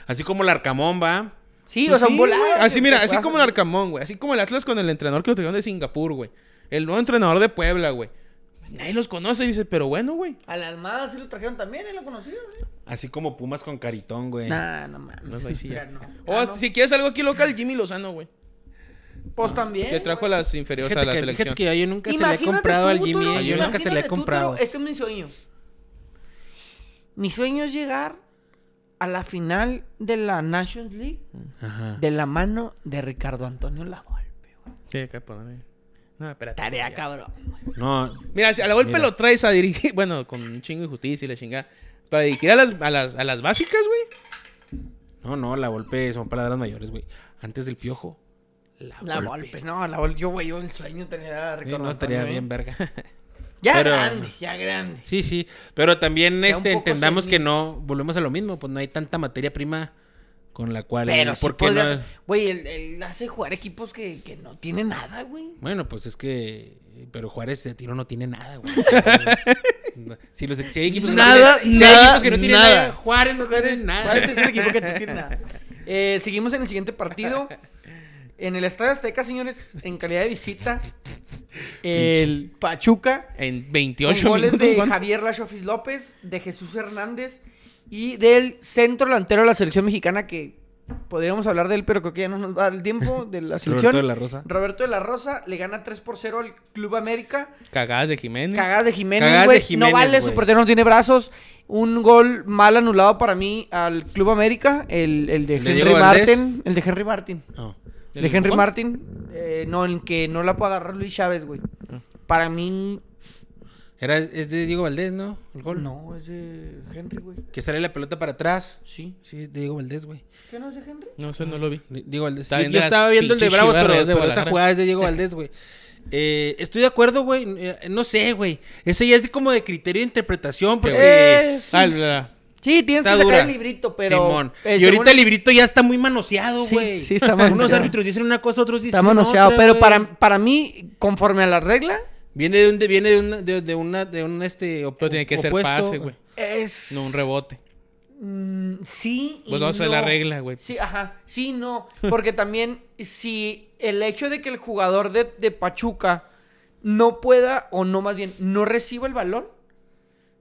Speaker 3: Así como el Arcamón va.
Speaker 2: Sí,
Speaker 1: Pues
Speaker 2: o sea,
Speaker 1: sí,
Speaker 2: un volado.
Speaker 1: güey. Así,
Speaker 2: güey,
Speaker 1: mira,
Speaker 2: te
Speaker 1: así
Speaker 2: puedas-
Speaker 1: como el Arcamón, güey. Así como el Atlas con el entrenador que lo trajeron de Singapur, güey. El nuevo entrenador de Puebla, güey. Nadie los conoce y dice, pero bueno, güey.
Speaker 2: A la Almada sí lo trajeron también, él lo conocía, güey.
Speaker 3: Así como Pumas con Caritón, güey.
Speaker 2: Nah, no mames.
Speaker 1: No, Eh. ahí sí
Speaker 2: Ya
Speaker 1: ya.
Speaker 2: no.
Speaker 1: O
Speaker 2: Ah,
Speaker 1: hasta-
Speaker 2: no.
Speaker 1: si quieres algo aquí local, Jimmy Lozano, güey.
Speaker 2: Pues también.
Speaker 1: Que trajo a
Speaker 2: güey.
Speaker 1: las inferiores
Speaker 3: Fíjate
Speaker 1: a la
Speaker 3: que,
Speaker 1: selección.
Speaker 3: fíjate que yo nunca se le he
Speaker 2: Imagínate
Speaker 3: comprado
Speaker 2: tú,
Speaker 3: al
Speaker 2: Toro,
Speaker 3: Jimmy. eh, Yo nunca se le
Speaker 2: imagínate
Speaker 3: he
Speaker 2: tú,
Speaker 3: comprado.
Speaker 2: Toro, este es mi sueño. Mi sueño es llegar a la final de la Nations League
Speaker 3: Ajá.
Speaker 2: de la mano de Ricardo Antonio Lavolpe. güey.
Speaker 1: Sí, acá poner. No, espérate.
Speaker 2: Tarea
Speaker 1: ya.
Speaker 2: cabrón.
Speaker 3: No,
Speaker 1: Mira, si a la golpe
Speaker 3: Mira.
Speaker 1: lo traes a dirigir, [LAUGHS] bueno, con un chingo de justicia y la chingada. Para dirigir a las, a las, a las básicas, güey.
Speaker 3: no, no, la golpe son palabras mayores, güey. Antes del piojo.
Speaker 2: La Volpe, no, la Volpe. Yo, güey, yo el sueño tener a
Speaker 3: Sí,
Speaker 2: Ricardo
Speaker 3: no
Speaker 2: Antonio.
Speaker 3: estaría
Speaker 2: ¿eh?
Speaker 3: bien, verga.
Speaker 2: [LAUGHS] Ya
Speaker 3: Pero-
Speaker 2: grande, ya grande.
Speaker 3: Sí, sí. Pero también
Speaker 2: Ya un
Speaker 3: este,
Speaker 2: poco
Speaker 3: entendamos
Speaker 2: sin
Speaker 3: que
Speaker 2: mí.
Speaker 3: no, volvemos a lo mismo, pues no hay tanta materia prima con la cual.
Speaker 2: Pero sí
Speaker 3: ¿por qué
Speaker 2: podría-
Speaker 3: no?
Speaker 2: Güey, él, él hace jugar equipos que, que no tiene nada, güey.
Speaker 3: Bueno, pues es que. Pero Juárez de tiro no tiene
Speaker 2: [LAUGHS]
Speaker 3: nada, güey. No, si los si hay equipos que no
Speaker 1: Nada,
Speaker 3: tienen- si hay
Speaker 1: nada,
Speaker 3: equipos que no tienen nada,
Speaker 1: nada.
Speaker 3: Juárez no tiene nada.
Speaker 2: Juárez es el equipo que no tiene nada. Eh, seguimos en el siguiente partido. En el Estadio Azteca, señores, en calidad de visita, el Pachuca,
Speaker 1: En
Speaker 2: con
Speaker 1: 28
Speaker 2: goles
Speaker 1: minutos.
Speaker 2: de
Speaker 1: ¿cuánto?
Speaker 2: Javier Lachofis López, de Jesús Hernández y del centro delantero de la selección mexicana, que podríamos hablar de él, pero creo que ya no nos va a dar el tiempo, de la selección.
Speaker 3: Roberto de la Rosa.
Speaker 2: Roberto de la Rosa le gana 3 por 0 al Club América.
Speaker 1: Cagadas de Jiménez.
Speaker 2: Cagadas de Jiménez,
Speaker 3: Cagadas
Speaker 2: güey.
Speaker 3: de Jiménez,
Speaker 2: no vale,
Speaker 3: güey.
Speaker 2: su portero no tiene brazos. Un gol mal anulado para mí al Club América, el, el de
Speaker 3: ¿El de
Speaker 2: Henry
Speaker 3: Diego Valdés?
Speaker 2: Martin. El de Henry Martin.
Speaker 3: No.
Speaker 1: ¿El
Speaker 2: El de Henry
Speaker 1: empujón?
Speaker 2: Martin. eh, no, el que no la puede agarrar Luis Chávez, güey.
Speaker 3: Ah.
Speaker 2: Para mí,
Speaker 3: Era, es de Diego Valdés, ¿no? El gol.
Speaker 2: no, es de Henry, güey.
Speaker 3: Que sale la pelota para atrás.
Speaker 2: Sí.
Speaker 3: Sí, de Diego Valdés, güey.
Speaker 2: ¿Qué no es de Henry?
Speaker 1: No, eso no lo vi.
Speaker 3: Di- Diego Valdés.
Speaker 1: Está
Speaker 3: Yo,
Speaker 1: bien
Speaker 3: yo
Speaker 1: de las
Speaker 3: estaba viendo el de
Speaker 1: pinches
Speaker 3: Bravos,
Speaker 1: chivas
Speaker 3: pero,
Speaker 1: reales de
Speaker 3: pero esa
Speaker 1: Guadalajara.
Speaker 3: jugada es de Diego
Speaker 1: [LAUGHS]
Speaker 3: Valdés, güey. Eh, estoy de acuerdo, güey. Eh, No sé, güey. Ese ya es de- como de criterio de interpretación. Porque
Speaker 2: Eh, sí,
Speaker 1: Ah, la-
Speaker 2: sí, tienes
Speaker 3: está
Speaker 2: que sacar
Speaker 3: dura.
Speaker 2: el librito, pero.
Speaker 3: Simón.
Speaker 2: eh,
Speaker 3: y ahorita
Speaker 2: según-
Speaker 3: el librito ya está muy manoseado,
Speaker 2: Sí,
Speaker 3: güey.
Speaker 2: sí, está
Speaker 3: Unos
Speaker 2: manoseado.
Speaker 3: árbitros dicen una cosa, otros dicen
Speaker 2: Está manoseado,
Speaker 3: otra,
Speaker 2: pero
Speaker 3: güey.
Speaker 2: para, para mí, conforme a la regla,
Speaker 3: Viene de un, de- viene de una, de, de una, de un este op-
Speaker 1: Pero tiene que ser
Speaker 3: opuesto.
Speaker 1: pase, güey.
Speaker 2: es.
Speaker 1: No un rebote.
Speaker 2: Mm, sí. y
Speaker 1: Pues vamos a ver la regla, güey.
Speaker 2: Sí, ajá. Sí, no. Porque [LAUGHS] también, si el hecho de que el jugador de, de Pachuca no pueda, o no más bien, no reciba el balón,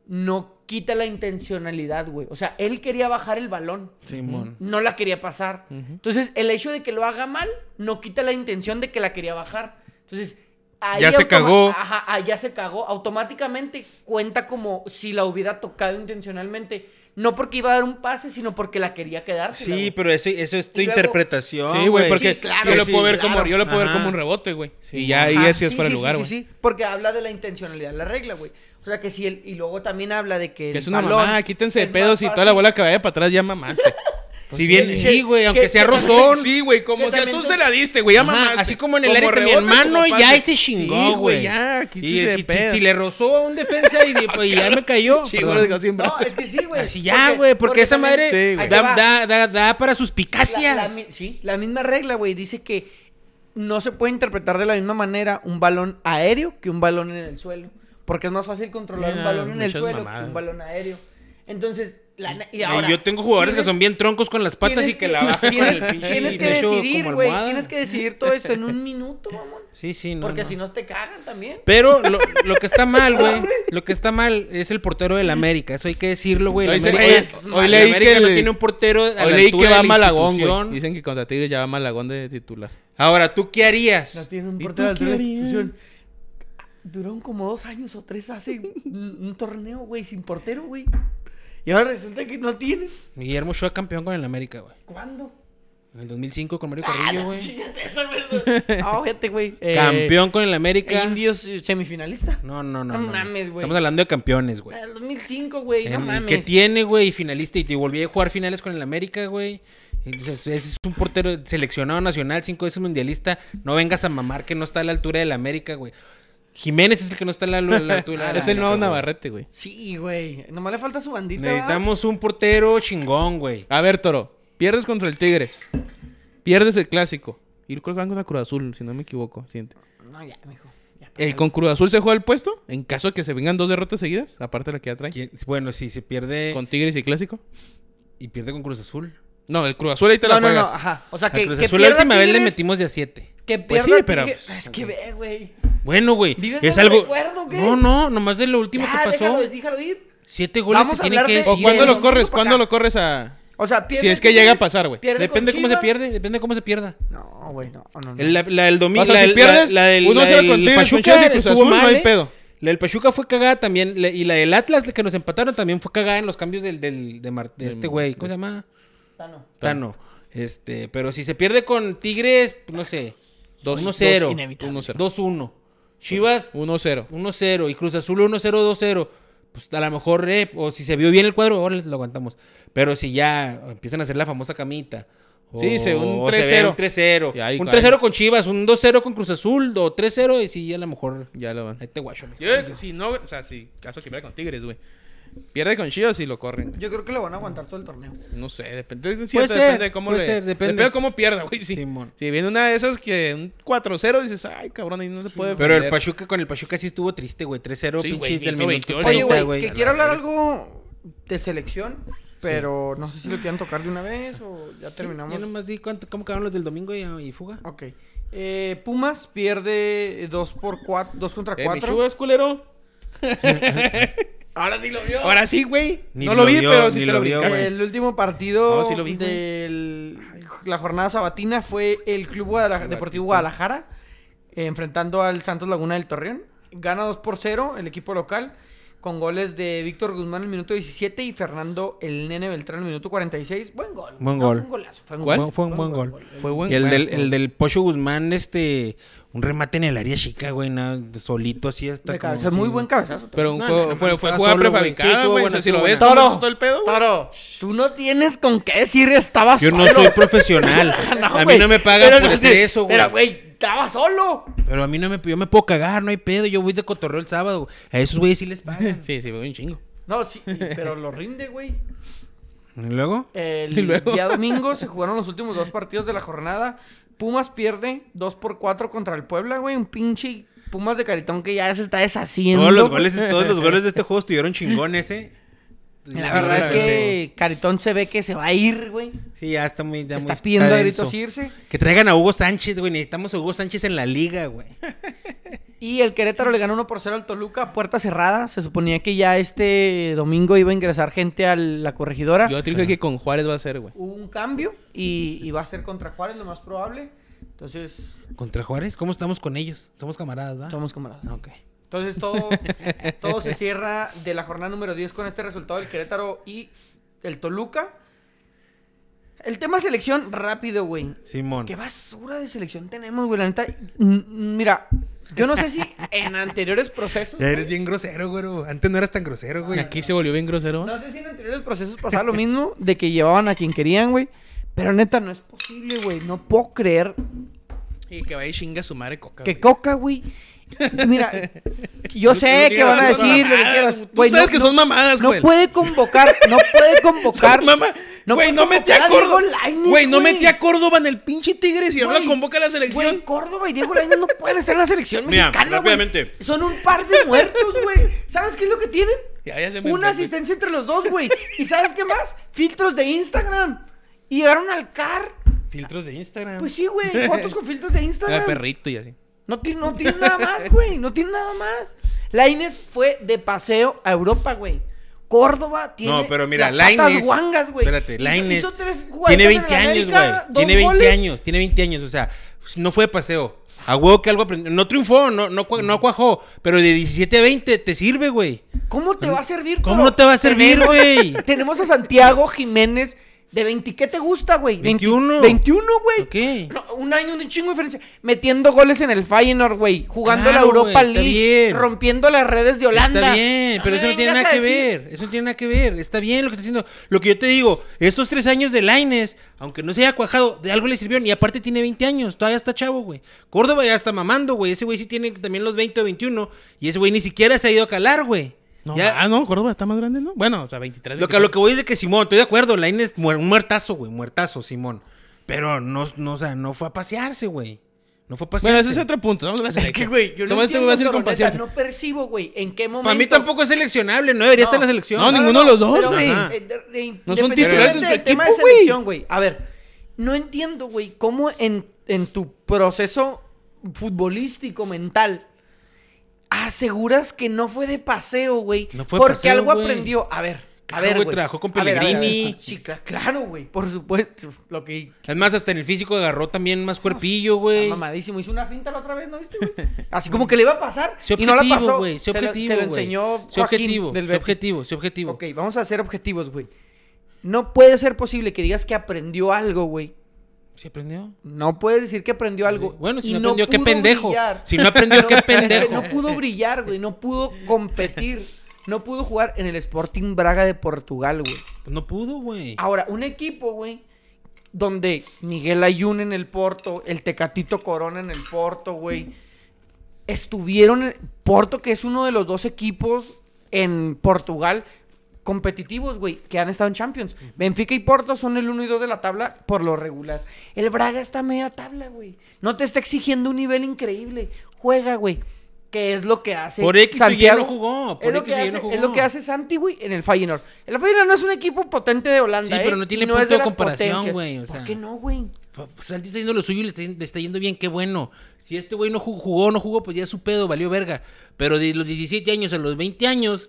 Speaker 2: no quita la intencionalidad, güey. O sea, él quería bajar el balón.
Speaker 3: Simón.
Speaker 2: No la quería pasar. Entonces, el hecho de que lo haga mal no quita la intención de que la quería bajar. Entonces, ahí
Speaker 4: Ya se
Speaker 2: automa-
Speaker 4: cagó.
Speaker 2: Ajá, ah, ya se cagó. Automáticamente cuenta como si la hubiera tocado intencionalmente. No porque iba a dar un pase, sino porque la quería quedarse.
Speaker 3: Sí, pero eso, eso es tu
Speaker 2: Y luego-
Speaker 3: interpretación.
Speaker 1: Sí, güey, porque
Speaker 2: Sí, claro,
Speaker 1: yo lo
Speaker 2: sí,
Speaker 1: puedo ver
Speaker 2: claro.
Speaker 1: como yo lo puedo ver
Speaker 3: Ajá.
Speaker 1: como un rebote, güey. y ya ahí así es fuera de lugar, güey.
Speaker 2: Sí, sí, porque habla de la intencionalidad, la regla, güey. O sea, que si el... Y luego también habla de que...
Speaker 1: Que
Speaker 2: el
Speaker 1: es una
Speaker 2: balón
Speaker 1: mamada, quítense de
Speaker 2: es
Speaker 1: pedos
Speaker 2: más
Speaker 1: y toda la
Speaker 2: fácil. Pues
Speaker 1: bola que vaya para atrás
Speaker 2: [LAUGHS]
Speaker 1: ya mamaste.
Speaker 3: Si
Speaker 2: Sí,
Speaker 3: bien, sí, güey,
Speaker 2: que-
Speaker 3: aunque sea
Speaker 2: que-
Speaker 3: rozón.
Speaker 1: Sí, güey,
Speaker 2: Que
Speaker 1: como sea,
Speaker 2: también
Speaker 1: tú
Speaker 2: tú-
Speaker 1: se la diste, güey, ya
Speaker 3: Ajá,
Speaker 1: mamaste.
Speaker 3: así este, como en el área que mi
Speaker 1: rebote,
Speaker 3: hermano
Speaker 1: como
Speaker 3: ya
Speaker 1: pase.
Speaker 3: ese
Speaker 1: Sí,
Speaker 3: chingó, güey.
Speaker 1: ya,
Speaker 3: y
Speaker 1: quítense de
Speaker 3: si,
Speaker 1: pedos.
Speaker 3: si le rozó a un defensa [LAUGHS] y, pues, ya me cayó.
Speaker 1: Sí,
Speaker 3: perdón.
Speaker 1: güey, digo, sin
Speaker 2: No,
Speaker 3: [LAUGHS]
Speaker 1: brazos.
Speaker 2: es que sí, güey.
Speaker 3: Así ya, güey, porque, esa
Speaker 2: también-
Speaker 3: madre
Speaker 1: Sí, güey.
Speaker 2: Ahí te
Speaker 3: da,
Speaker 2: va.
Speaker 3: da, da, da para
Speaker 2: La-
Speaker 3: suspicacias.
Speaker 2: la mi- sí, la misma regla, güey, dice que no se puede interpretar de la misma manera un balón aéreo que un balón en el suelo. Porque es más fácil controlar
Speaker 1: Ya,
Speaker 2: un balón en el
Speaker 1: muchas
Speaker 2: suelo
Speaker 1: mamadas.
Speaker 2: que un balón aéreo. Entonces, la na- y
Speaker 3: Y
Speaker 2: ahora,
Speaker 3: yo tengo jugadores
Speaker 2: tienes-
Speaker 3: que son bien troncos con las patas
Speaker 2: tienes
Speaker 3: y que la bajan. con
Speaker 2: Tienes,
Speaker 3: el pinche
Speaker 2: tienes que
Speaker 3: pecho
Speaker 2: decidir,
Speaker 3: como
Speaker 2: güey.
Speaker 3: almohada.
Speaker 2: Tienes que decidir todo esto en
Speaker 3: [LAUGHS]
Speaker 2: un minuto, mamón.
Speaker 3: Sí, sí, no.
Speaker 2: Porque
Speaker 3: no.
Speaker 2: si no te cagan también.
Speaker 3: Pero lo, lo que está mal,
Speaker 2: [LAUGHS]
Speaker 3: güey. Lo que está mal es el portero del América. Eso hay que decirlo, güey. El
Speaker 1: Hoy se-
Speaker 3: América,
Speaker 1: hoy-
Speaker 3: es-
Speaker 1: hoy
Speaker 3: el
Speaker 1: leí
Speaker 3: América
Speaker 1: que
Speaker 3: no
Speaker 1: el-
Speaker 3: tiene un portero a
Speaker 1: Hoy
Speaker 3: la
Speaker 1: leí
Speaker 3: altura
Speaker 1: que
Speaker 3: de
Speaker 1: va
Speaker 3: la
Speaker 1: Malagón, güey.
Speaker 3: institución.
Speaker 1: Dicen que contra Tigres ya va Malagón de titular.
Speaker 3: Ahora, ¿tú qué harías?
Speaker 2: No tienen un
Speaker 3: ¿Y
Speaker 2: portero de
Speaker 3: tú
Speaker 2: altura de
Speaker 3: qué
Speaker 2: la institución.
Speaker 3: harías?
Speaker 2: Duraron como dos años o tres [LAUGHS] hace un un torneo, güey, sin portero, güey. Y ahora resulta que no tienes.
Speaker 3: Guillermo Ochoa campeón con el América, güey.
Speaker 2: ¿Cuándo?
Speaker 3: En el 2005 con Mario
Speaker 2: Ah,
Speaker 3: Carrillo,
Speaker 2: no,
Speaker 3: güey.
Speaker 2: chíngate esa, verdad. Ah, fíjate, güey. Eh,
Speaker 3: Campeón con el América.
Speaker 2: Indios eh, semifinalista.
Speaker 3: No, no, no.
Speaker 2: No mames, güey.
Speaker 3: Estamos hablando de campeones, güey.
Speaker 2: Ah, El 2005, güey. No
Speaker 3: Em,
Speaker 2: mames.
Speaker 3: ¿Qué tiene, güey? Y Finalista. Y te volví a jugar finales con el América, güey. Entonces, ese es un portero seleccionado nacional, cinco veces mundialista. No vengas a mamar que no está a la altura del América, güey. Jiménez es el que no está a la, a la
Speaker 2: [LAUGHS]
Speaker 3: altura
Speaker 2: Ah,
Speaker 3: del
Speaker 1: Ah, es el nuevo
Speaker 3: América, güey.
Speaker 1: Navarrete, güey.
Speaker 2: Sí, güey. Nomás le falta su bandita. ¿va?
Speaker 3: Necesitamos un portero chingón, güey.
Speaker 1: A ver, Toro. Pierdes contra el Tigres. Pierdes el clásico. Y creo que van contra Cruz Azul, si no me equivoco. Siguiente.
Speaker 2: No, ya, mijo. Ya,
Speaker 3: Este
Speaker 1: El con Cruz Azul se juega el puesto en caso de que se vengan dos derrotas seguidas, aparte de la que ya trae.
Speaker 3: ¿Quién- Bueno, si se pierde
Speaker 1: Con Tigres y Clásico.
Speaker 3: y pierde con Cruz Azul.
Speaker 1: No, el Cruz Azul ahí te
Speaker 2: no,
Speaker 1: la
Speaker 2: no, no,
Speaker 1: juegas.
Speaker 2: ajá. O sea,
Speaker 3: A
Speaker 2: que,
Speaker 3: Cruz
Speaker 2: que
Speaker 3: Azul la
Speaker 2: pierda
Speaker 3: última vez le
Speaker 2: Tigres,
Speaker 3: metimos de a siete.
Speaker 2: Que
Speaker 1: Pues
Speaker 2: pierda
Speaker 1: sí, pero,
Speaker 2: Tigres- Es que
Speaker 3: pues,
Speaker 2: ve, güey.
Speaker 3: Bueno, güey.
Speaker 2: ¿Vives
Speaker 3: Es
Speaker 2: del
Speaker 3: algo.
Speaker 2: recuerdo, qué?
Speaker 3: No, no, nomás de lo último
Speaker 2: Ya,
Speaker 3: que pasó.
Speaker 2: déjalo, déjalo ir.
Speaker 3: Siete goles
Speaker 2: Vamos a
Speaker 3: se tiene
Speaker 2: hablar
Speaker 3: que
Speaker 2: de-
Speaker 1: ¿O
Speaker 3: decir.
Speaker 1: cuándo
Speaker 2: el
Speaker 1: lo
Speaker 2: domingo
Speaker 1: corres?
Speaker 2: pa'
Speaker 1: ¿Cuándo
Speaker 2: acá.
Speaker 1: lo corres a...?
Speaker 2: O sea, pierde
Speaker 1: Si es que
Speaker 2: Tigres,
Speaker 1: llega a pasar, güey.
Speaker 2: pierde
Speaker 3: Depende de
Speaker 2: con
Speaker 3: cómo se
Speaker 2: Chivas.
Speaker 3: pierde, depende de cómo se pierda.
Speaker 2: No, güey, no, no, no.
Speaker 3: El- La, la del domingo,
Speaker 1: O sea,
Speaker 3: la,
Speaker 1: si
Speaker 3: del-
Speaker 1: pierdes
Speaker 3: la, la del, la
Speaker 1: 1-0 con
Speaker 3: del
Speaker 1: Tigres, con
Speaker 3: Pachuca
Speaker 1: Chivas y Cruz
Speaker 3: estuvo
Speaker 1: Azul, no
Speaker 3: mal,
Speaker 1: hay
Speaker 3: ¿eh?
Speaker 1: pedo.
Speaker 3: La del Pachuca fue cagada también, la- y la del Atlas la que nos empataron también fue cagada en los cambios del, del- de, Mar- de este güey, ¿cómo se llama?
Speaker 2: Ah, no.
Speaker 3: Tano. Este, pero si se pierde con Tigres, pues, no sé,
Speaker 1: Dos-
Speaker 3: 1-0,
Speaker 1: dos- inevitable. 1-0.
Speaker 3: 2-1. Chivas
Speaker 1: 1-0.
Speaker 3: 1-0 y Cruz Azul 1-0, 2-0. Pues a lo mejor, eh, o si se vio bien el cuadro, ahora lo aguantamos. Pero si ya empiezan a hacer la famosa camita. o-
Speaker 1: Sí, se- un
Speaker 3: o se ve
Speaker 1: 3-0.
Speaker 3: Un 3-0.
Speaker 1: Y ahí
Speaker 3: Un
Speaker 1: cae.
Speaker 3: 3-0 con Chivas, un 2-0 con Cruz Azul, o 3-0 y sí, a lo mejor.
Speaker 1: Ya lo van.
Speaker 3: Ahí te guacho. mijo.
Speaker 1: Yo, si no, o sea, si caso que pierda con Tigres, güey. Pierde con Chivas y lo corren. güey.
Speaker 2: Yo creo que lo van a aguantar todo el torneo.
Speaker 1: No sé, depende, es
Speaker 3: Puede
Speaker 1: cierto,
Speaker 3: ser,
Speaker 1: depende de cómo
Speaker 3: puede
Speaker 1: le-
Speaker 3: ser, depende.
Speaker 1: depende de cómo pierda, güey. Si,
Speaker 3: Simón.
Speaker 1: si viene una de esas que un 4-0 dices, ay, cabrón, ahí no te puede
Speaker 3: Pero el
Speaker 1: defender".
Speaker 3: Pachuca con el Pachuca sí estuvo triste, güey. 3-0,
Speaker 1: Sí,
Speaker 3: pinche
Speaker 1: güey,
Speaker 3: del
Speaker 1: minuto
Speaker 3: minuto
Speaker 1: 28.
Speaker 2: Oye,
Speaker 3: 30,
Speaker 2: güey,
Speaker 3: güey.
Speaker 2: que quiero hablar algo de selección, pero no sé si lo quieran tocar de una vez o ya terminamos.
Speaker 3: Yo nomás di cuánto, cómo quedaron los del domingo y, y fuga.
Speaker 2: Ok. Eh, Pumas pierde 2 por 4, 2 contra
Speaker 1: Eh, mi
Speaker 2: 4.
Speaker 1: Chivas, culero.
Speaker 2: Ahora sí lo vio.
Speaker 1: Ahora sí, güey.
Speaker 3: Ni
Speaker 1: No lo
Speaker 3: lo
Speaker 1: vi,
Speaker 3: vio,
Speaker 1: pero
Speaker 3: ni
Speaker 1: sí te
Speaker 3: lo
Speaker 1: lo
Speaker 3: vio,
Speaker 1: brincaste.
Speaker 3: güey.
Speaker 2: El último partido
Speaker 1: No, sí lo vi, güey.
Speaker 2: de la jornada sabatina fue el Club Guadalajara- Deportivo Guadalajara eh, enfrentando al Santos Laguna del Torreón. Gana 2 por 0 el equipo local con goles de Víctor Guzmán en el minuto 17 y Fernando el Nene Beltrán en el minuto 46. Buen gol.
Speaker 3: Buen
Speaker 2: No,
Speaker 3: gol.
Speaker 2: fue un golazo. Fue un
Speaker 1: ¿Cuál?
Speaker 2: gol.
Speaker 3: Fue un buen gol.
Speaker 1: Fue buen
Speaker 3: Y el
Speaker 1: güey.
Speaker 3: del, el del Pocho Guzmán, este, un remate en el área chica, güey, nada, solito así hasta
Speaker 2: De
Speaker 3: como
Speaker 2: cabeza,
Speaker 3: así.
Speaker 2: muy buen cabezazo.
Speaker 1: Pero un
Speaker 3: No,
Speaker 1: co-
Speaker 3: no, no,
Speaker 1: fue,
Speaker 3: no,
Speaker 1: fue
Speaker 3: estaba
Speaker 1: jugada
Speaker 3: solo, güey.
Speaker 1: prefabricada,
Speaker 3: Sí,
Speaker 1: güey.
Speaker 3: estuvo
Speaker 1: o sea,
Speaker 3: buena,
Speaker 1: si lo
Speaker 3: estuvo
Speaker 1: ves,
Speaker 2: buena.
Speaker 1: ¿cómo
Speaker 2: Toro.
Speaker 1: es todo el pedo, güey?
Speaker 2: Toro, tú no tienes con qué decir estaba
Speaker 3: Yo
Speaker 2: solo.
Speaker 3: no
Speaker 2: [LAUGHS]
Speaker 3: soy profesional.
Speaker 2: No,
Speaker 3: a mí
Speaker 2: güey,
Speaker 3: no me pagan
Speaker 2: pero
Speaker 3: por
Speaker 2: no
Speaker 3: hacer
Speaker 2: sé,
Speaker 3: eso, güey.
Speaker 2: Pero,
Speaker 3: Pero,
Speaker 2: güey, estaba solo.
Speaker 3: a mí no me yo me puedo cagar, no hay pedo, yo voy de cotorreo el sábado. A esos güeyes sí les pagan.
Speaker 1: Sí, sí, fue un chingo.
Speaker 2: No, sí, pero lo rinde, güey.
Speaker 3: ¿Y luego?
Speaker 2: El
Speaker 1: [LAUGHS] Y luego.
Speaker 2: día domingo se jugaron los últimos dos partidos de la jornada. Pumas pierde 2 por 4 contra el Puebla, güey. Un pinche Pumas de Caritón que ya se está deshaciendo.
Speaker 3: [LAUGHS] Todos los goles, todos los goles de este juego estuvieron chingones, eh.
Speaker 2: La verdad es que Caritón se ve que se va a ir, güey.
Speaker 3: Sí, ya está muy. ya muy-
Speaker 2: Está pidiendo a
Speaker 3: denso.
Speaker 2: gritos irse.
Speaker 3: Que traigan a Hugo Sánchez, güey. Necesitamos a Hugo Sánchez en la liga, güey.
Speaker 2: Y el Querétaro le ganó 1 por 0 al Toluca, puerta cerrada. Se suponía que ya este domingo iba a ingresar gente a la corregidora.
Speaker 1: Yo te dije que con Juárez va a ser, güey.
Speaker 2: Hubo un cambio y, y va a ser contra Juárez lo más probable. Entonces,
Speaker 3: ¿Contra Juárez? ¿Cómo estamos con ellos? Somos camaradas, ¿va?
Speaker 2: somos camaradas.
Speaker 3: Ah, Ok.
Speaker 2: Entonces todo, [LAUGHS] todo se cierra de la jornada número 10 con este resultado del Querétaro y el Toluca. El tema selección rápido, güey.
Speaker 3: Simón.
Speaker 2: Qué basura de selección tenemos, güey. La neta, n- mira, yo no sé si en anteriores procesos...
Speaker 3: Pues, Ya eres bien grosero, güey. Antes no eras tan grosero,
Speaker 2: Ah.
Speaker 3: güey.
Speaker 1: Aquí se volvió bien grosero.
Speaker 2: No sé si en anteriores procesos pasaba lo mismo de que llevaban a quien querían, güey. Pero neta, no es posible, güey. No puedo creer
Speaker 1: Y que vaya y chinga su madre coca.
Speaker 2: que
Speaker 1: güey.
Speaker 2: Coca, güey. Mira, yo sé
Speaker 1: Tú
Speaker 2: que van a
Speaker 1: tienes
Speaker 2: decir lo que
Speaker 1: mamadas,
Speaker 2: quieras.
Speaker 1: tú
Speaker 2: Güey,
Speaker 1: sabes
Speaker 2: no-
Speaker 1: que
Speaker 2: no-
Speaker 1: son mamadas,
Speaker 2: No
Speaker 1: güey.
Speaker 2: puede convocar, no
Speaker 1: [LAUGHS]
Speaker 2: puede convocar.
Speaker 1: Son mamá.
Speaker 2: no
Speaker 1: Güey,
Speaker 2: puede
Speaker 1: no metí a
Speaker 2: convocar a Diego
Speaker 1: Córdoba.
Speaker 2: Lainez,
Speaker 1: Güey, no
Speaker 2: güey.
Speaker 1: metí a Córdoba en el pinche Tigres y ahora
Speaker 2: Güey,
Speaker 1: convoca a la
Speaker 2: Güey,
Speaker 1: selección.
Speaker 2: Córdoba y Diego Lainez no pueden estar en la selección
Speaker 4: Mira,
Speaker 2: mexicana, güey.
Speaker 4: rápidamente.
Speaker 2: Son un par de muertos, güey. ¿Sabes qué es lo que tienen?
Speaker 1: Ya, ya se me
Speaker 2: Una
Speaker 1: enfermó.
Speaker 2: asistencia entre los dos, güey. ¿Y sabes qué más? Filtros de Instagram. Y llegaron al CAR.
Speaker 3: Filtros de Instagram.
Speaker 2: Pues sí,
Speaker 1: [LAUGHS]
Speaker 2: güey. Fotos con filtros de
Speaker 1: Era
Speaker 2: Instagram.
Speaker 1: perrito y así.
Speaker 2: No tiene, no tiene nada más, güey. No tiene nada más. La Inés fue de paseo a Europa, güey. Córdoba tiene
Speaker 3: No, pero mira,
Speaker 2: las
Speaker 3: la
Speaker 2: patas
Speaker 3: Inés-
Speaker 2: guangas, güey.
Speaker 3: espérate, la
Speaker 2: Hizo-
Speaker 3: Inés
Speaker 2: hizo tres
Speaker 3: Tiene
Speaker 2: jugadas
Speaker 3: 20
Speaker 2: en el
Speaker 3: años,
Speaker 2: América,
Speaker 3: güey.
Speaker 2: dos
Speaker 3: Tiene 20
Speaker 2: goles.
Speaker 3: años, tiene 20 años. O sea, no fue de paseo. A huevo que algo aprendió. No triunfó, no, no, cua- no cuajó. Pero de 17 a 20 te sirve, güey.
Speaker 2: ¿Cómo te va a servir?
Speaker 3: ¿Cómo
Speaker 2: todo?
Speaker 3: no te va a servir,
Speaker 2: Tenemos-
Speaker 3: güey?
Speaker 2: [LAUGHS] Tenemos a Santiago Jiménez de 20. ¿Qué te gusta, güey? 20
Speaker 3: 21.
Speaker 2: 21, güey.
Speaker 3: Ok.
Speaker 2: No, un año, un chingo de diferencia. Metiendo goles en el Feyenoord, güey. Jugando
Speaker 3: Claro,
Speaker 2: la Europa
Speaker 3: güey, está
Speaker 2: League.
Speaker 3: bien.
Speaker 2: Rompiendo las redes de Holanda.
Speaker 3: Está bien, pero
Speaker 2: me
Speaker 3: eso no tiene
Speaker 2: vengas
Speaker 3: nada
Speaker 2: a
Speaker 3: que
Speaker 2: decir-
Speaker 3: ver. Eso no tiene nada que ver. Está bien lo que está haciendo. Lo que yo te digo, estos tres años de Laines, aunque no se haya cuajado, de algo le sirvieron. Y aparte tiene 20 años, todavía está chavo, güey. Córdoba ya está mamando, güey. Ese güey sí tiene también los 20 o 21. Y ese güey ni siquiera se ha ido a calar, güey.
Speaker 1: No,
Speaker 3: Ya-
Speaker 1: Ah, no, Córdoba está más grande, ¿no? Bueno, o sea, 23.
Speaker 3: Lo que, lo que voy es de que Simón, estoy de acuerdo, Laines, muer- un muertazo, güey, muertazo, Simón. Pero no, no, o sea, no fue a pasearse, güey. No fue a pasearse.
Speaker 1: Bueno, ese es otro punto. Vamos a la
Speaker 2: Es que, güey, yo no
Speaker 1: Nomás te voy a decir
Speaker 2: entiendo,
Speaker 1: con
Speaker 2: cabrón,
Speaker 1: paciencia.
Speaker 2: neta, No percibo, güey, en qué momento.
Speaker 3: Para mí tampoco es seleccionable, no debería estar en la selección.
Speaker 1: No, ninguno de los dos,
Speaker 2: pero,
Speaker 1: güey.
Speaker 2: eh, de- de-
Speaker 1: No son
Speaker 2: independientemente
Speaker 1: titulares en su
Speaker 2: del tema de
Speaker 1: equipo, güey.
Speaker 2: selección, güey. A ver, no entiendo, güey, cómo en, en tu proceso futbolístico mental aseguras que no fue de paseo, güey.
Speaker 3: No fue
Speaker 2: porque
Speaker 3: paseo,
Speaker 2: algo
Speaker 3: güey.
Speaker 2: aprendió. A ver,
Speaker 3: Claro,
Speaker 2: a ver,
Speaker 3: güey,
Speaker 2: güey.
Speaker 3: trabajó con
Speaker 2: A ver, a ver, a ver.
Speaker 3: Pellegrini.
Speaker 2: Sí, cla- claro, güey. Por supuesto, lo que
Speaker 3: Además, hasta en el físico agarró también más cuerpillo,
Speaker 2: Está
Speaker 3: güey.
Speaker 2: Mamadísimo, hizo una finta la otra vez, ¿no viste,
Speaker 3: [LAUGHS]
Speaker 2: güey? Así como que le iba a pasar
Speaker 3: Sé
Speaker 2: y no la
Speaker 3: objetivo,
Speaker 2: pasó.
Speaker 3: güey,
Speaker 2: se,
Speaker 3: sé
Speaker 2: lo,
Speaker 3: objetivo,
Speaker 2: se lo
Speaker 3: güey.
Speaker 2: enseñó
Speaker 3: Sé
Speaker 2: Joaquín
Speaker 3: objetivo,
Speaker 2: del
Speaker 3: sé
Speaker 2: Betis.
Speaker 3: objetivo, sé objetivo.
Speaker 2: Ok, vamos a hacer objetivos, güey. No puede ser posible que digas que aprendió algo, güey.
Speaker 3: ¿Se aprendió?
Speaker 2: No puedes decir que aprendió algo.
Speaker 3: Bueno, si
Speaker 2: y
Speaker 3: no aprendió, qué
Speaker 2: pudo
Speaker 3: pendejo.
Speaker 2: brillar.
Speaker 3: Si no aprendió, qué
Speaker 2: es que [LAUGHS]
Speaker 3: pendejo.
Speaker 2: No pudo brillar, güey. No pudo competir. No pudo jugar en el Sporting Braga de Portugal, güey.
Speaker 3: Pues No pudo, güey.
Speaker 2: Ahora, un equipo, güey, donde Miguel Ayun en el Porto, el Tecatito Corona en el Porto, güey, estuvieron en Porto, que es uno de los dos equipos en Portugal competitivos, güey, que han estado en Champions. Benfica y Porto son el 1 y 2 de la tabla por lo regular. El Braga está a media tabla, güey. No te está exigiendo un nivel increíble. Juega, güey. Que es lo que hace
Speaker 3: Por X o Y
Speaker 2: Santiago.
Speaker 3: no jugó, por
Speaker 2: es, lo
Speaker 3: X
Speaker 2: que
Speaker 3: o Y
Speaker 2: hace,
Speaker 3: no jugó.
Speaker 2: es lo que hace Santi, güey, en el Feyenoord. El Feyenoord no es un equipo potente de Holanda,
Speaker 3: Sí, pero
Speaker 2: ¿eh?
Speaker 3: no tiene
Speaker 2: Y
Speaker 3: punto
Speaker 2: es de
Speaker 3: de
Speaker 2: las
Speaker 3: comparación,
Speaker 2: potencias.
Speaker 3: güey, o sea.
Speaker 2: ¿Por qué no, güey?
Speaker 3: Pues, Santi está yendo lo suyo y le está, le está yendo bien, qué bueno. Si este güey no ju- jugó, no jugó, pues ya es su pedo, valió verga. Pero de los 17 años a los 20 años,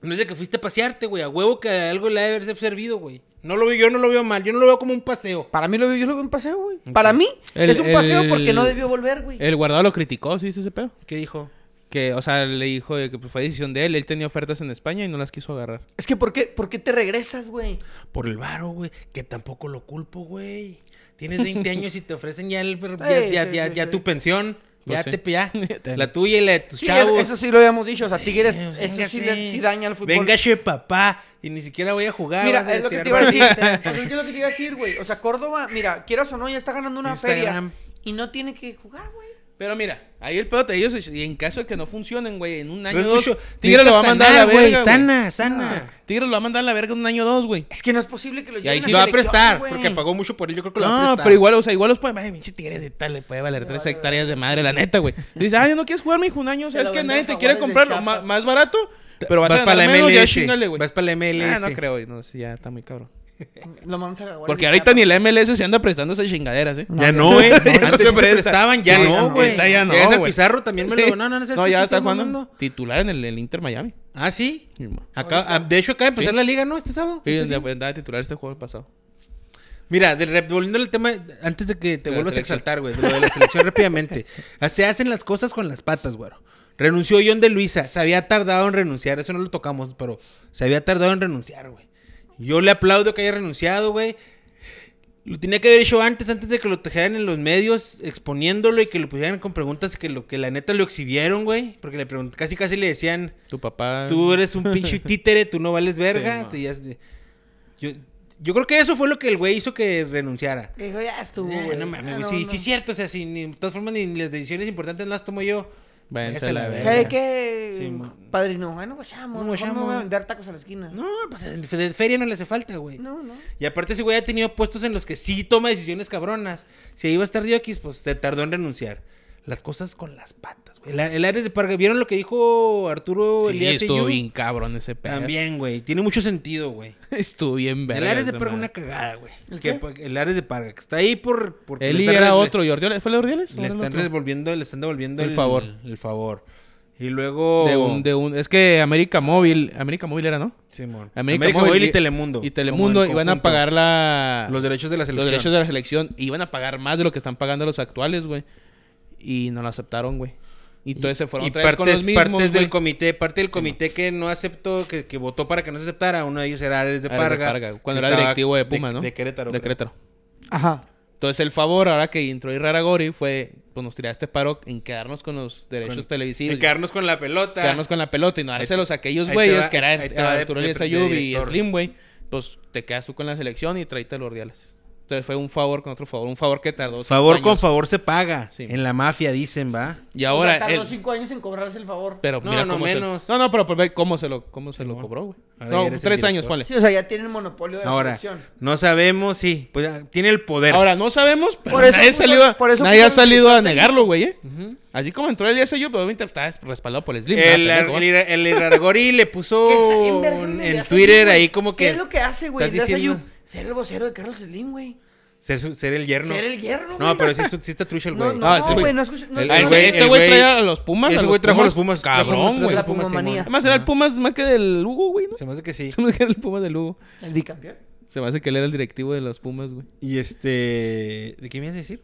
Speaker 3: no es de que fuiste a pasearte, güey. A huevo que algo le ha de haber servido, güey. No lo veo, yo no lo veo mal, yo no lo veo como un paseo.
Speaker 2: Para mí lo veo, yo lo veo un paseo, güey. Para mí
Speaker 1: El-
Speaker 2: es un paseo
Speaker 1: el-
Speaker 2: porque no debió volver, güey.
Speaker 1: El guardado lo criticó, ¿sí? hizo Ese pedo.
Speaker 3: ¿Qué dijo?
Speaker 1: Que, o sea, le dijo de que pues, fue decisión de él. Él tenía ofertas en España y no las quiso agarrar.
Speaker 2: Es que ¿por qué, por qué te regresas, güey?
Speaker 3: Por el varo, güey. Que tampoco lo culpo, güey. Tienes 20 años y te ofrecen ya, el- ya,
Speaker 2: Sí,
Speaker 3: ya-
Speaker 2: sí,
Speaker 3: ya-
Speaker 2: sí,
Speaker 3: ya
Speaker 2: sí.
Speaker 3: tu pensión.
Speaker 1: Pues
Speaker 3: ya
Speaker 1: sí.
Speaker 3: te ya.
Speaker 1: Ten.
Speaker 3: La tuya y la de tus
Speaker 2: Sí,
Speaker 3: chavos.
Speaker 2: eso sí lo habíamos dicho. O sea, Tigres,
Speaker 3: Eh, pues,
Speaker 2: eso sí,
Speaker 3: véngase.
Speaker 2: le- sí daña al fútbol.
Speaker 3: Véngase, papá. Y ni siquiera voy a jugar. vas
Speaker 2: Mira,
Speaker 3: a
Speaker 2: es lo que
Speaker 3: tirar
Speaker 2: te iba a decir.
Speaker 3: balita.
Speaker 2: O sea, [LAUGHS] es que es lo que te iba a decir, güey. O sea, Córdoba, mira, quieras o no, ya está ganando una
Speaker 3: Instagram.
Speaker 2: feria. Y no tiene que jugar, güey.
Speaker 1: Pero mira, ahí el pedo te digo, si- y en caso de que no funcionen, güey, en un año o
Speaker 3: No es
Speaker 1: dos,
Speaker 3: mucho.
Speaker 1: Tigre lo va a
Speaker 3: Necesitas
Speaker 1: mandar a la
Speaker 3: sanar,
Speaker 1: verga,
Speaker 3: güey.
Speaker 1: güey. Ah,
Speaker 3: Sana, sana.
Speaker 1: Tigre lo va a mandar a la verga en un año o dos, güey.
Speaker 2: Es que no es posible que los
Speaker 1: Y ahí
Speaker 2: lleven
Speaker 1: sí
Speaker 3: lo va a
Speaker 2: selección,
Speaker 3: prestar.
Speaker 2: güey.
Speaker 3: Porque pagó mucho por él. Yo creo que lo va a
Speaker 1: No,
Speaker 3: prestar.
Speaker 1: pero igual, o sea, igual los puede, ay, pinche Tigres y tal, le puede valer tres hectáreas de madre, la neta, güey. Dice, ay, no quieres jugar, mijo, un año, o sea,
Speaker 2: Se
Speaker 1: es
Speaker 2: lo
Speaker 1: que
Speaker 2: venden
Speaker 1: nadie te
Speaker 2: jaguares
Speaker 1: quiere
Speaker 2: de
Speaker 1: comprarlo, ma-
Speaker 2: Chiapas.
Speaker 1: más barato, pero vas,
Speaker 3: Vas
Speaker 1: a
Speaker 3: para
Speaker 1: para
Speaker 3: la
Speaker 1: menos, ya
Speaker 3: MLS.
Speaker 1: chingale, güey.
Speaker 3: Vas para la MLS.
Speaker 1: Ah, no creo, güey, no, sí, ya está muy cabrón.
Speaker 2: Lo vamos a agarrar.
Speaker 1: Porque ahorita ni la MLS se anda prestando esas chingaderas, ¿eh.
Speaker 3: Ya
Speaker 1: [LAUGHS]
Speaker 3: no, eh. Antes
Speaker 1: se
Speaker 3: se
Speaker 1: presta.
Speaker 3: prestaban, ya
Speaker 1: Sí,
Speaker 3: no, güey.
Speaker 1: ahorita ya no,
Speaker 3: César
Speaker 1: güey.
Speaker 3: Pizarro también me lo.
Speaker 1: Sí.
Speaker 3: No, no, no, ¿sabes
Speaker 1: No,
Speaker 3: qué?
Speaker 1: ya
Speaker 3: Tú
Speaker 1: está
Speaker 3: estás
Speaker 1: jugando
Speaker 3: mamando.
Speaker 1: titular en el, el Inter Miami.
Speaker 3: Ah, sí.
Speaker 1: Sí, ma.
Speaker 3: Acá- ah, de hecho, acaba de empezar
Speaker 1: Sí.
Speaker 3: la liga, ¿no? Este sábado.
Speaker 1: Sí,
Speaker 3: Este
Speaker 1: donde
Speaker 3: fin.
Speaker 1: andaba titular este juego pasado.
Speaker 3: Mira, del rep- volviendo al tema, antes de que
Speaker 1: De
Speaker 3: te
Speaker 1: la
Speaker 3: vuelvas a
Speaker 1: selección.
Speaker 3: exaltar, güey, de lo de la selección
Speaker 1: [LAUGHS]
Speaker 3: rápidamente. Ah, Se hacen las cosas con las patas, güero. Renunció John de Luisa. Se había tardado en renunciar. Eso no lo tocamos, pero se había tardado en renunciar, güey. Yo le aplaudo que haya renunciado, güey. Lo tenía que haber hecho antes, antes de que lo trajeran en los medios, exponiéndolo y que lo pusieran con preguntas que, lo, que la neta lo exhibieron, güey. Porque le pregunt- casi casi le decían,
Speaker 1: Tu papá.
Speaker 3: Tú eres un
Speaker 1: [LAUGHS]
Speaker 3: pinche títere, tú no vales
Speaker 1: Sí,
Speaker 3: verga.
Speaker 1: ma.
Speaker 3: te- ya- yo, yo creo que eso fue lo que el güey hizo que renunciara.
Speaker 2: Dijo, ya estuvo,
Speaker 3: Ah,
Speaker 2: güey.
Speaker 3: no mames,
Speaker 2: Ah,
Speaker 3: güey.
Speaker 2: no,
Speaker 3: sí,
Speaker 2: no.
Speaker 3: sí es cierto. O sea, si ni- de todas formas ni las decisiones importantes las tomo yo.
Speaker 1: Váyanse
Speaker 3: Váyase
Speaker 1: a la verga.
Speaker 2: ¿Sabe
Speaker 1: ¿Sabes
Speaker 2: qué?
Speaker 3: Sí, mon.
Speaker 2: Padrino, bueno, guachamos.
Speaker 3: No,
Speaker 2: No,
Speaker 3: guachamos.
Speaker 2: no voy a vender tacos a la esquina.
Speaker 3: No, pues de- de feria no le hace falta, güey.
Speaker 2: no. no.
Speaker 3: Y aparte ese güey ha tenido puestos en los que sí toma decisiones cabronas. Si iba a estar Diokis, pues se tardó en renunciar. las cosas con las patas, güey. La- el Ares de Parga. ¿Vieron lo que dijo Arturo
Speaker 1: Sí,
Speaker 3: Elías
Speaker 1: estuvo
Speaker 3: Ayub?
Speaker 1: bien cabrón ese pedo.
Speaker 3: También, güey. Tiene mucho sentido, güey.
Speaker 1: Estuvo bien verga
Speaker 3: El Ares de
Speaker 1: esa
Speaker 3: Parga es
Speaker 1: madre.
Speaker 3: una cagada, güey.
Speaker 2: ¿El
Speaker 3: Que
Speaker 2: qué?
Speaker 3: pa- El Ares de Parga, que está ahí por... porque le
Speaker 1: Eli
Speaker 3: están
Speaker 1: era
Speaker 3: re-
Speaker 1: otro. ¿Y Ordeales? ¿Fue el Ordeales? ¿O
Speaker 3: Le
Speaker 1: era el
Speaker 3: están
Speaker 1: otro?
Speaker 3: devolviendo, le están devolviendo
Speaker 1: El favor.
Speaker 3: El favor. Y luego...
Speaker 1: De un, de un, es que América Móvil, América Móvil era, ¿no?
Speaker 3: Simón.
Speaker 1: América
Speaker 3: América,
Speaker 1: Móvil
Speaker 3: Móvil
Speaker 1: y-
Speaker 3: y Telemundo.
Speaker 1: Y Telemundo
Speaker 3: Como en
Speaker 1: iban a
Speaker 3: conjunto.
Speaker 1: pagar la,
Speaker 3: los derechos de la
Speaker 1: los
Speaker 3: selección.
Speaker 1: derechos de la selección. Y iban a pagar más de lo que están pagando los actuales, güey. Y no lo aceptaron, güey. Y entonces se fueron
Speaker 3: y
Speaker 1: otra vez
Speaker 3: partes,
Speaker 1: con los mismos,
Speaker 3: partes del
Speaker 1: güey.
Speaker 3: comité, parte del comité que no aceptó, que, que votó para que no se aceptara, uno de ellos era Ares de
Speaker 1: Ares de
Speaker 3: Parga.
Speaker 1: Parga,
Speaker 3: que
Speaker 1: cuando era
Speaker 3: estaba
Speaker 1: directivo de Puma, ¿no?
Speaker 3: De Querétaro.
Speaker 1: De
Speaker 3: creo.
Speaker 1: Querétaro.
Speaker 2: Ajá.
Speaker 1: Entonces el favor, ahora que entró Irrara Gori, fue, pues nos tiraste paro en quedarnos con los derechos
Speaker 3: Con-
Speaker 1: televisivos.
Speaker 3: de quedarnos con la pelota.
Speaker 1: quedarnos con la pelota y no dárselos a aquellos
Speaker 3: ahí te
Speaker 1: güeyes
Speaker 3: va-
Speaker 1: que era
Speaker 3: ahí te va de-
Speaker 1: Arturo
Speaker 3: de-
Speaker 1: Elías
Speaker 3: de
Speaker 1: Ayub y
Speaker 3: director.
Speaker 1: Slim, güey. Pues te quedas tú con la selección y tráete los Ordiales. Entonces fue un favor con otro favor, un favor que tardó. cinco
Speaker 3: Favor
Speaker 1: años.
Speaker 3: con favor se paga.
Speaker 1: Sí.
Speaker 3: En la mafia dicen, ¿va?
Speaker 1: Y
Speaker 2: O sea,
Speaker 1: ahora.
Speaker 2: tardó
Speaker 1: el-
Speaker 2: cinco años en cobrarse el favor.
Speaker 1: Pero
Speaker 3: No,
Speaker 1: mira
Speaker 3: no,
Speaker 1: cómo se-
Speaker 3: menos.
Speaker 1: no, no, pero, pero ve cómo se lo, cómo se lo
Speaker 3: Simón.
Speaker 1: cobró, güey.
Speaker 3: Ahora
Speaker 1: No,
Speaker 3: ya eres el
Speaker 1: tres años,
Speaker 3: director.
Speaker 1: ponle.
Speaker 2: Sí, o sea, ya tienen monopolio de la
Speaker 3: Ahora,
Speaker 2: selección.
Speaker 3: no sabemos, sí, pues ah, tiene el poder.
Speaker 1: Ahora, no sabemos, pero
Speaker 2: Por eso
Speaker 1: nadie,
Speaker 2: puso-
Speaker 1: salió a-
Speaker 2: por eso
Speaker 1: nadie
Speaker 2: puso
Speaker 1: ha
Speaker 2: el
Speaker 1: salido a negarlo, güey, ¿eh? Así como entró el ISU, pero obviamente estaba respaldado por Slim.
Speaker 3: el,
Speaker 1: ¿no?
Speaker 3: el,
Speaker 1: Pendejo,
Speaker 3: el, Iraragorri le
Speaker 2: [LAUGHS]
Speaker 3: puso
Speaker 2: Que está en verga
Speaker 3: un-
Speaker 2: el
Speaker 3: en
Speaker 2: Elías Ayub,
Speaker 3: Twitter
Speaker 2: güey.
Speaker 3: ahí como
Speaker 2: ¿Qué
Speaker 3: que
Speaker 2: es lo que hace, güey?
Speaker 3: estás
Speaker 2: Elías Ayub?
Speaker 3: diciendo-
Speaker 2: Ser el vocero de Carlos Slim, güey.
Speaker 3: ser, su- ser el yerno.
Speaker 2: Ser el hierro,
Speaker 3: No, pero sí, es- sí está trucha el
Speaker 2: No,
Speaker 3: güey.
Speaker 2: no,
Speaker 1: Ah, ese güey.
Speaker 2: güey, no escucho- no-
Speaker 3: El-
Speaker 1: Ah,
Speaker 3: el
Speaker 1: ese-
Speaker 3: güey-
Speaker 1: ese
Speaker 3: el
Speaker 1: güey
Speaker 3: güey-
Speaker 1: traía a los Pumas. a
Speaker 3: Ese
Speaker 1: los
Speaker 3: güey trajo a los
Speaker 1: Pumas.
Speaker 3: Pumas. trajo-
Speaker 1: Cabrón,
Speaker 3: trajo
Speaker 1: güey.
Speaker 3: los
Speaker 2: La
Speaker 3: Pumas,
Speaker 2: pumamanía.
Speaker 3: Simón. Ah,
Speaker 1: Además era el Pumas más que del Hugo, güey, ¿no?
Speaker 3: Se me hace que
Speaker 1: [LAUGHS]
Speaker 3: sí.
Speaker 1: Se me hace que era el Pumas del Hugo.
Speaker 2: [LAUGHS] El bicampeón.
Speaker 1: Se me hace que él era el directivo de los Pumas, güey.
Speaker 3: Y este. ¿De qué me ibas a decir?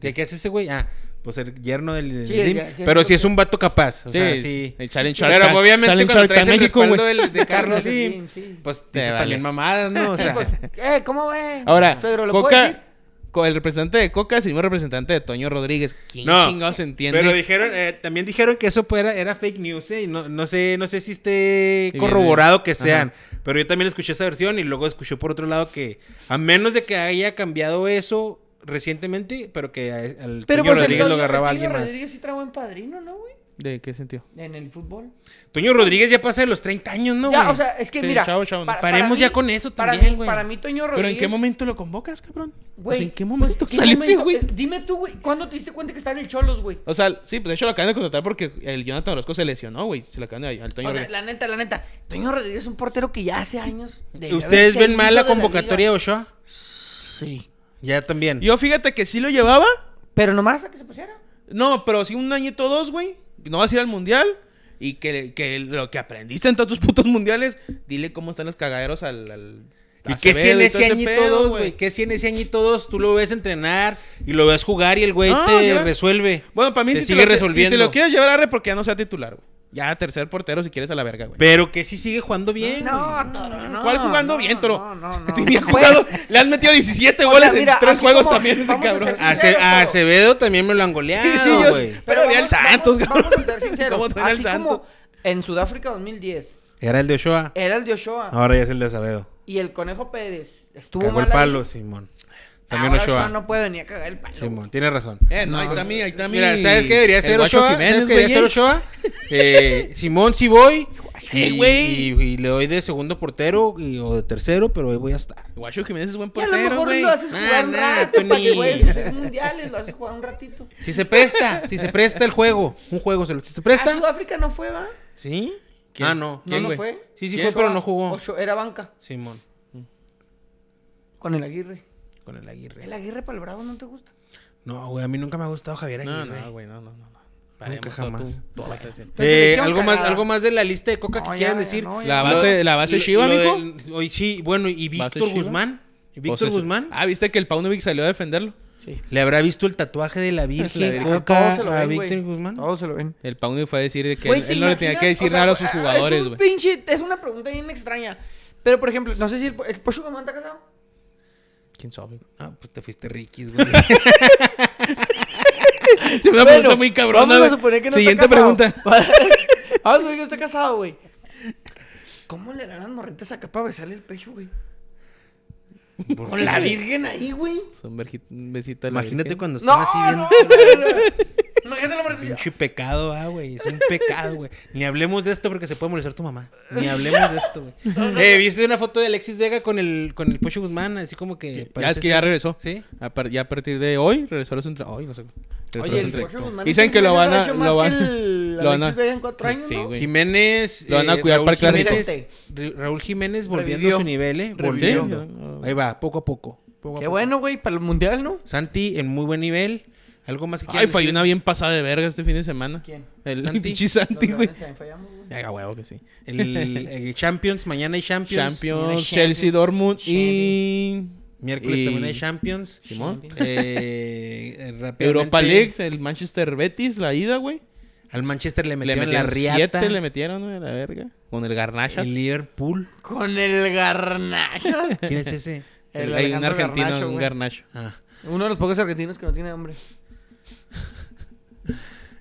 Speaker 3: ¿Qué, qué hace ese güey? Ah, pues el yerno del. del
Speaker 2: Sí, el-
Speaker 3: Slim.
Speaker 2: ya- sí,
Speaker 3: pero
Speaker 2: es
Speaker 3: si
Speaker 2: lo
Speaker 3: es un vato capaz. O sea,
Speaker 1: Sí,
Speaker 3: sí.
Speaker 1: el Challenge Shark
Speaker 3: Pero
Speaker 1: Tank-
Speaker 3: obviamente
Speaker 1: Challenge
Speaker 3: cuando
Speaker 1: Shark
Speaker 3: traes el
Speaker 1: Tank México,
Speaker 3: respaldo
Speaker 1: güey.
Speaker 3: del- de Carlos
Speaker 2: Sí,
Speaker 3: Slim,
Speaker 2: sí.
Speaker 3: pues
Speaker 1: Te
Speaker 3: dices
Speaker 1: vale.
Speaker 3: también mamadas, ¿no? O sea,
Speaker 2: Eh, ¿cómo ve?
Speaker 1: Ahora,
Speaker 2: Suegro, ¿lo puedo decir?
Speaker 1: Coca, co- el representante de Coca es el mismo representante de Toño Rodríguez. ¿Quién
Speaker 3: No,
Speaker 1: chingados entiende?
Speaker 3: Pero dijeron, eh, también dijeron que eso fuera- era fake news, ¿eh? Y no, no sé, no sé si esté
Speaker 1: Sí,
Speaker 3: corroborado que
Speaker 1: ajá.
Speaker 3: sean. Pero yo también escuché esa versión y luego escuché por otro lado que, a menos de que haya cambiado eso recientemente, pero que a- al
Speaker 2: Pero
Speaker 3: Toño
Speaker 2: pues
Speaker 3: Rodríguez
Speaker 2: el Toño-
Speaker 3: lo agarraba
Speaker 2: el
Speaker 3: alguien
Speaker 2: Toño
Speaker 3: más.
Speaker 2: Rodríguez sí trajo en padrino, ¿no, güey?
Speaker 1: ¿De qué sentido?
Speaker 2: En el fútbol.
Speaker 3: Toño Rodríguez ya pasa de los 30 años, ¿no?
Speaker 2: ya,
Speaker 3: güey?
Speaker 2: o sea, es que
Speaker 1: Sí,
Speaker 2: mira.
Speaker 1: chao, chao, no.
Speaker 3: Paremos
Speaker 2: mí-
Speaker 3: ya con eso
Speaker 2: para
Speaker 3: también,
Speaker 2: mí-
Speaker 3: güey.
Speaker 2: Para mí, Toño Rodríguez.
Speaker 1: ¿Pero en qué momento lo convocas, cabrón?
Speaker 2: Güey,
Speaker 1: O sea, ¿En qué
Speaker 2: pues,
Speaker 1: momento
Speaker 2: ¿en qué
Speaker 1: salió ese
Speaker 2: momento?
Speaker 1: güey?
Speaker 2: Eh, Dime tú, güey, ¿cuándo te diste cuenta que estaba en el Cholos, güey?
Speaker 1: O sea, sí, pues, de hecho lo acaban de contratar porque el Jonathan Orozco se lesionó, güey. Se lo acaban de al Toño
Speaker 2: O sea,
Speaker 1: Rodríguez.
Speaker 2: la neta, la neta. Toño Rodríguez es un portero que ya hace años. debió
Speaker 3: ¿Ustedes
Speaker 2: haberse
Speaker 3: ven
Speaker 2: ido
Speaker 3: mal
Speaker 2: de
Speaker 3: la convocatoria
Speaker 2: liga.
Speaker 3: de Ochoa?
Speaker 2: Sí.
Speaker 3: Ya también.
Speaker 1: Yo fíjate que sí lo llevaba.
Speaker 2: Pero nomás a que se pusiera.
Speaker 1: No, pero sí un añito o dos, güey. No vas a ir al mundial. Y que, que lo que aprendiste en todos tus [LAUGHS] putos mundiales, dile cómo están los cagaderos al. al
Speaker 3: ¿Y qué
Speaker 1: Acevedo
Speaker 3: si en
Speaker 1: todo
Speaker 3: ese añito
Speaker 1: pedo,
Speaker 3: dos, güey? ¿Qué si en ese añito dos tú lo ves entrenar y lo ves jugar y el güey
Speaker 1: No,
Speaker 3: te
Speaker 1: ya.
Speaker 3: resuelve?
Speaker 1: Bueno, para mí
Speaker 3: Te
Speaker 1: si,
Speaker 3: sigue
Speaker 1: te lo, qui-
Speaker 3: resolviendo.
Speaker 1: si te lo quieres llevar a re porque ya no sea titular, güey. Ya tercer portero si quieres a la verga, güey. Ah,
Speaker 3: Pero que sí sigue jugando bien. güey.
Speaker 2: No, Toro, no.
Speaker 1: ¿Cuál jugando
Speaker 2: no,
Speaker 1: bien, Toro?
Speaker 2: No, no, no.
Speaker 1: [LAUGHS] Tenía
Speaker 2: Güey,
Speaker 1: jugado, le han metido 17
Speaker 2: O sea,
Speaker 1: goles
Speaker 2: mira,
Speaker 1: en tres
Speaker 2: así
Speaker 1: juegos
Speaker 2: como-
Speaker 1: también ese
Speaker 2: vamos a
Speaker 1: cabrón.
Speaker 2: ser
Speaker 3: A,
Speaker 2: Sincero,
Speaker 3: Ace- a
Speaker 2: pero-
Speaker 3: Acevedo también me lo han
Speaker 2: [LAUGHS]
Speaker 3: goleado,
Speaker 1: Sí, sí, yo
Speaker 3: güey.
Speaker 1: sé. Pero ve al Santos,
Speaker 2: vamos,
Speaker 1: cabrón.
Speaker 2: vamos a ser sinceros.
Speaker 1: [LAUGHS] ¿Cómo traen al
Speaker 2: así
Speaker 1: Santos?
Speaker 2: como en Sudáfrica 2010
Speaker 3: Era el de Ochoa.
Speaker 2: era el de Ochoa
Speaker 1: Ah.
Speaker 3: Ahora ya es el de Acevedo.
Speaker 2: y el Conejo Pérez estuvo
Speaker 3: Cagó
Speaker 2: mal
Speaker 3: el palo, Simón. También Ochoa.
Speaker 2: Ah, no puede venir a cagar el palo.
Speaker 3: Simón, tiene razón.
Speaker 1: Eh, no, ahí está mi, ahí está mi-
Speaker 3: Mira, ¿sabes qué debería
Speaker 1: el
Speaker 3: ser
Speaker 1: Guacho
Speaker 3: Ochoa?
Speaker 1: Jiménez,
Speaker 3: ¿Sabes qué debería ser
Speaker 1: güey, [LAUGHS]
Speaker 3: Ochoa? Eh, Simón, si voy.
Speaker 1: Eh,
Speaker 3: Y,
Speaker 1: güey.
Speaker 3: y- y le doy de segundo portero y- o de tercero, pero ahí voy a estar.
Speaker 1: Guacho Jiménez es buen
Speaker 2: Y a lo
Speaker 1: portero,
Speaker 2: mejor
Speaker 1: güey.
Speaker 2: lo haces
Speaker 3: Nah,
Speaker 2: jugar un
Speaker 3: nah,
Speaker 2: rato para que
Speaker 3: Tony.
Speaker 2: juegues hacer mundiales, lo haces jugar un ratito.
Speaker 3: Si se presta, si se presta el juego. Un juego, se lo- si se
Speaker 2: A
Speaker 3: presta.
Speaker 2: Sudáfrica no fue, ¿va?
Speaker 3: ¿Sí?
Speaker 1: ¿Quién?
Speaker 3: Ah, no.
Speaker 1: ¿Quién,
Speaker 2: No, no
Speaker 1: güey?
Speaker 2: fue.
Speaker 3: Sí, sí
Speaker 1: ¿Quién?
Speaker 3: fue, pero no jugó.
Speaker 2: Ochoa, era banca
Speaker 3: Simón,
Speaker 2: con el Aguirre.
Speaker 3: con el Aguirre.
Speaker 2: El Aguirre para el Bravo no te gusta.
Speaker 3: No, güey, a mí nunca me ha gustado Javier
Speaker 1: No,
Speaker 3: Aguirre.
Speaker 1: no, güey, no, no, no. no. Paremos,
Speaker 3: Nunca
Speaker 1: todo
Speaker 3: jamás.
Speaker 1: tú- toda la canción.
Speaker 3: Eh,
Speaker 2: Selección
Speaker 3: algo más
Speaker 2: cagada.
Speaker 3: algo más de la lista de coca
Speaker 2: No,
Speaker 3: que
Speaker 2: ya,
Speaker 3: quieran
Speaker 2: ya,
Speaker 3: decir.
Speaker 2: no, ya.
Speaker 1: La
Speaker 3: Lo-
Speaker 1: base, la base
Speaker 3: lo-
Speaker 1: Shiva,
Speaker 3: lo
Speaker 1: mijo.
Speaker 3: del- oye, sí, bueno, y Víctor
Speaker 1: Shiva?
Speaker 3: Guzmán. ¿Y
Speaker 1: O sea,
Speaker 3: Víctor
Speaker 1: sí.
Speaker 3: Guzmán.
Speaker 1: Ah, viste que el Paunovic salió a defenderlo.
Speaker 2: Sí.
Speaker 3: ¿Le habrá visto el tatuaje de la
Speaker 1: La
Speaker 3: Virgen
Speaker 1: Virgen.
Speaker 3: Coca
Speaker 2: Ah, Todos se lo
Speaker 3: a
Speaker 2: ven, güey.
Speaker 3: Víctor Guzmán?
Speaker 2: Todos se lo ven.
Speaker 1: El Paunovic fue a decir de que
Speaker 2: Güey,
Speaker 1: él,
Speaker 2: ¿te
Speaker 1: él no le tenía
Speaker 2: imaginas?
Speaker 1: que decir
Speaker 2: O sea,
Speaker 1: nada a sus
Speaker 2: es un
Speaker 1: jugadores, güey.
Speaker 2: pinche- es una pregunta bien extraña. Pero, por ejemplo, no sé si el, el Pocho Guzmán está casado. [LAUGHS]
Speaker 1: ¿Quién sabe?
Speaker 3: Ah, pues te fuiste riquis, güey. [LAUGHS]
Speaker 1: Es una pregunta muy cabrona.
Speaker 2: Vamos a
Speaker 1: güey.
Speaker 2: suponer que no
Speaker 1: Siguiente
Speaker 2: está casado.
Speaker 1: pregunta.
Speaker 2: [LAUGHS] vamos a suponer que no está casado, güey. ¿Cómo le harán las morritas acá para besarle el pecho, güey?
Speaker 3: ¿Por
Speaker 2: Con
Speaker 3: qué?
Speaker 2: la virgen ahí, güey.
Speaker 1: Pues Son verji- un besito a la
Speaker 3: Imagínate
Speaker 1: Virgen.
Speaker 3: cuando
Speaker 2: No,
Speaker 3: están así bien.
Speaker 2: no, no, no, no. Imagínate la morrita.
Speaker 3: Pinche pecado, ah, güey. Es un pecado, güey. Ni hablemos de esto porque se puede molestar tu mamá.
Speaker 2: [LAUGHS]
Speaker 3: Ni hablemos de esto, güey. Eh, ¿Viste una foto de Alexis Vega con el, con el Pocho Guzmán? Así como que.
Speaker 1: Ya es
Speaker 3: parece
Speaker 1: que ya regresó.
Speaker 3: Sí.
Speaker 1: A par- ya a partir de hoy regresó a los entre- Hoy no sé. regresó a
Speaker 2: Oye,
Speaker 1: los
Speaker 2: el
Speaker 1: entre-
Speaker 2: Pocho Guzmán
Speaker 1: Dicen que lo van a-
Speaker 2: ha hecho
Speaker 1: lo
Speaker 2: más
Speaker 1: van-
Speaker 2: que el
Speaker 1: [LAUGHS] lo van a-
Speaker 2: Alexis Vega en cuatro años,
Speaker 1: Sí,
Speaker 2: ¿no?
Speaker 1: güey.
Speaker 3: Jiménez. eh,
Speaker 1: Lo van a cuidar para el clásico.
Speaker 3: Jiménez, Ra- Raúl Jiménez volviendo
Speaker 2: Revivió.
Speaker 3: a su nivel, ¿eh?
Speaker 1: Revivió.
Speaker 3: Volviendo. Ahí va, poco a poco. Poco a
Speaker 2: Qué
Speaker 3: poco.
Speaker 2: bueno, güey, para el mundial, [LAUGHS] ¿no?
Speaker 3: Santi en muy buen nivel. ¿Algo más que
Speaker 1: Ay,
Speaker 3: quieras
Speaker 1: falló
Speaker 3: decir?
Speaker 1: una bien pasada de verga este fin de semana.
Speaker 2: ¿Quién?
Speaker 1: El [LAUGHS]
Speaker 3: Santi.
Speaker 1: pinche
Speaker 2: Los
Speaker 1: Santi, güey.
Speaker 2: leones también fallamos, güey.
Speaker 1: Haga huevo que sí. [LAUGHS]
Speaker 3: El, el Champions, mañana hay Champions.
Speaker 1: Champions,
Speaker 2: Champions,
Speaker 1: Chelsea, Dortmund y...
Speaker 3: Miércoles
Speaker 1: y-
Speaker 3: también hay Champions.
Speaker 1: Simón.
Speaker 2: Champions.
Speaker 3: Eh, [LAUGHS] eh, rápidamente,
Speaker 1: Europa League, el Manchester Betis, la ida, güey.
Speaker 3: Al Manchester le
Speaker 1: Le
Speaker 3: metieron,
Speaker 1: metieron
Speaker 3: la riata.
Speaker 1: siete, le metieron, güey, a la verga. Con el Garnacha.
Speaker 3: el Liverpool.
Speaker 2: Con el garnacho.
Speaker 3: ¿Quién es ese?
Speaker 1: [LAUGHS] El,
Speaker 2: El
Speaker 1: hay un
Speaker 2: Alejandro
Speaker 1: argentino,
Speaker 2: Garnacho,
Speaker 1: un
Speaker 2: güey.
Speaker 1: Garnacho.
Speaker 3: Ah.
Speaker 2: Uno de los pocos argentinos que no tiene hambre.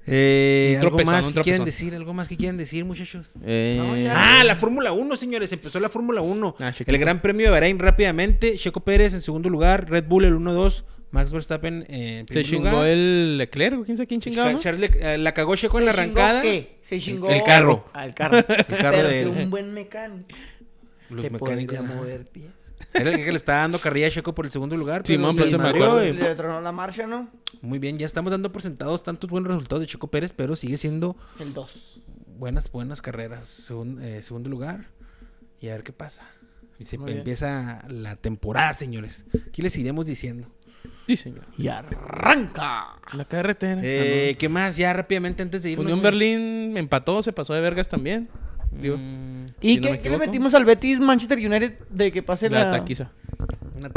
Speaker 3: Eh,
Speaker 1: Un
Speaker 3: ¿Algo
Speaker 1: tropezón,
Speaker 3: más
Speaker 1: un
Speaker 3: que quieren
Speaker 1: tropezón.
Speaker 3: decir? ¿Algo más que quieren decir, muchachos?
Speaker 1: Eh,
Speaker 2: No, ya.
Speaker 3: Ah, la Fórmula 1, señores. Empezó la Fórmula 1.
Speaker 1: Ah, Chequito.
Speaker 3: el Gran Premio de Bahrein rápidamente. Checo Pérez en segundo lugar. Red Bull el 1-2. Max Verstappen en
Speaker 1: se
Speaker 3: primer
Speaker 1: chingó
Speaker 3: lugar.
Speaker 1: el Leclerc, quién sabe quién chingado.
Speaker 3: Char-
Speaker 1: ¿no?
Speaker 3: Charles Lec- eh, la cagó Checo en la
Speaker 2: ¿Se chingó
Speaker 3: arrancada.
Speaker 2: qué? Se chingó.
Speaker 3: el carro.
Speaker 2: Ah, el
Speaker 1: [LAUGHS]
Speaker 2: carro. El
Speaker 3: carro
Speaker 2: Pero
Speaker 3: de
Speaker 2: que
Speaker 3: él.
Speaker 2: un buen mecánico.
Speaker 3: Los
Speaker 2: te
Speaker 3: mecánicos.
Speaker 2: podría
Speaker 3: ajá.
Speaker 2: mover pies.
Speaker 3: [LAUGHS] Era el que le estaba dando carrilla a Checo por el segundo lugar. pero
Speaker 1: Simón,
Speaker 3: se
Speaker 1: pero pues, se
Speaker 3: madrió,
Speaker 1: acuerdo.
Speaker 3: güey.
Speaker 2: Le, le tronó la marcha, ¿no?
Speaker 3: Muy bien, ya estamos dando por sentados tantos buenos resultados de Checo Pérez, pero sigue siendo
Speaker 2: El 2.
Speaker 3: buenas, buenas carreras. Segun- eh, segundo lugar. Y a ver qué pasa. Y se-
Speaker 2: Muy bien.
Speaker 3: empieza la temporada, señores. Aquí les iremos diciendo.
Speaker 1: Sí, señor.
Speaker 2: Y arranca.
Speaker 1: La carretera.
Speaker 3: Eh, ¿Qué más? Ya rápidamente antes de
Speaker 1: Ah, no.
Speaker 3: irnos.
Speaker 1: Ah, Unión
Speaker 3: güey.
Speaker 1: Berlín empató, se pasó de vergas también. Digo,
Speaker 3: Mm,
Speaker 2: ¿Y
Speaker 1: Si
Speaker 2: qué,
Speaker 1: no me
Speaker 2: qué le
Speaker 1: equivoco.
Speaker 2: metimos al Betis Manchester United de que pase la.
Speaker 1: la taquiza.
Speaker 3: una-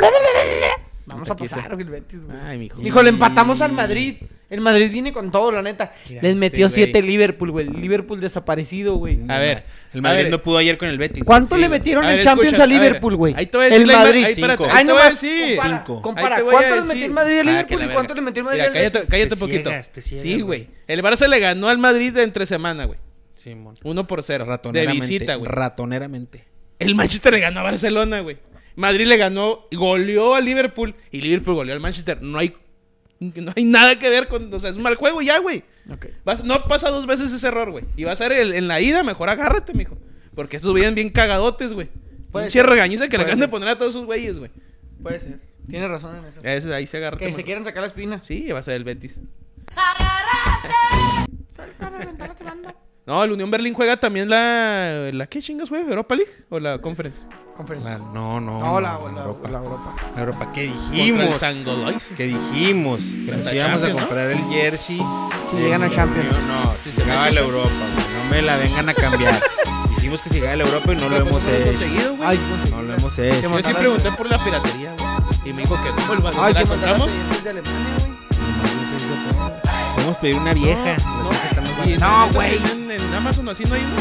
Speaker 2: Vamos
Speaker 1: La
Speaker 2: a
Speaker 1: taquiza.
Speaker 2: pasar el Betis, güey.
Speaker 1: Ay, mijo.
Speaker 2: Hijo, le empatamos
Speaker 3: Y-
Speaker 2: al Madrid. El Madrid viene con todo, la neta.
Speaker 1: Mira
Speaker 2: Les
Speaker 1: este
Speaker 2: metió
Speaker 1: güey.
Speaker 2: 7 Liverpool, güey. Liverpool desaparecido, güey.
Speaker 1: A ver,
Speaker 3: El Madrid
Speaker 1: a ver.
Speaker 3: no pudo ayer con el Betis.
Speaker 2: ¿Cuánto
Speaker 1: Sí,
Speaker 2: le
Speaker 1: güey.
Speaker 2: metieron
Speaker 1: A
Speaker 2: el
Speaker 1: ver,
Speaker 2: Champions
Speaker 1: escucha,
Speaker 2: a Liverpool,
Speaker 1: ver,
Speaker 2: güey?
Speaker 1: Ahí te voy a decir
Speaker 2: El
Speaker 1: la ima-
Speaker 2: Madrid.
Speaker 1: Ahí, espérate,
Speaker 3: Cinco.
Speaker 1: ahí
Speaker 2: Ay,
Speaker 1: te
Speaker 2: no
Speaker 1: voy a
Speaker 2: más.
Speaker 1: decir.
Speaker 2: Compara,
Speaker 3: Cinco.
Speaker 2: compara.
Speaker 1: Ahí te voy a
Speaker 2: ¿Cuánto le
Speaker 1: decir.
Speaker 2: metió el Madrid a
Speaker 1: Ah, que
Speaker 2: Liverpool
Speaker 1: la
Speaker 2: y
Speaker 1: verga.
Speaker 2: cuánto le metió el Madrid
Speaker 1: Mira,
Speaker 2: al Betis?
Speaker 1: cállate, cállate
Speaker 3: Te
Speaker 1: poquito.
Speaker 3: ciegas, te ciegas,
Speaker 1: sí, güey.
Speaker 3: güey.
Speaker 1: El Barça le ganó al Madrid de entre semana, güey.
Speaker 3: Simón.
Speaker 1: 1 por 0. De
Speaker 3: Ratoneramente.
Speaker 1: visita, güey.
Speaker 3: Ratoneramente.
Speaker 1: El Manchester le ganó a Barcelona, güey. Madrid le ganó, goleó a Liverpool y Liverpool goleó al Manchester. No hay, no hay nada que ver con. O sea, es un mal juego ya, güey. Vas- no pasa dos veces ese error, güey. Y va a ser el- en la ida, mejor agárrate, mijo. Porque estos vienen bien cagadotes, güey.
Speaker 2: Puede
Speaker 1: Pinche
Speaker 2: ser.
Speaker 1: regañiza que le
Speaker 2: Puede
Speaker 1: acaban de
Speaker 2: ser.
Speaker 1: poner a todos esos güeyes, güey.
Speaker 2: Puede ser. Tienes razón en eso.
Speaker 1: Ese- Ahí se agarra.
Speaker 2: Que Eh, se quieren sacar la espina.
Speaker 1: Sí, va a ser el Betis. No, el Unión Berlín juega también la. ¿La qué chingas, güey? ¿Europa League o la Conference?
Speaker 2: Conferencia.
Speaker 3: La- Ah, no, no.
Speaker 2: No, la,
Speaker 3: no,
Speaker 2: la-
Speaker 3: Europa.
Speaker 2: la Europa.
Speaker 3: La Europa. ¿Qué
Speaker 1: Contra el
Speaker 3: dijimos?
Speaker 1: Sangodois.
Speaker 3: Que dijimos que nos
Speaker 1: Contra
Speaker 3: íbamos a
Speaker 1: Champions, ¿no?
Speaker 3: comprar el jersey. Eh,
Speaker 2: Si llegan a Champions.
Speaker 3: No, no, si se llegaba a la Europa, güey, No me la vengan a
Speaker 1: [LAUGHS]
Speaker 3: cambiar. dijimos que si llegaba a la Europa y no lo eh. hemos hecho.
Speaker 1: conseguido, güey.
Speaker 2: Ay,
Speaker 3: No lo hemos hecho.
Speaker 1: Yo sí
Speaker 2: mataron.
Speaker 1: pregunté por la piratería, güey. Y me dijo que no, el vato, ¿la compramos?
Speaker 3: Podemos pedir una vieja.
Speaker 1: No,
Speaker 3: La vieja está más
Speaker 1: Y en-
Speaker 3: barata.
Speaker 1: en- En, en Amazon así no hay una.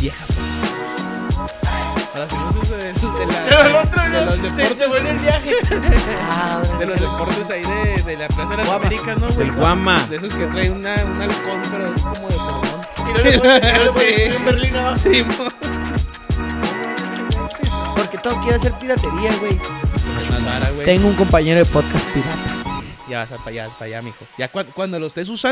Speaker 3: Viejas.
Speaker 1: Ahora sí, no sé, de, de la- de los deportes. De los deportes ahí de, de la Plaza de las
Speaker 2: Guama.
Speaker 1: Américas, ¿no, güey?
Speaker 3: Del Guama.
Speaker 1: De esos que traen una, un halcón, pero es
Speaker 2: [LAUGHS]
Speaker 1: como de perdón. [LAUGHS] Sí, mo.
Speaker 2: [LAUGHS] Porque todo quiere hacer piratería, güey.
Speaker 1: Más vara, güey.
Speaker 2: Tengo un compañero de podcast pirata.
Speaker 1: Ya vas para allá, para allá, mijo. Ya cua- cuando lo estés usando.